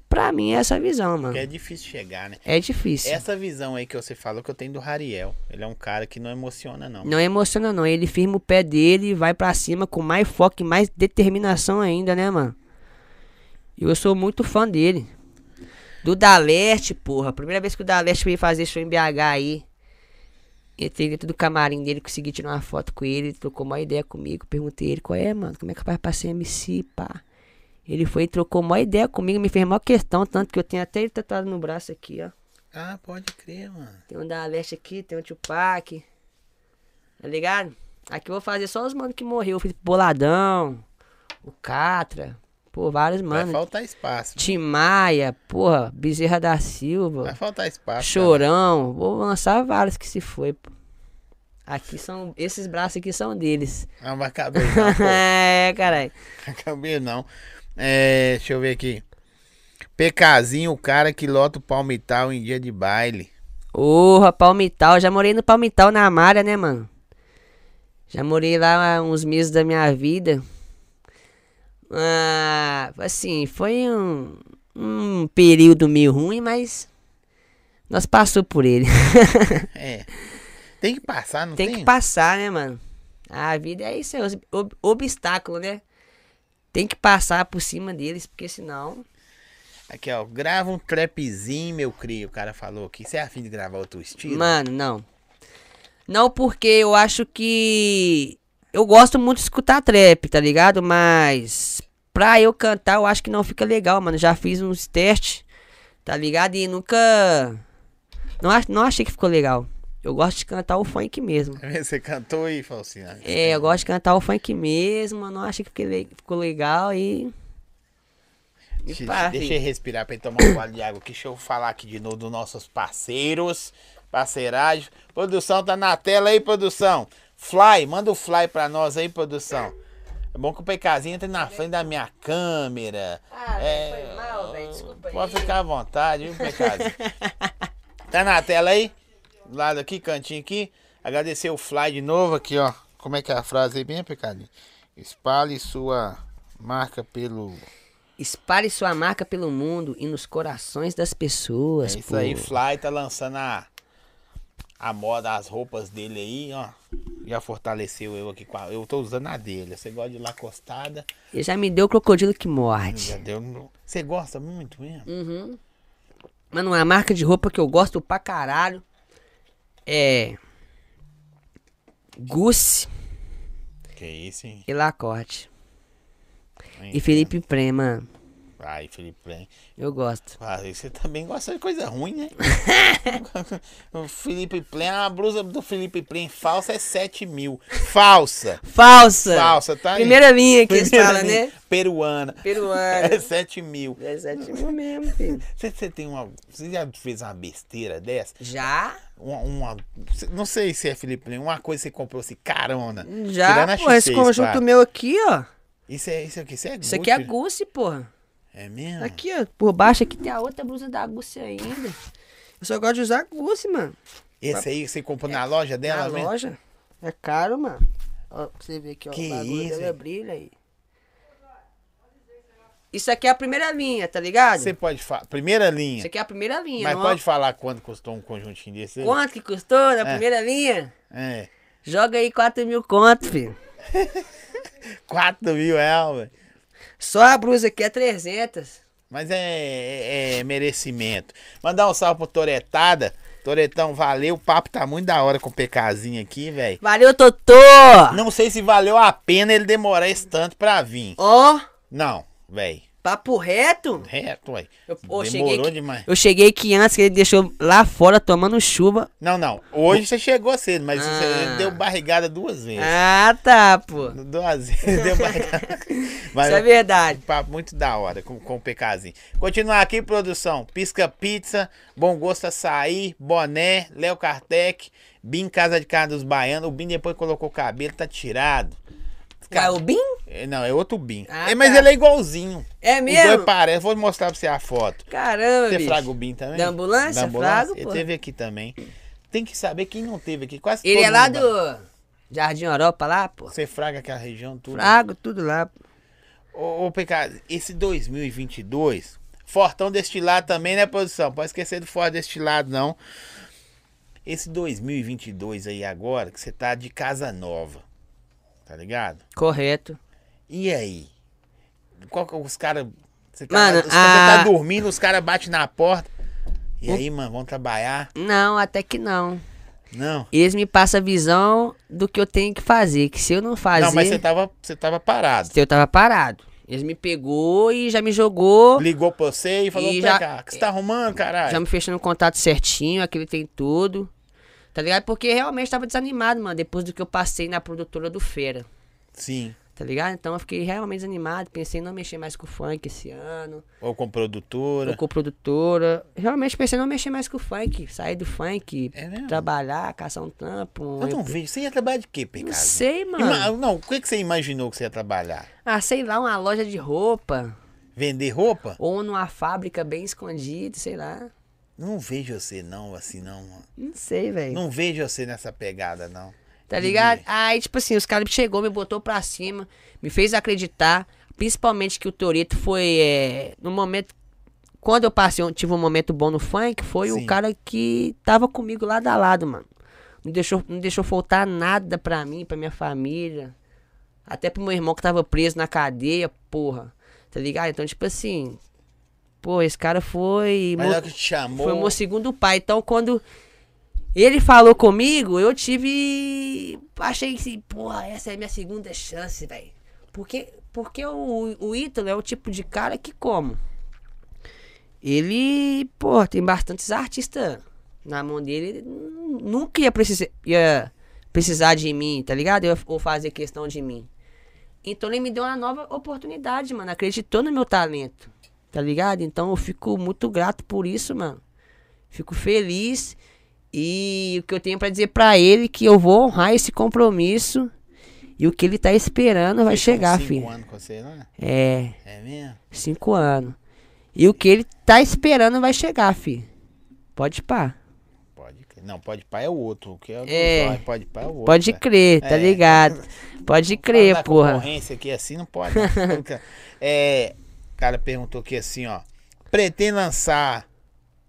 Pra mim é essa visão, mano.
Porque é difícil chegar, né?
É difícil.
Essa visão aí que você falou que eu tenho do Rariel. Ele é um cara que não emociona, não.
Não emociona, não. Ele firma o pé dele e vai pra cima com mais foco e mais determinação ainda, né, mano? E eu sou muito fã dele. Do Daleste, porra. Primeira vez que o Daleste veio fazer show em BH aí. Entrei dentro do camarim dele, consegui tirar uma foto com ele, trocou uma ideia comigo. Perguntei ele qual é, mano, como é que faz pra ser MC, pá. Ele foi e trocou uma ideia comigo, me fez maior questão, tanto que eu tenho até ele tatuado no braço aqui, ó.
Ah, pode crer, mano.
Tem um da Leste aqui, tem um Tupac. Tá ligado? Aqui eu vou fazer só os manos que morreu. Eu fiz pro Boladão, o Catra, pô, vários
Vai
manos.
faltar espaço.
Tim Maia, porra, Bezerra da
Vai
Silva,
faltar espaço. né?
Chorão. Vou lançar vários que se foi, pô. Aqui são. Esses braços aqui são deles.
cara. Não vai caber, não. pô.
é, caralho.
Não vai caber, não. É, deixa eu ver aqui. PKzinho, o cara que lota o palmital em dia de baile.
Porra, Palmital. Já morei no Palmital na Amália, né, mano? Já morei lá uns meses da minha vida. Ah, assim, foi um, um período meio ruim, mas nós passou por ele.
É. Tem que passar, não tem?
Tem que passar, né, mano? A vida é isso, é os ob- obstáculo, né? Tem que passar por cima deles, porque senão.
Aqui, ó. Grava um trapzinho, meu cria. O cara falou aqui. Você é afim de gravar outro estilo?
Mano, não. Não porque eu acho que. Eu gosto muito de escutar trap, tá ligado? Mas. Pra eu cantar, eu acho que não fica legal, mano. Já fiz uns testes, tá ligado? E nunca. Não, ach- não achei que ficou legal. Eu gosto de cantar o funk mesmo.
Você cantou e falou assim. ah,
É, eu gosto de cantar o funk mesmo, mano. Acho que fiquei le- ficou legal e. E
Deixa,
pá,
deixa
filho.
eu respirar pra ele tomar um gole de água aqui. Deixa eu falar aqui de novo dos nossos parceiros, parceiragem. Produção, tá na tela aí, produção. Fly, manda o Fly pra nós aí, produção. É bom que o Pecazinho tá na frente da minha câmera.
Ah,
É,
foi mal, velho. Desculpa
Pode
aí.
ficar à vontade, viu, Pecazinho? tá na tela aí? Do lado aqui, cantinho aqui. Agradecer o Fly de novo aqui, ó. Como é que é a frase aí, bem, Pecadinho? Espalhe sua marca pelo
Espalhe sua marca pelo mundo e nos corações das pessoas.
É isso
pô.
aí, Fly tá lançando a, a moda, as roupas dele aí, ó. Já fortaleceu eu aqui com a. Eu tô usando a dele. Você gosta de lacostada?
Ele já me deu o crocodilo que morde.
Já deu. no- Você gosta muito mesmo?
Uhum. Mano, uma é marca de roupa que eu gosto pra caralho é. Gucci
Que isso, hein?
e Lacorte.
Hein?
E Felipe Prema.
Ai, Felipe Play.
Eu gosto.
Ah, e você também gosta de coisa ruim, né? o Felipe Play, a blusa do Felipe Play falsa é 7 mil. Falsa!
Falsa!
Falsa, tá aí.
Primeira linha que eles
Primeira
falam,
linha,
né?
Peruana.
Peruana.
É 7 mil.
17 mil mesmo, filho.
Você, você tem uma. Você já fez uma besteira dessa?
Já?
Uma. uma- não sei se é Felipe Lima, uma coisa que você comprou assim, carona. Tirando
Já,
a
pô, esse
X6,
conjunto
claro.
meu aqui, ó.
Isso é isso aqui, isso é
Isso aqui é
Gucci?
Gucci, porra.
É mesmo?
Aqui, ó, por baixo aqui tem a outra blusa da Gucci ainda. Eu só gosto de usar Gucci, mano.
Esse aí você comprou na loja dela
É, Na
mesmo?
loja. É caro, mano. Ó, pra você ver aqui, ó.
Que
o bagulho
isso,
dela
hein?
brilha aí. Isso aqui é a primeira linha, tá ligado?
Você pode falar. Primeira linha.
Isso aqui é a primeira linha,
mas
não?
pode falar quanto custou um conjuntinho desse? aí?
Quanto que custou na primeira linha?
É.
Joga aí 4 mil conto, filho.
4 mil reais, velho.
Só a blusa aqui é 300.
Mas é, é- é merecimento. Mandar um salve pro Toretada. Toretão, valeu. O papo tá muito da hora com o PKzinho aqui, velho.
Valeu, Totô!
Não sei se valeu a pena ele demorar esse tanto pra vir.
Ó,
Não, velho.
papo reto.
Reto, ué.
Eu,
Demorou
eu cheguei aqui,
demais.
Eu cheguei aqui antes que ele deixou lá fora tomando chuva.
Não, não. Hoje você chegou cedo, mas
Ah.
você deu barrigada duas vezes.
Ah, tá, pô.
Duas vezes deu barrigada. mas
Isso é verdade.
um papo muito da hora com, com o PKzinho. Continuar aqui, produção. Pisca Pizza, Bom Gosto Açaí, Boné, Léo Kartek, Bim Casa de Carne dos Baianos. O Bim depois colocou o cabelo, tá tirado.
Ué, o Bim?
É, Não, é outro Bim.
Ah,
é, mas
tá.
ele é igualzinho.
É
Os
mesmo?
dois parecem. Vou mostrar pra você a foto.
Caramba,
Você
bicho.
fraga o BIM também?
Da ambulância? Frago,
Ele
pô.
teve aqui também. Tem que saber quem não teve aqui. Quase
Ele
todo
é lá
mundo.
do Jardim Europa, lá, pô.
Você fraga aquela região tudo.
Frago, tudo lá. pô.
Ô, ô PK, esse 2022, Fortão destilado também, né, produção? Pode esquecer do Fortão destilado, não. Esse 2022 aí agora, que você tá de casa nova, tá ligado?
Correto.
E aí? Qual que é os caras... Você tá,
Mano,
lá- os cara
a-
tá dormindo, os caras batem na porta. E aí, mano, vão trabalhar?
Não, até que não.
Não.
Eles me passam a visão do que eu tenho que fazer. Que se eu não fazer,
Não, mas você tava, você tava parado.
eu tava parado. Eles me pegou e já me jogou.
Ligou pra você e falou,
E
pra
já-
cá, o que você tá arrumando, caralho?
Já me fechando o contato certinho, aquele tem tudo. Tá ligado? Porque realmente tava desanimado, mano, depois do que eu passei na produtora do Feira.
Sim.
Tá ligado? Então eu fiquei realmente desanimado. Pensei em não mexer mais com o funk esse ano.
Ou com produtora.
Ou com produtora. Realmente pensei em não mexer mais com o funk. Sair do funk,
É mesmo?
trabalhar, caçar um tampo. um
Eu não
empre-
vejo. Você ia trabalhar de quê, Pecado?
Não sei, mano.
Ima- Não, o que, que você imaginou que você ia trabalhar?
Ah, sei lá, uma loja de roupa.
Vender roupa?
Ou numa fábrica bem escondida, sei lá.
Não vejo você não, assim, não.
Não sei, velho.
Não vejo você nessa pegada, não.
Tá
De-
ligado? Aí, tipo assim, os caras chegou, me botou pra cima, me fez acreditar. Principalmente que o Torito foi. é, no momento. Quando eu passei, eu tive um momento bom no funk, foi
Sim.
o cara que tava comigo lado a lado, mano. Não deixou, não deixou faltar nada pra mim, pra minha família. Até pro meu irmão que tava preso na cadeia, porra. Tá ligado? Então, tipo assim. Pô, esse cara foi.
Mas
mo-
ela que te chamou.
foi o meu segundo pai. Então, quando ele falou comigo, eu tive. Achei que, porra, essa é a minha segunda chance, velho. Porque, porque o, o Ítalo é o tipo de cara que, como? Ele, pô, tem bastantes artistas na mão dele, ele nu- nunca ia, precisar ia precisar de mim, tá ligado? Eu- Ou fazer questão de mim. Então ele me deu uma nova oportunidade, mano. Acreditou no meu talento, tá ligado? Então eu fico muito grato por isso, mano. Fico feliz. E o que eu tenho pra dizer pra ele é que eu vou honrar esse compromisso. E o que ele tá esperando vai chegar,
filho.
filho.
Cinco anos com você, não é?
É.
É mesmo?
Cinco anos. E o que ele tá esperando vai chegar, fi. Pode pá.
Pode crer. Não, pode pá é o outro. O que é, o
É.
Zói, Pode pá é o outro.
Pode
é.
crer, tá
É.
ligado? Pode
Falar
crer,
da
porra.
concorrência aqui assim não pode. Nunca. é, o cara perguntou aqui assim, ó. Pretende lançar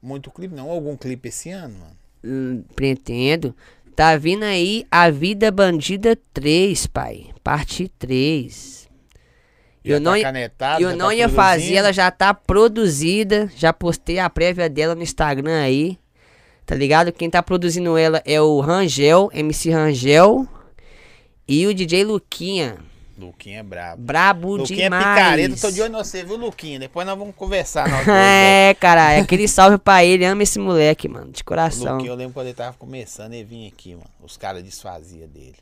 muito clipe? Não, algum clipe esse ano, mano?
Hum, Pretendo. Tá vindo aí A Vida Bandida 3, pai. Parte 3.
Já
eu
tá
não, ia-
canetado,
eu
já
não
tá
ia
produzindo?
fazer, ela já tá produzida. Já postei a prévia dela no Instagram aí. Tá ligado? Quem tá produzindo ela é o Rangel, MC Rangel. E o DJ Luquinha.
Luquinha é brabo.
Brabo
Luquinha
demais.
é picareta, tô de olho em você, viu, Luquinha? Depois nós vamos conversar. Nós dois, velho.
É, cara, aquele salve pra ele. Ama esse moleque, mano, de coração.
Luquinha, eu lembro quando ele tava começando, ele vinha aqui, mano. Os caras desfaziam dele.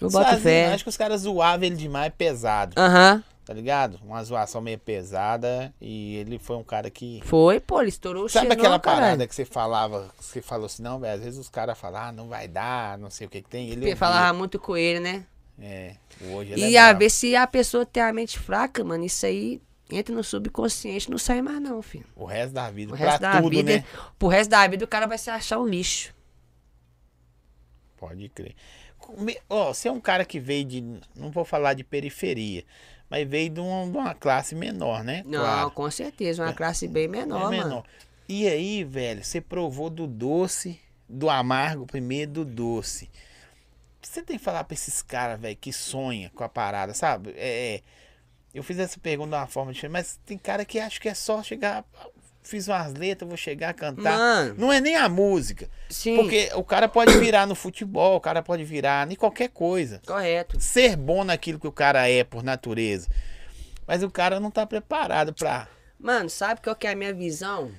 Eu boto
Desfazia, não,
fé. Ah.
Acho que os caras zoavam ele demais pesado,
Aham,
tá ligado? Uma zoação meio pesada e ele foi um cara que...
foi, pô, ele estourou o né?
Sabe
xenon,
aquela
caralho.
parada que você falava, que você falou assim, não, velho, às vezes os caras falam, ah, não vai dar, não sei o que que tem. Ele
Porque
ouvia.
falava muito com ele, né?
É, hoje ele
E
é
a
brabo.
ver se a pessoa tem a mente fraca, mano, isso aí entra no subconsciente, não sai mais não, filho.
O resto da vida,
O
pra
resto da
tudo,
vida, é
né?
pro resto da vida o cara vai se achar um lixo.
Pode crer. Come- Ó, você é um cara que veio de, não vou falar de periferia, mas veio de uma, de uma classe menor, né?
Não,
Claro.
com certeza, uma classe bem menor,
É
mano.
menor. E aí, velho, você provou do doce, do amargo primeiro, do doce. Você tem que falar pra esses caras, velho, que sonha com a parada, sabe? É, é, eu fiz essa pergunta de uma forma diferente, mas tem cara que acha que é só chegar, fiz umas letras, vou chegar, cantar.
Mano.
Não é nem a música,
Sim,
porque o cara pode virar no futebol, o cara pode virar em qualquer coisa
correto.
ser bom naquilo que o cara é por natureza. Mas o cara não tá preparado pra.
Mano, sabe qual que é a minha visão?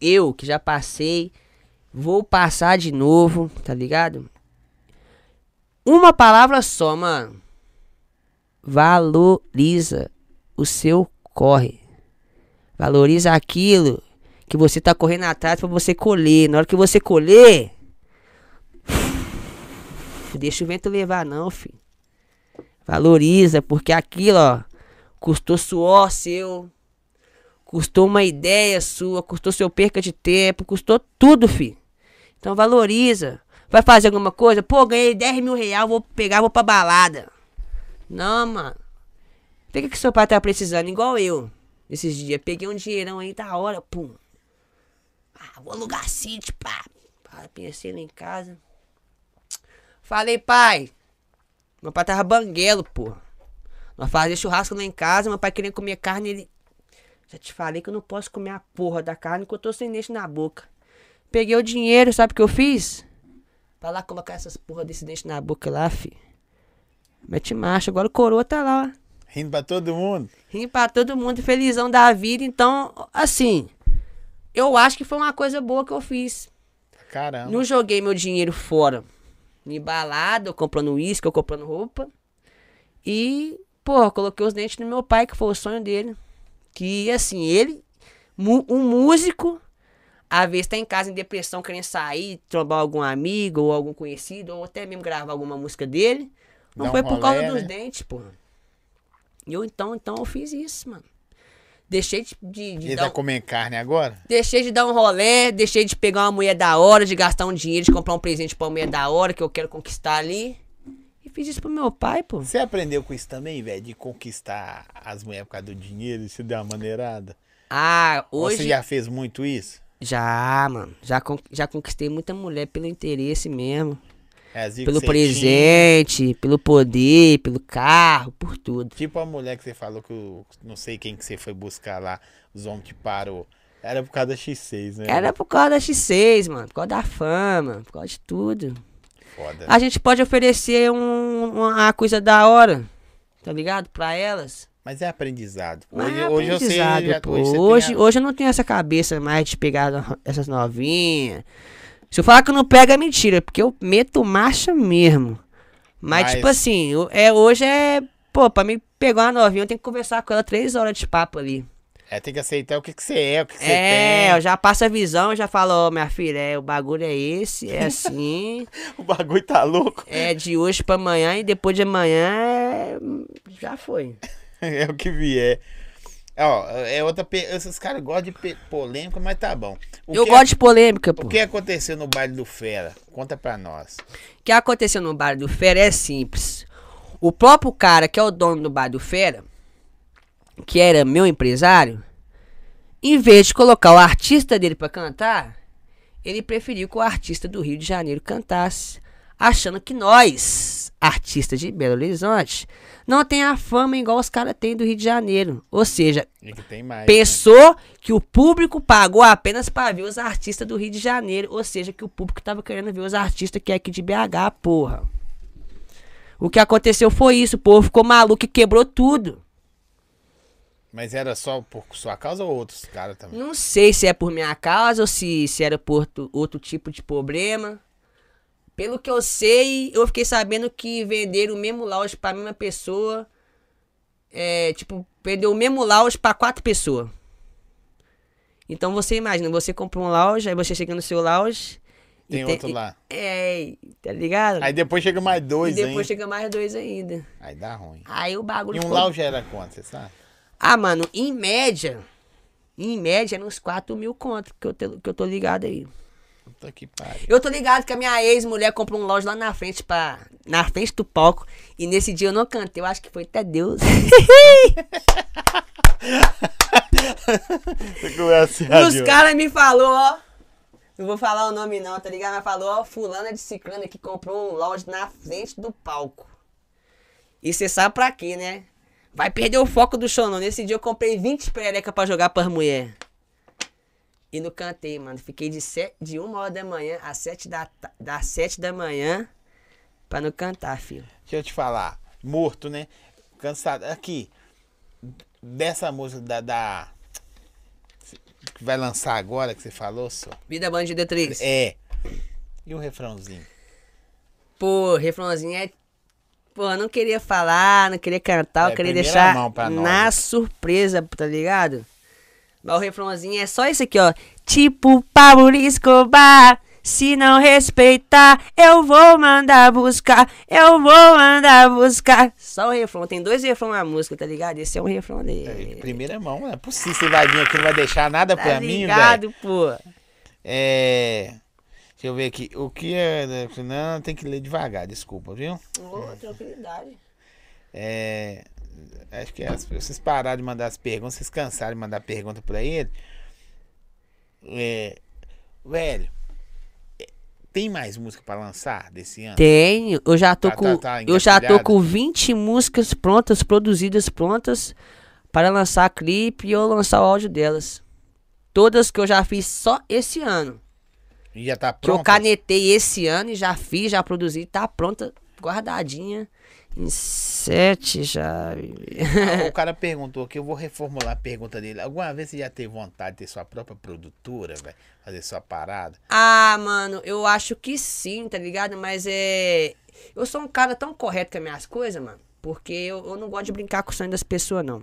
Eu que já passei, vou passar de novo, tá ligado? Uma palavra só, mano. Valoriza o seu corre. Valoriza aquilo que você tá correndo atrás pra você colher. Na hora que você colher, deixa o vento levar não, filho. Valoriza, porque aquilo, ó, custou suor seu, custou uma ideia sua, custou seu perca de tempo, custou tudo, filho. Então valoriza. Vai fazer alguma coisa? Pô, ganhei 10 mil reais, vou pegar, vou pra balada. Não, mano. Pega o que seu pai tá precisando, igual eu. Esses dias, peguei um dinheirão aí da hora, pum. Ah, vou alugar sítio, pá. Pá, Pensei lá em casa. Falei, pai. Meu pai tava banguelo, pô. Nós fazia churrasco lá em casa, meu pai queria comer carne, ele... Já te falei que eu não posso comer a porra da carne que eu tô sem dente na boca. Peguei o dinheiro, sabe o que eu fiz? Pra lá colocar essas porra desse dente na boca lá, fi. Mete marcha, agora o coroa tá lá, ó.
Rindo pra todo mundo.
Rindo pra todo mundo, felizão da vida. Então, assim, eu acho que foi uma coisa boa que eu fiz.
Caramba.
Não joguei meu dinheiro fora. Em balada, eu comprando uísque, eu comprando roupa. E, porra, coloquei os dentes no meu pai, que foi o sonho dele. Que, assim, ele, mu- um músico, às vezes tá em casa em depressão, querendo sair, trombar algum amigo ou algum conhecido, ou até mesmo gravar alguma música dele. Não
Dá um
foi por causa
rolé,
dos
né?
dentes, porra. E eu, então, então, eu fiz isso, mano. Deixei de, de, de
Ele
dar
tá comendo carne agora?
Deixei de dar um rolé, deixei de pegar uma mulher da hora, de gastar um dinheiro, de comprar um presente pra uma mulher da hora que eu quero conquistar ali. E fiz isso pro meu pai, pô.
Você aprendeu com isso também, velho? De conquistar as mulheres por causa do dinheiro e se deu uma maneirada?
Ah,
Ou Você
hoje. Já...
já fez muito isso?
mano. Já, con- já conquistei muita mulher pelo interesse mesmo.
É, as vezes
Pelo
que você tinha,
presente, pelo poder, pelo carro, por tudo.
tipo a mulher que você falou que eu não sei quem que você foi buscar lá, os homens te parou. Era por causa da X6, né?
Era por causa da X6, mano. Por causa da fama, por causa de tudo.
Foda.
A gente pode oferecer um- uma coisa da hora, tá ligado? Pra elas.
Mas é aprendizado.
Mas
Hoje,
é
hoje eu sei.
aprendizado,
já-
pô.
hoje você tem
Hoje,
a-
hoje eu não tenho essa cabeça mais de pegar no- essas novinhas, Se eu falar que eu não pego é mentira, porque eu meto marcha mesmo. Mas,
Mas-
tipo assim, o- é, hoje é. Pô, pra mim pegar uma novinha, eu tenho que conversar com ela três horas de papo ali.
É, tem que aceitar o que, que você é, o que, que você
é,
tem.
eu já passo a visão, eu já falo, ó, minha filha, é, o bagulho é esse, é assim.
O bagulho tá louco.
é de hoje pra amanhã e depois de amanhã é. Já foi.
É o que vier. Ó, é outra. pe- Esses caras gostam de pe- polêmica, mas tá bom. O
eu
que-
gosto de polêmica, pô.
O que aconteceu no baile do Fera? Conta pra nós.
O que aconteceu no bar do Fera é simples. O próprio cara que é o dono do bar do Fera, que era meu empresário, em vez de colocar o artista dele pra cantar, ele preferiu que o artista do Rio de Janeiro cantasse, achando que nós, artistas de Belo Horizonte, não tem a fama igual os caras têm do Rio de Janeiro. Ou seja,
E É que tem mais.
pensou que o público pagou apenas para ver os artistas do Rio de Janeiro, ou seja, que o público tava querendo ver os artistas que é aqui de BH, porra. O que aconteceu foi isso, o povo ficou maluco e quebrou tudo.
né? Mas era só por sua causa ou outros caras também?
Não sei se é por minha causa ou se, se era por tu- outro tipo de problema. Pelo que eu sei, eu fiquei sabendo que venderam o mesmo lounge pra mesma pessoa. É, tipo, vendeu o mesmo lounge pra quatro pessoas. Então você imagina, você comprou um lounge, aí você chega no seu lounge. e
Tem outro lá.
É, tá ligado?
Aí depois chega mais
e
dois,
depois
hein?
chega mais dois ainda.
Aí dá ruim.
Aí o bagulho.
E um
ficou-
lounge era quanto, você sabe?
Ah, mano, em média. Em média, era uns 4 mil conto que eu, te- que eu tô ligado aí.
Puta que pariu.
Eu tô ligado que a minha ex-mulher comprou um lounge lá na frente, pra, na frente do palco. E nesse dia eu não cantei, eu acho que foi até Deus.
Você conhece
Os caras me falou, ó. Não vou falar o nome não, tá ligado? Mas falou, ó, fulana de ciclana que comprou um lounge na frente do palco. E você sabe pra quê, né? Vai perder o foco do show não. Nesse dia eu comprei 20 pererecas pra jogar pras mulher. E não cantei, mano. Fiquei de, se... de uma hora da manhã às sete da, ta- das sete da manhã pra não cantar, filho.
Deixa eu te falar. Morto, né? Cansado. Aqui. Dessa música da. da- Que vai lançar agora, que você falou, só.
Vida Bandida 3.
É. E o refrãozinho?
Pô, refrãozinho é. Pô, eu não queria falar, não queria cantar, eu
É,
queria
primeira
deixar
mão pra nós.
na surpresa, tá ligado? Mas o refrãozinho é só isso aqui, ó. Tipo Pablo Escobar, se não respeitar, eu vou mandar buscar, eu vou mandar buscar. Só o refrão, tem dois refrões na música, tá ligado? Esse é um refrão
É,
dele.
Primeira mão, não é possível. Você vai vir aqui, não vai deixar nada
Tá
pra mim, velho.
ligado, pô?
É. Deixa eu ver aqui. O que é. Não, tem que ler devagar, desculpa, viu?
Ô, tranquilidade.
É, acho que as, vocês pararam de mandar as perguntas, vocês cansaram de mandar pergunta pra ele. É, velho, é, tem mais música pra lançar desse ano?
Tenho, eu já tô
Tá-
com
tá- tá
eu já tô
engatilhada?
com 20 músicas prontas, produzidas prontas para lançar clipe e eu lançar o áudio delas. Todas que eu já fiz só esse ano.
E Já tá
Que
pronto?
eu canetei esse ano e já fiz, já produzi, tá pronta, guardadinha. Em sete já.
O cara perguntou aqui, eu vou reformular a pergunta dele. Alguma vez você já teve vontade de ter sua própria produtora, velho? Fazer sua parada?
Ah, mano, eu acho que sim, tá ligado? Mas é. Eu sou um cara tão correto com as minhas coisas, mano. Porque eu, eu não gosto de brincar com o sonho das pessoas, não.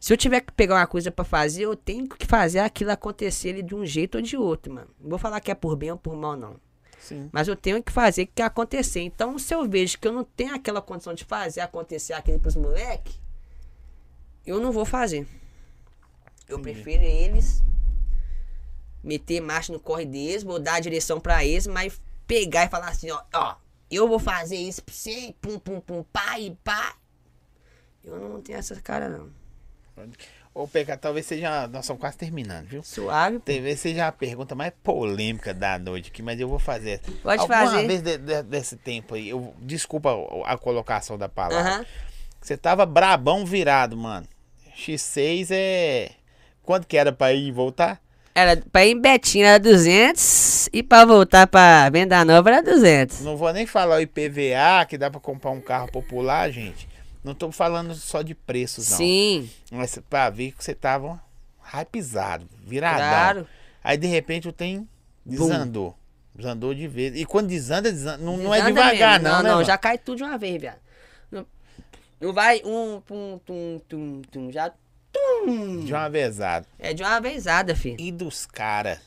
Se eu tiver que pegar uma coisa pra fazer, eu tenho que fazer aquilo acontecer ali de um jeito ou de outro, mano. Não vou falar que é por bem ou por mal, não.
Sim.
Mas eu tenho que fazer o que acontecer. Então, se eu vejo que eu não tenho aquela condição de fazer acontecer aquilo pros moleques, eu não vou fazer. Eu prefiro eles meter marcha no corre deles, vou dar a direção pra eles, mas pegar e falar assim, ó, ó, eu vou fazer isso pra você, e pum, pum, pum, pá e pá. Eu não tenho essas cara, não.
Ô, PK, talvez seja. Nós estamos quase terminando, viu?
Suave, pô.
Talvez seja a pergunta mais polêmica da noite aqui, mas eu vou fazer.
Pode
Alguma
fazer.
vez de- de- desse tempo aí, eu, desculpa a colocação da palavra.
Aham.
Você tava brabão virado, mano. X6 é. Quanto que era pra ir e voltar?
Era pra ir em Betinho era 200 e pra voltar pra Venda Nova era 200.
Não vou nem falar o IPVA, que dá pra comprar um carro popular, gente. Não tô falando só de preços, não.
Sim.
Mas pra ver que você tava hypezado, viradão.
Claro.
Aí de repente o trem desandou. Desandou de vez. E quando desanda, desanda. Não, não é
Desanda
devagar,
mesmo.
não,
Não,
né? mano?
já cai tudo de uma vez, viado. Não, não vai um, tum, tum, tum, tum, já. Tum!
De uma vezada.
É de uma vezada, filho.
E dos caras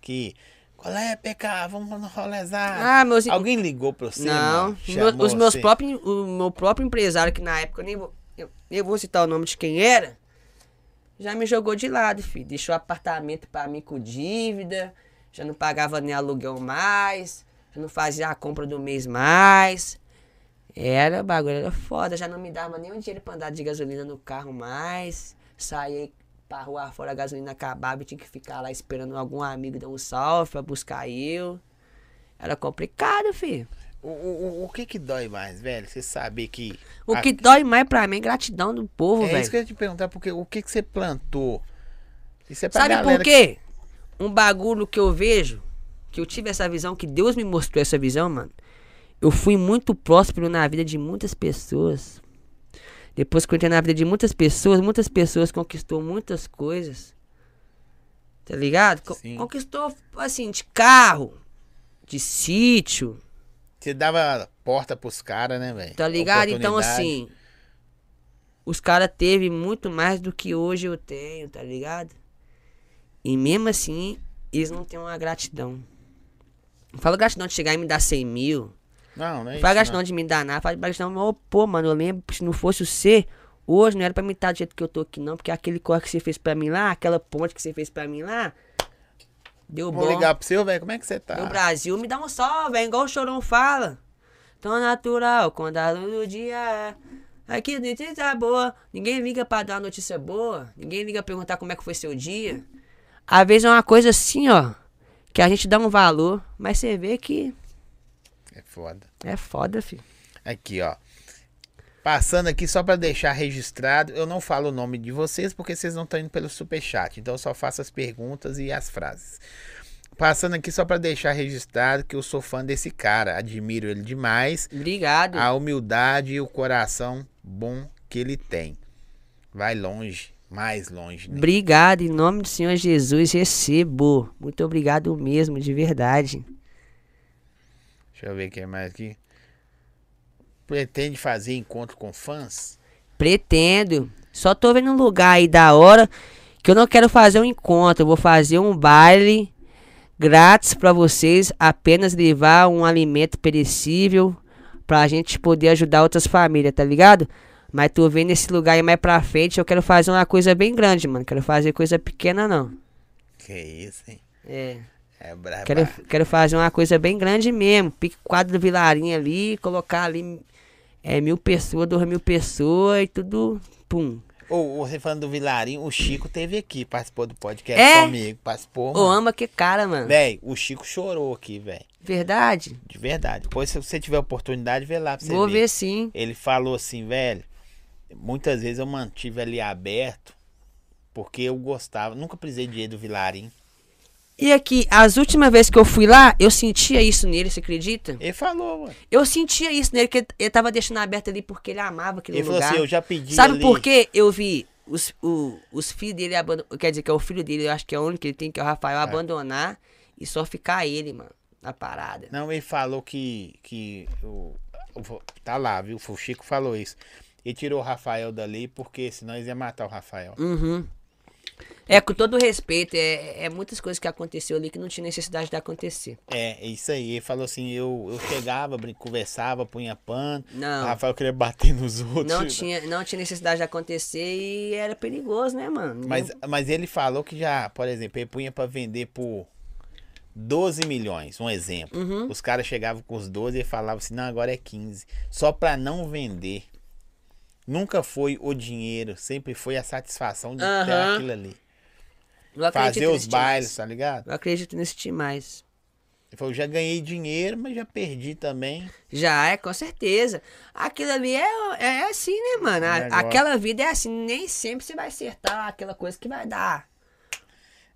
que. Qual é, PK? Vamos no rolezar.
Ah, meus.
Alguém ligou pra você?
não,
mano?
meu-
Chamou
os meus
você?
próprios. O meu próprio empresário, que na época eu nem vou. Eu, eu vou citar o nome de quem era. Já me jogou de lado, filho. Deixou apartamento pra mim com dívida. Já não pagava nem aluguel mais. Já não fazia a compra do mês mais. Era, o bagulho era foda, já não me dava nenhum dinheiro pra andar de gasolina no carro mais. Saía pra rua fora, a gasolina acabava e tinha que ficar lá esperando algum amigo dar um salve pra buscar eu. Era complicado, filho.
O, o, o- o que que dói mais, velho? Você saber que.
O
a-
que dói mais pra mim é gratidão do povo,
Ah. É
velho.
isso que eu ia te perguntar, porque o que que você plantou? Isso é pra
Sabe
galera
por
que-
quê? Um bagulho que eu vejo, que eu tive essa visão, que Deus me mostrou essa visão, mano. Eu fui muito próspero na vida de muitas pessoas. Depois que eu entrei na vida de muitas pessoas, muitas pessoas conquistou muitas coisas. Tá ligado? Co-
Sim.
Conquistou, assim, de carro, de sítio,
Você dava porta pros caras, né, velho?
Tá ligado? Então,
Oportunidade.
assim, os caras teve muito mais do que hoje eu tenho, tá ligado? E mesmo assim, eles não têm uma gratidão. Não fala gratidão de chegar e me dar 100 mil.
Não, não é
Não
isso.
fala
não.
gratidão de me dar nada. Fala gratidão, mas, ô, pô, mano, eu lembro, que se não fosse o C, hoje não era pra me estar do jeito que eu tô aqui, não. Porque aquele corre que você fez pra mim lá, aquela ponte que você fez pra mim lá, deu
Vou
bom.
ligar pro seu, velho. Como é que você tá?
No Brasil me dá um sol, velho, igual o Chorão fala. Tão natural, quando a luz do dia. é. Aqui notícia boa. Ninguém liga pra dar uma notícia boa. Ninguém liga pra perguntar como é que foi seu dia. Às vezes é uma coisa assim, ó. Que a gente dá um valor, mas você vê que
É foda.
é foda, filho.
Aqui, ó. Passando aqui só pra deixar registrado, eu não falo o nome de vocês porque vocês não estão indo pelo superchat. Então eu só faço as perguntas e as frases. Passando aqui só pra deixar registrado que eu sou fã desse cara, admiro ele demais,
Obrigado.
a humildade e o coração bom que ele tem. Vai longe, mais longe, né?
Obrigado, em nome do Senhor Jesus, recebo. Muito obrigado mesmo, de verdade.
Deixa eu ver o que mais aqui. Pretende fazer encontro com fãs?
Pretendo. Só tô vendo um lugar aí da hora que eu não quero fazer um encontro. Eu vou fazer um baile grátis pra vocês. Apenas levar um alimento perecível pra gente poder ajudar outras famílias, tá ligado? Mas tô vendo esse lugar aí mais pra frente. Eu quero fazer uma coisa bem grande, mano. Quero fazer coisa pequena, não.
Que isso, hein?
É.
É brabo.
Quero, quero fazer uma coisa bem grande mesmo. Pique o quadro do Vilarinho ali, colocar ali é, mil pessoas, duas mil pessoas e tudo. Pum.
Ô, ô, você falando do Vilarinho, o Chico teve aqui, participou do podcast
É?
comigo, participou.
Ô,
mano. Né?
ama que cara, mano.
Véi, o Chico chorou aqui, velho.
Verdade?
De verdade. Depois, se você tiver oportunidade, vê lá pra você
Vou
ver.
ver sim.
Ele falou assim, velho, muitas vezes eu mantive ali aberto, porque eu gostava, nunca precisei de dinheiro do Vilarinho.
E aqui, as últimas vezes que eu fui lá, eu sentia isso nele, você acredita?
Ele falou, mano.
Eu sentia isso nele, que ele- ele tava deixando aberto ali porque ele amava aquele
Ele
lugar.
falou assim, eu já pedi
Sabe
ali.
por que eu vi os, o- os filhos dele abandonando? Quer dizer, que é o filho dele, eu acho que é o único que ele tem, que é o Rafael, abandonar e só ficar ele, mano, na parada.
Não, ele falou que. que o, o- tá lá, viu? O Chico falou isso. Ele tirou o Rafael dali, porque senão eles iam matar o Rafael.
Uhum. É, com todo respeito, é, é muitas coisas que aconteceu ali que não tinha necessidade de acontecer.
É, é isso aí. Ele falou assim: eu, eu chegava, brin- conversava, punha pano.
Não.
O Rafael queria bater nos outros.
Não tinha, não tinha necessidade de acontecer e era perigoso, né, mano?
Mas, mas ele falou que já, por exemplo, ele punha pra vender por 12 milhões, um exemplo.
Uhum.
Os caras chegavam com os 12 e falavam assim: não, agora é 15. Só pra não vender. Nunca foi o dinheiro, sempre foi a satisfação de ter
Aham.
aquilo ali.
Não acredito
Fazer os
nesse time
bailes,
mais.
tá ligado?
Não acredito nesse time mais.
Ele falou: já ganhei dinheiro, mas já perdi também.
Já é, com certeza. Aquilo ali é, é assim, né, mano? A-
um negócio.
aquela vida é assim. Nem sempre você vai acertar aquela coisa que vai dar.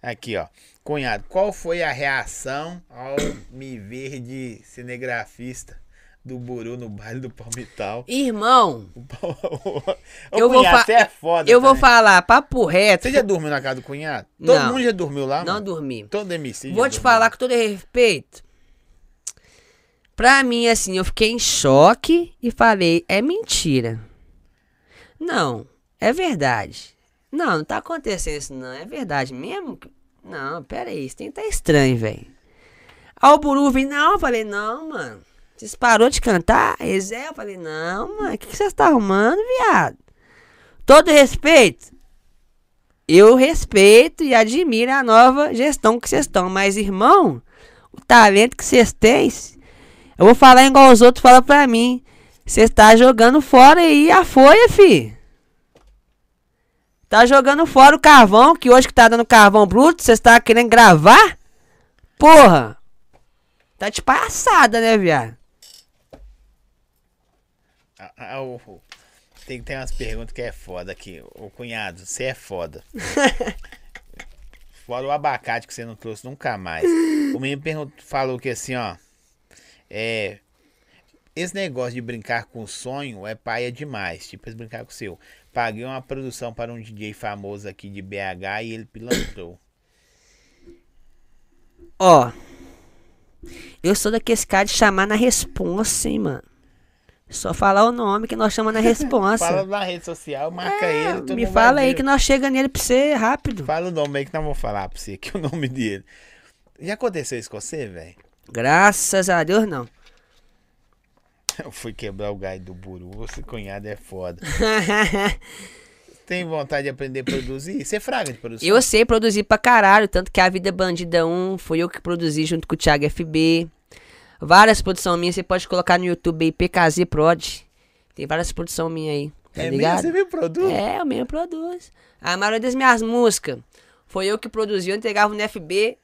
Aqui, ó. Cunhado, qual foi a reação ao me ver de cinegrafista do Buru no baile do Palmital?
Irmão,
O pau- Ô,
eu vou,
cunhado,
fa-
você é foda
eu vou
também.
falar papo reto.
Você já dormiu na casa do cunhado? Todo
Não.
mundo já dormiu lá,
Não
mano?
dormi.
Todo MC já
Vou te
dormiu.
falar com todo respeito. Pra mim, assim, eu fiquei em choque e falei, é mentira. Não, é verdade. Não, não tá acontecendo isso, não. É verdade mesmo? Não, pera aí, isso tem que tá estranho, velho. Aí o Buru vem, não, eu falei, não, mano. Vocês parou de cantar? Ezé, eu falei, não, mano, o que que vocês tá arrumando, viado? Todo respeito. Eu respeito e admiro a nova gestão que vocês estão, mas, irmão, o talento que vocês têm, eu vou falar igual os outros falam pra mim. Vocês tá jogando fora aí a folha, fi. Tá jogando fora o carvão, que hoje que tá dando carvão bruto, vocês tá querendo gravar? Porra! Tá de palhaçada, né, viado?
Ah, ah, o- o- tem, tem umas perguntas que é foda aqui. Ô cunhado, você é foda. Fora o abacate que você não trouxe nunca mais. O menino pergun- falou que assim, ó. É. Esse negócio de brincar com o sonho é paia demais. Tipo, eles brincar com o seu. Paguei uma produção para um DJ famoso aqui de BH e ele pilantrou.
Ó. Eu sou daqueles caras de chamar na responsa, hein, mano. Só falar o nome que nós chamamos na
Fala
responsa.
na rede social, marca
É,
ele. todo
me
mundo vai
fala aí
ver.
que nós chega nele pra você rápido.
Fala o nome aí que nós vamos falar pra você, que é o nome dele. Já aconteceu isso com você, velho?
Graças a Deus, não.
Eu fui quebrar o gai do buru. Você cunhado é foda. Tem vontade de aprender a produzir? Você é fraga de produção.
Eu sei produzir pra caralho, tanto que a Vida é Bandida 1 foi eu que produzi junto com o Thiago FB. Várias produções minhas, você pode colocar no YouTube aí, PKZ Prod. Tem várias produções minhas aí, tá
é mesmo?
ligado?
Você me produz?
É, eu mesmo produzo. A maioria das minhas músicas foi eu que produzi, eu entregava no FB,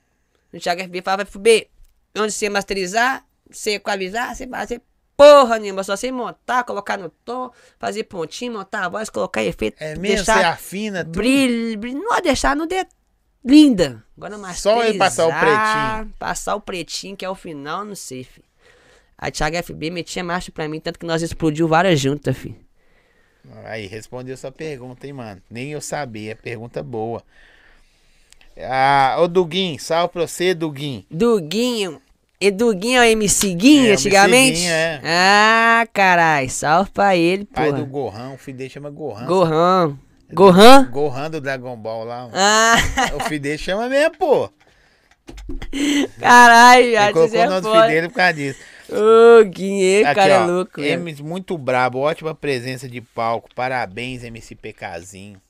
no Thiago FB, falava FB, onde você masterizar, você equalizar, você fazer porra nenhuma, só você montar, colocar no tom, fazer pontinho, montar a voz, colocar efeito,
É mesmo? Você afina tudo?
brilho, brilho, não deixar no de... linda. Agora mais
Só ele passar o pretinho.
Passar o pretinho, que é o final, não sei, fi. A Thiago FB metia marcha pra mim, tanto que nós explodiu várias juntas, fi.
Aí, respondeu sua pergunta, hein, mano. Nem eu sabia. Pergunta boa. Ah, ô Duguinho, salve pra você, Duguinho.
Duguinho. E Duguinho é o MC Guinho,
É, o
antigamente?
MC Guinho, é.
Ah, carai, salve pra ele,
Pai
porra.
do Gohan, o filho dele chama Gohan.
Gohan. Gohan?
Gohan do Dragon Ball lá.
Ah,
O filho dele chama mesmo, pô.
caralho,
Ele
viado,
colocou
você
o
é
nome do filho
foda.
dele por causa disso.
Ô, Guinho,
Aqui,
cara é
ó,
louco, velho.
Emes, muito brabo, ótima presença de palco. Parabéns, MC PKzinho.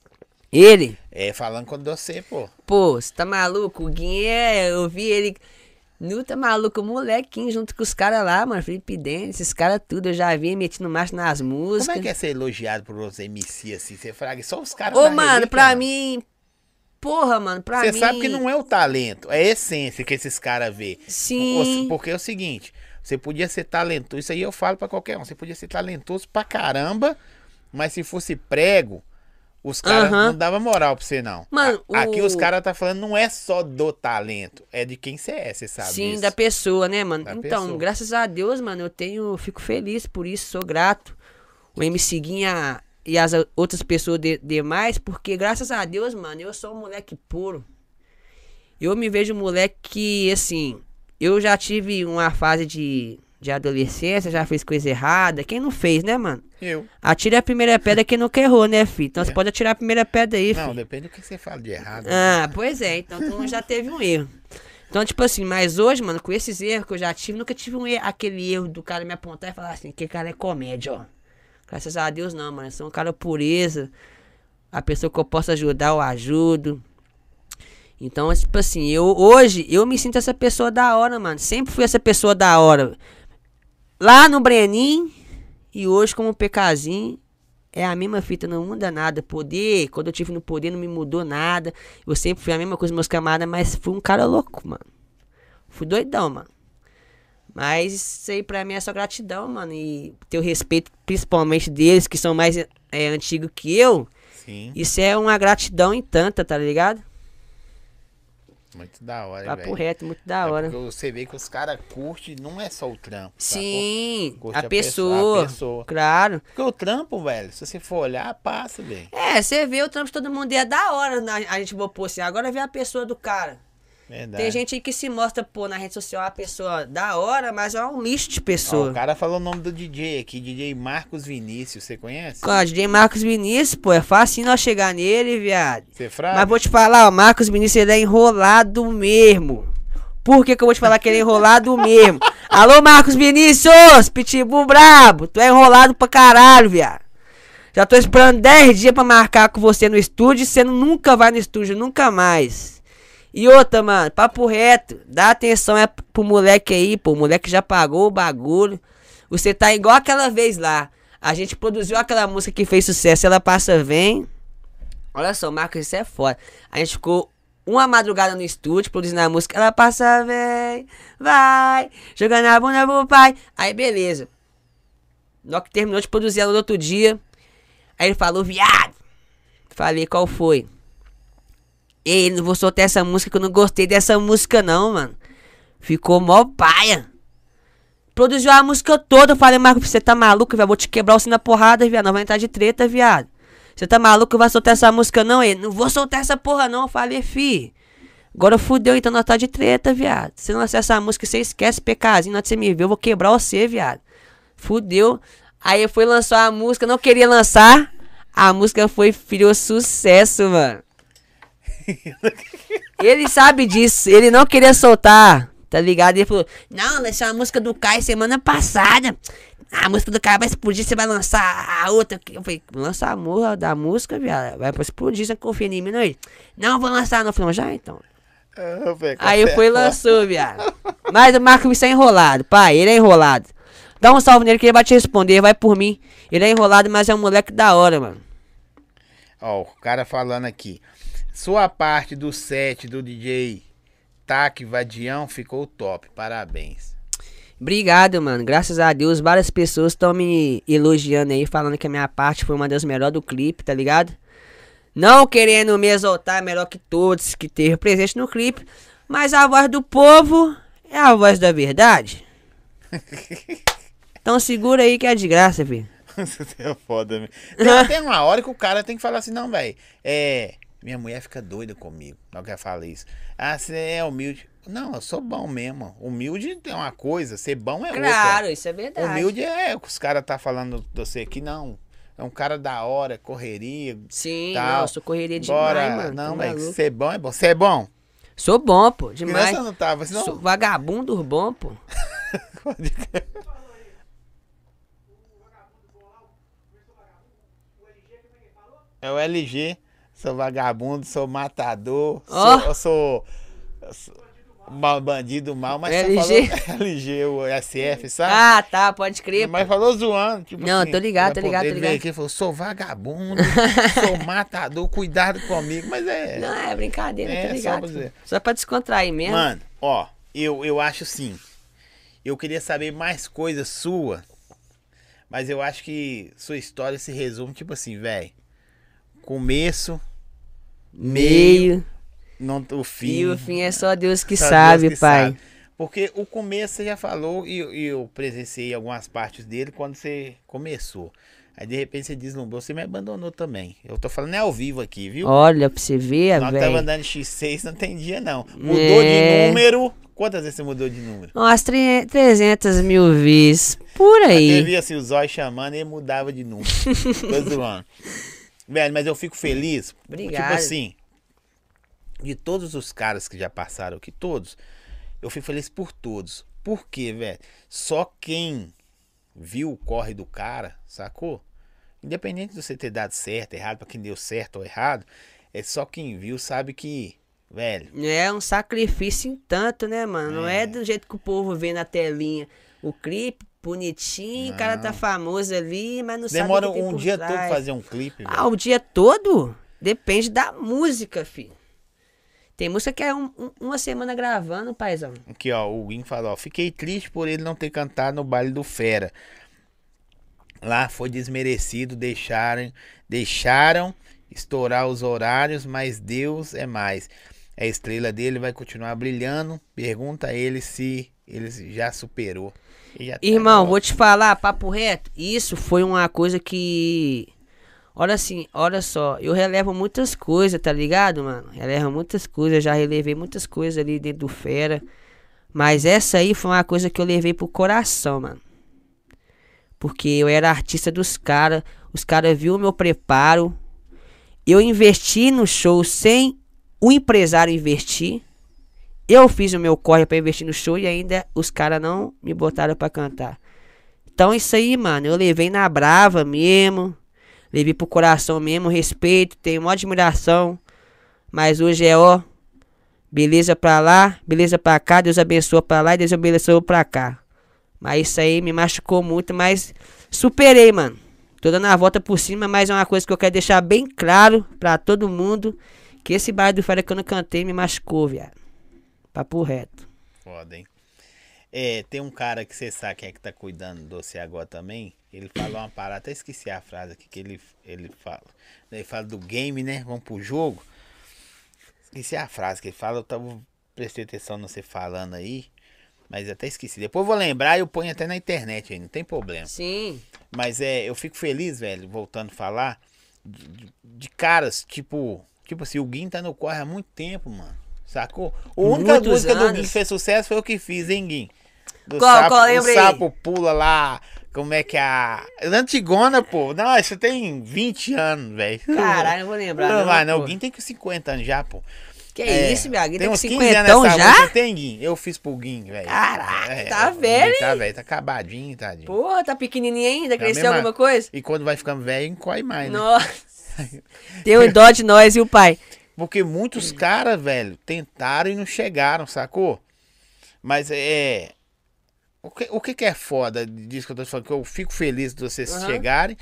Ele?
É, falando com você, pô.
Pô, você tá maluco? O Guinho é, eu vi ele... Nu tá maluco, molequinho, junto com os caras lá, mano. Felipe Dente, esses caras tudo. Eu já vi ele metindo marcha nas músicas.
Como é que é ser elogiado por outros MC assim? Você fraga só os caras.
Ô,
da
mano,
relíquia,
pra
mano.
mim... Porra, mano, pra
Você
mim...
sabe que não é o talento, é a essência que esses caras vê.
Sim.
Porque é o seguinte, você podia ser talentoso, isso aí eu falo pra qualquer um, você podia ser talentoso pra caramba, mas se fosse prego, os caras
Aham.
não dava moral pra você não.
Mano,
A- Aqui
o-
os caras tá falando não é só do talento, é de quem você é, você sabe
Sim,
isso.
da pessoa, né, mano?
Da
então,
pessoa.
graças a Deus, mano, eu tenho, fico feliz por isso, sou grato. O MC Guinha e as outras pessoas de- demais, porque graças a Deus, mano, eu sou um moleque puro. Eu me vejo um moleque que, assim, eu já tive uma fase de, de adolescência, já fiz coisa errada. Quem não fez, né, mano?
Eu.
Atire a primeira pedra quem nunca errou, né, filho? Então você pode atirar a primeira pedra aí, filho.
É. Não, depende do que você fala de errado. né?
Ah, pois é, então todo mundo já teve um erro. Então, tipo assim, mas hoje, mano, com esses erros que eu já tive, nunca tive um erro, aquele erro do cara me apontar e falar assim, que cara é comédia, ó. Graças a Deus não, mano. Eu sou um cara pureza. A pessoa que eu posso ajudar, eu ajudo. Então, tipo assim, eu hoje eu me sinto essa pessoa da hora, mano. Sempre fui essa pessoa da hora. Lá no Brenin e hoje como PKzinho é a mesma fita, não muda nada. Poder, quando eu tive no poder não me mudou nada. Eu sempre fui a mesma coisa com meus camaradas, mas fui um cara louco, mano. Fui doidão, mano. Mas isso aí pra mim é só gratidão, mano. E ter o respeito, principalmente deles, que são mais é, antigos que eu.
Sim,
Isso é uma gratidão em tanta, tá ligado?
muito da hora,
Papo
velho.
reto, muito da hora.
É porque você vê que os caras curtem, não é só o trampo. sacou?
Sim,
Curte
a,
a pessoa- a
pessoa,
pessoa.
Claro.
Porque o trampo, velho, se você for olhar, passa, velho.
É, você vê o trampo de todo mundo e é da hora na- a gente propor assim. Agora vê a pessoa do cara.
Verdade.
Tem gente aí que se mostra, pô, na rede social uma pessoa da hora, mas é um lixo de
Ó,
pessoa.
Ah, o cara falou o nome do DJ aqui, DJ Marcos Vinícius, você conhece?
Com a DJ Marcos Vinícius, pô, é fácil nós chegar nele, viado.
Você é
Mas
fraga?
vou te falar, o Marcos Vinícius, ele é enrolado mesmo. Por que, que eu vou te falar que ele é enrolado mesmo? Alô, Marcos Vinícius, Pitbull brabo, tu é enrolado pra caralho, viado. Já tô esperando 10 dias pra marcar com você no estúdio, e você nunca vai no estúdio, nunca mais. E outra, mano, papo reto, dá atenção é pro moleque aí, pô, o moleque já pagou o bagulho. Você tá igual aquela vez lá. A gente produziu aquela música que fez sucesso, ela passa, vem. Olha só, Marcos, isso é foda. A gente ficou uma madrugada no estúdio produzindo a música. Ela passa, vem, vai, jogando a bunda pro pai. Aí, beleza. Na hora que terminou de produzir ela no outro dia, aí ele falou, viado. Falei, qual foi? Ei, não vou soltar essa música que eu não gostei dessa música não, mano. Ficou mó paia. Produziu a música toda. Eu falei, Marcos, você tá maluco, velho? Vou te quebrar o sino na porrada, viado. Não vai entrar de treta, viado. Você tá maluco? Vai soltar essa música não? Ele, não vou soltar essa porra não. Eu falei, fi. Agora fudeu, então nós tá de treta, viado. Se não lançar essa música, você esquece, pecazinho. Na hora que você me ver, eu vou quebrar você, viado. Fudeu. Aí foi lançar a música, não queria lançar. A música foi, filho, sucesso, mano. Ele sabe disso, ele não queria soltar, tá ligado? Ele falou: Não, essa é a música do Kai semana passada. A música do Kai vai explodir, você vai lançar a outra. Eu falei: Lança a murra da música, viado. Vai explodir, você não confia em mim, não? Ele, não, vou lançar, não. Eu falei: Já então.
Ah, velho,
Aí
você
foi e
é
lançou, viado. Mas o Marco Vinicius é enrolado, pai. Ele é enrolado. Dá um salve nele que ele vai te responder, vai por mim. Ele é enrolado, mas é um moleque da hora, mano.
Ó, o cara falando aqui. Sua parte do set do DJ Taque Vadião ficou top. Parabéns.
Obrigado, mano. Graças a Deus, várias pessoas estão me elogiando aí, falando que a minha parte foi uma das melhores do clipe, tá ligado? Não querendo me exaltar melhor que todos que teve presente no clipe, mas a voz do povo é a voz da verdade. Então segura aí que é de graça, filho.
Você é foda, meu. Tem, tem uma hora que o cara tem que falar assim, não, velho. É. Minha mulher fica doida comigo. é Não quer falar isso. Ah, você é humilde. Não, eu sou bom mesmo. Humilde é uma coisa, ser bom é outra.
Claro, isso é verdade.
Humilde é o que os caras tá falando de você aqui, não. É um cara da hora, correria.
Sim,
tal.
nossa, eu correria É demais,
Bora.
mano.
não,
tá
velho.
maluco.
Ser bom é bom. Você é bom?
Sou bom, pô, demais.
Criança não tava. Senão...
Sou vagabundo bom, pô.
Pode crer. É o LG. Sou vagabundo, sou matador.
Ó.
Sou, eu sou, eu sou ba- bandido mal, mas só
LG.
falou LG, o SF, sabe?
Ah, tá, pode crer.
mas falou zoando. Tipo
Não,
assim,
tô ligado, tô
ele
ligado, tô
veio
ligado.
aqui e falou: sou vagabundo, sou matador, cuidado comigo. Mas é.
Não, é brincadeira,
É,
tá
só
ligado?
pra dizer.
Só pra descontrair mesmo.
Mano, ó, eu, eu acho sim. Eu queria saber mais coisa sua, mas eu acho que sua história se resume tipo assim, velho. Começo, meio,
Meio.
não o fim.
E o fim é só Deus que
só Deus
sabe,
que
pai.
sabe. Porque o começo você já falou e eu, e eu presenciei algumas partes dele quando você começou. Aí de repente você deslumbrou, você me abandonou também. Eu tô falando é ao vivo aqui, viu?
Olha pra você ver,
Nós tava
velho.
andando em X6, não tem dia não. Mudou de
É.
número. Quantas vezes você mudou de número?
Umas tre- 300 mil vezes. Por
Ele
aí.
via assim, o zóio chamando e ele mudava de número. Tô zoando. Velho, mas eu fico feliz.
Obrigado.
Tipo assim, de todos os caras que já passaram aqui, todos, eu fico feliz por todos. Por quê, velho? Só quem viu o corre do cara, sacou? Independente de você ter dado certo, errado, pra quem deu certo ou errado, é só quem viu sabe que, velho,
É um sacrifício em tanto, né, mano? Não é do jeito que o povo vê na telinha. O clipe, bonitinho, o cara tá famoso ali, mas não
demora
sabe o que tem
um
por
dia todo
trás.
fazer um clipe, velho.
Ah, o dia todo? Depende da música, filho. Tem música que é um- um- uma semana gravando, paizão.
Aqui, ó, o Guim falou, ó, fiquei triste por ele não ter cantado no baile do Fera. Lá foi desmerecido, deixaram, deixaram estourar os horários, mas Deus é mais. A estrela dele vai continuar brilhando. Pergunta a ele se ele já superou. Ele já tá
Irmão,
bom.
vou te falar, papo reto. Isso foi uma coisa que Olha assim, olha só, eu relevo muitas coisas, tá ligado, mano? Relevo muitas coisas, já relevei muitas coisas ali dentro do Fera. Mas essa aí foi uma coisa que eu levei pro coração, mano. Porque eu era artista dos caras, os caras viu o meu preparo. Eu investi no show sem o empresário investir. Eu fiz o meu corre pra investir no show e ainda os caras não me botaram pra cantar. Então isso aí, mano, eu levei na brava mesmo. Levei pro coração mesmo, respeito, tenho maior admiração. Mas hoje é ó, beleza pra lá, beleza pra cá, Deus abençoa pra lá e Deus abençoa pra cá. Mas isso aí me machucou muito, mas superei, mano. Tô dando a volta por cima, mas é uma coisa que eu quero deixar bem claro pra todo mundo. Que esse baile do Fera que eu não cantei me machucou, viado. Papo reto.
Foda, hein? É, tem um cara que você sabe que é que tá cuidando do você agora também. Ele falou uma parada, até esqueci a frase aqui que ele, ele fala. Ele fala do game, né? Vamos pro jogo. Esqueci a frase que ele fala, eu tava, prestei atenção no você falando aí, mas até esqueci. Depois eu vou lembrar e eu ponho até na internet aí, não tem problema.
Sim.
Mas é, eu fico feliz, velho, voltando a falar, de, de- de caras, tipo, tipo assim, o Guim tá no corre há muito tempo, mano. Sacou? A única
Muitos
música do Guim
anos.
que fez sucesso foi o que fiz, hein, Guim? Do
Qual-
sapo,
qual?
o
Lembra aí.
sapo pula lá. Como é que é a. Antigona, pô. Não, isso tem 20 anos, velho.
Caralho, não vou lembrar.
Hum. Não, mas não,
pô.
o Guim tem que 50 anos já, pô.
Que
É,
isso, viado? Alguém
Tem
Tem
uns 15 anos
cinquentão
nessa
já?
música, tem, Guim? Eu fiz pro Guim, velho.
Caraca, tá velho,
Guim Tá velho, tá acabadinho, tadinho.
Pô, tá pequenininho ainda,
Tá
cresceu
mesma-
alguma coisa?
E quando vai ficando velho, encolhe mais, né?
Nossa. Deu dó de nós e o pai.
Porque muitos caras, velho, tentaram e não chegaram, sacou? Mas é. O que, o que que é foda disso que eu tô te falando? Que eu fico feliz de vocês
Aham.
chegarem,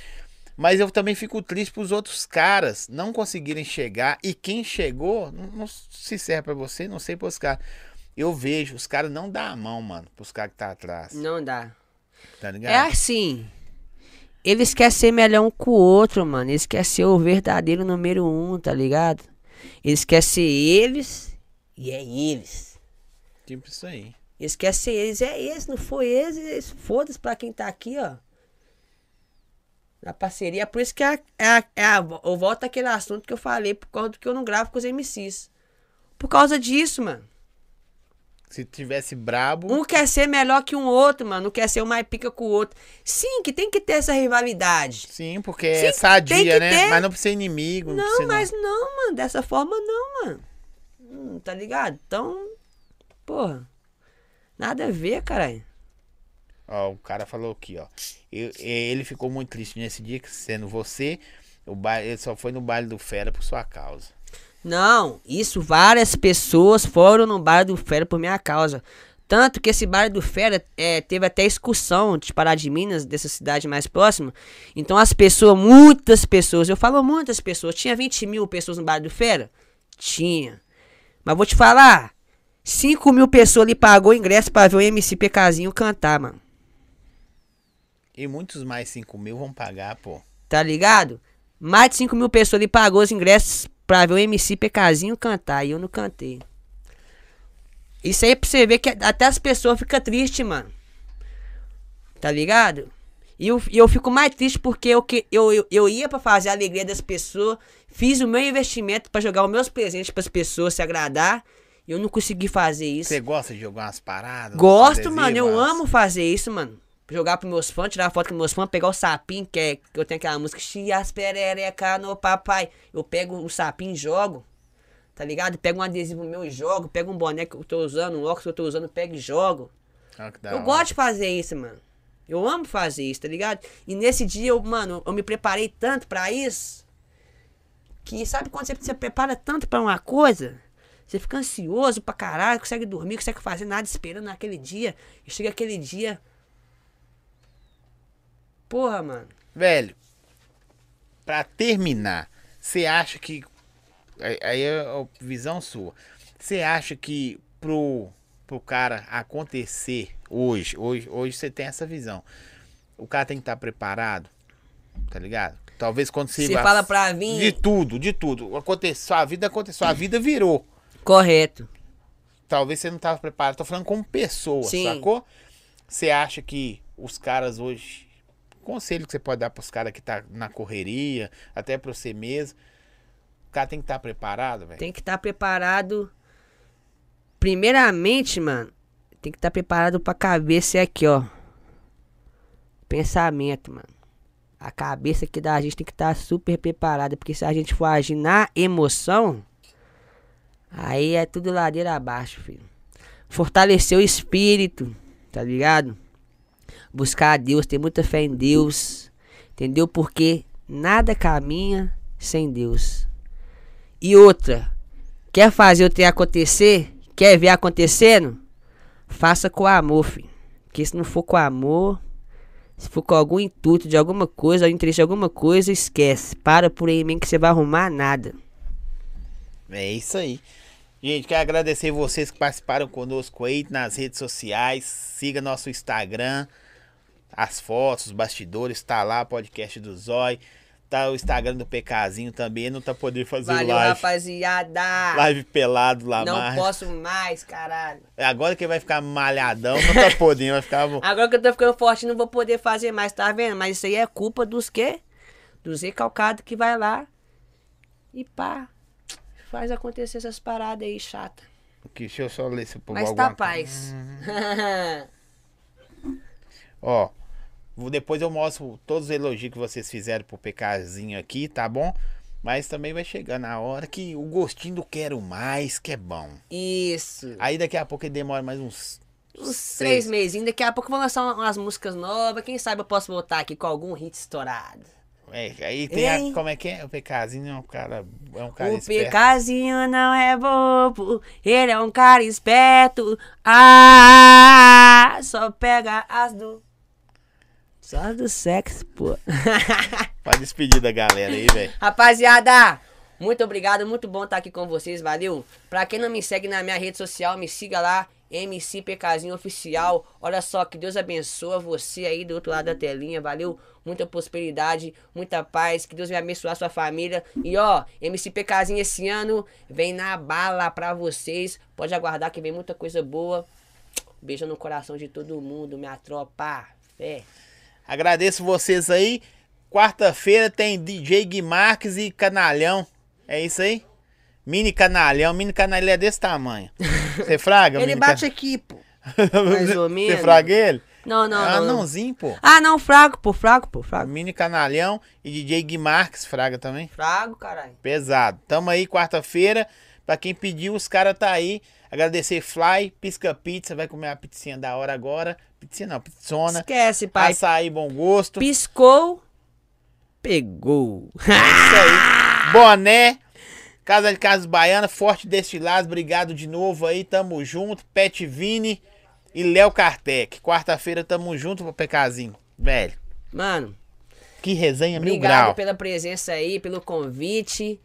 mas eu também fico triste pros outros caras não conseguirem chegar. E quem chegou, não, não se serve pra você, não sei pros caras. Eu vejo, os caras não dão a mão, mano, pros caras que tá atrás.
Não dá.
Tá ligado?
É assim. Eles querem ser melhor um com o outro, mano. Eles querem ser o verdadeiro número um, tá ligado? Eles querem ser eles e é eles.
Tipo isso aí.
Eles querem ser eles, é eles. Não foi eles, eles foda-se pra quem tá aqui, ó. Na parceria. Por isso que é, é, é a- eu volto àquele assunto que eu falei por causa do que eu não gravo com os MCs. Por causa disso, mano.
Se tivesse brabo.
Um quer ser melhor que um outro, mano. Um quer ser o mais pica com o outro. Sim, que tem que ter essa rivalidade.
Sim, porque
Sim,
é
tem que
sadia, né?
ter.
Mas não precisa ser inimigo.
Não,
precisa
mas não, mano. Dessa forma, não, mano. Hum, tá ligado? Então, porra. Nada a ver, caralho.
Ó, o cara falou aqui, ó. Eu- é, ele ficou muito triste nesse dia, que sendo você, o baile, ele só foi no baile do Fera por sua causa.
Não, isso várias pessoas foram no bar do Fera por minha causa. Tanto que esse bar do Fera é, teve até excursão de Pará de Minas, dessa cidade mais próxima. Então as pessoas, muitas pessoas, eu falo muitas pessoas, tinha 20 mil pessoas no bar do Fera? Tinha. Mas vou te falar, 5 mil pessoas lhe pagou ingresso pra ver o MC PKzinho cantar, mano.
E muitos mais 5 mil vão pagar, pô.
tá ligado? Mais de 5 mil pessoas lhe pagou os ingressos pra ver o MC PKzinho cantar e eu não cantei. Isso aí é pra você ver que até as pessoas ficam tristes, mano. Tá ligado? E eu, e eu fico mais triste porque eu, que- eu, eu, eu ia pra fazer a alegria das pessoas, fiz o meu investimento pra jogar os meus presentes pras pessoas se agradar, e eu não consegui fazer isso.
Você gosta de jogar umas paradas? uns
Gosto,
adesivos,
mano. Eu
umas-
amo fazer isso, mano. Jogar pros meus fãs, tirar foto com meus fãs, pegar o sapinho, que, é, que eu tenho aquela música Chias perereca no papai. Eu pego o sapinho e jogo, tá ligado? Pego um adesivo meu e jogo, pego um boné que eu tô usando, um óculos que eu tô usando, pego e jogo.
Olha que da
eu
hora.
gosto de fazer isso, mano. Eu amo fazer isso, tá ligado? E nesse dia, eu, mano, eu me preparei tanto pra isso, que sabe quando você se prepara tanto pra uma coisa? Você fica ansioso pra caralho, consegue dormir, consegue fazer nada esperando naquele dia. E chega aquele dia. Porra, mano.
Velho, pra terminar, você acha que. aí- Aí é a visão sua. Você acha que pro, pro cara acontecer hoje, hoje, hoje você tem essa visão. O cara tem que estar preparado, tá ligado? Talvez quando você.
Você
vá-
fala pra vir-
De tudo, de tudo. Aconteceu, sua vida aconteceu, sua vida virou.
Correto.
Talvez você não tava preparado. Tô falando como pessoa,
Sim.
sacou? Você acha que os caras hoje. com conselho que você pode dar pros caras que tá na correria, até pra você mesmo. O cara tem que estar preparado, velho.
Tem que estar preparado. Primeiramente, mano, tem que estar preparado pra cabeça é aqui, ó. Pensamento, mano. A cabeça aqui da gente tem que estar super preparada, porque se a gente for agir na emoção, aí é tudo ladeira abaixo, filho. Fortalecer o espírito, tá ligado? Buscar a Deus, ter muita fé em Deus, entendeu? Porque nada caminha sem Deus. E outra, quer fazer o trem acontecer? Quer ver acontecendo? Faça com amor, filho. Porque se não for com amor, se for com algum intuito de alguma coisa, algum interesse de alguma coisa, esquece. Para por aí mesmo que você vai arrumar nada.
É isso aí. Gente, quero agradecer vocês que participaram conosco aí nas redes sociais. Siga nosso Instagram. As fotos, os bastidores, tá lá, podcast do Zói. Tá o Instagram do PKzinho também, não tá podendo fazer
Valeu,
live.
rapaziada!
Live pelado lá
não
mais.
posso mais, caralho.
Agora que vai ficar malhadão, não tá podendo, vai ficar bom.
Agora que eu tô ficando forte, não vou poder fazer mais, tá vendo? Mas isso aí é culpa dos quê? Dos recalcados que vai lá e pá. Faz acontecer essas paradas aí, chata.
Aqui, Deixa eu só ler se o povo
Mas tá
alguma
paz.
Ó, vou- depois eu mostro todos os elogios que vocês fizeram pro PKzinho aqui, tá bom? Mas também vai chegar na hora que o gostinho do quero mais, que é bom.
isso.
Aí daqui a pouco ele demora mais uns.
Uns três meses. Daqui a pouco eu vou lançar umas músicas novas. Quem sabe eu posso voltar aqui com algum hit estourado.
É, aí tem a-
Hein?
Como é que é? O PKzinho é um cara. É um cara
o
esperto.
Picazinho não é bobo, ele é um cara esperto. Ah, só pega as do. Só do sexo, pô.
Faz despedir da galera aí, velho.
Rapaziada, muito obrigado, muito bom estar aqui com vocês, valeu? Pra quem não me segue na minha rede social, me siga lá, MC Pecazinho Oficial. Olha só, que Deus abençoa você aí do outro lado da telinha, valeu? Muita prosperidade, muita paz, que Deus vai abençoar sua família. E ó, MC Pecazinho esse ano vem na bala pra vocês. Pode aguardar que vem muita coisa boa. Beijo no coração de todo mundo, minha tropa. Fé.
Agradeço vocês aí. Quarta-feira tem DJ Gui Marques e Canalhão. É isso aí? Mini Canalhão. Mini Canalhão é desse tamanho. Você fraga,
Ele
mini
bate aqui, pô.
can...
mais ou
Você
menos.
fraga ele?
Não, não,
ah,
não, não.
anãozinho, pô.
Ah, não, fraco, pô, fraco, pô, fraco.
Mini Canalhão e DJ Gui Marques, fraga também.
Frago, caralho.
Pesado. Tamo aí, quarta-feira. Pra quem pediu, os caras tá aí. Agradecer Fly, Pisca Pizza. Vai comer uma pizzinha da hora agora. Pizzinha não, pizzona.
Esquece, pai.
Açaí, bom gosto.
Piscou, pegou.
Isso aí. Boné. Casa de Casas Baiana, Forte Destilados, obrigado de novo aí, tamo junto. Pet Vini e Léo Kartek. Quarta-feira tamo junto, pro Pecazinho. Velho,
Mano,
que resenha mil grau.
obrigado pela presença aí, pelo convite.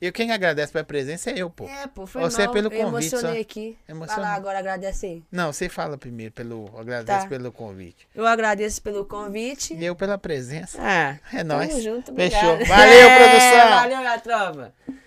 E quem agradece pela presença é eu, pô.
É, pô, foi
Você
mal.
pelo
Eu
convite,
emocionei
só.
aqui.
Emocionou.
Vai lá agora, agradece aí.
Não, você fala primeiro, pelo agradece
Tá.
pelo convite.
Eu agradeço pelo convite.
E eu pela presença.
Ah,
É nóis.
Tamo junto,
Fechou.
obrigado.
Valeu,
É,
produção.
Valeu, minha trova.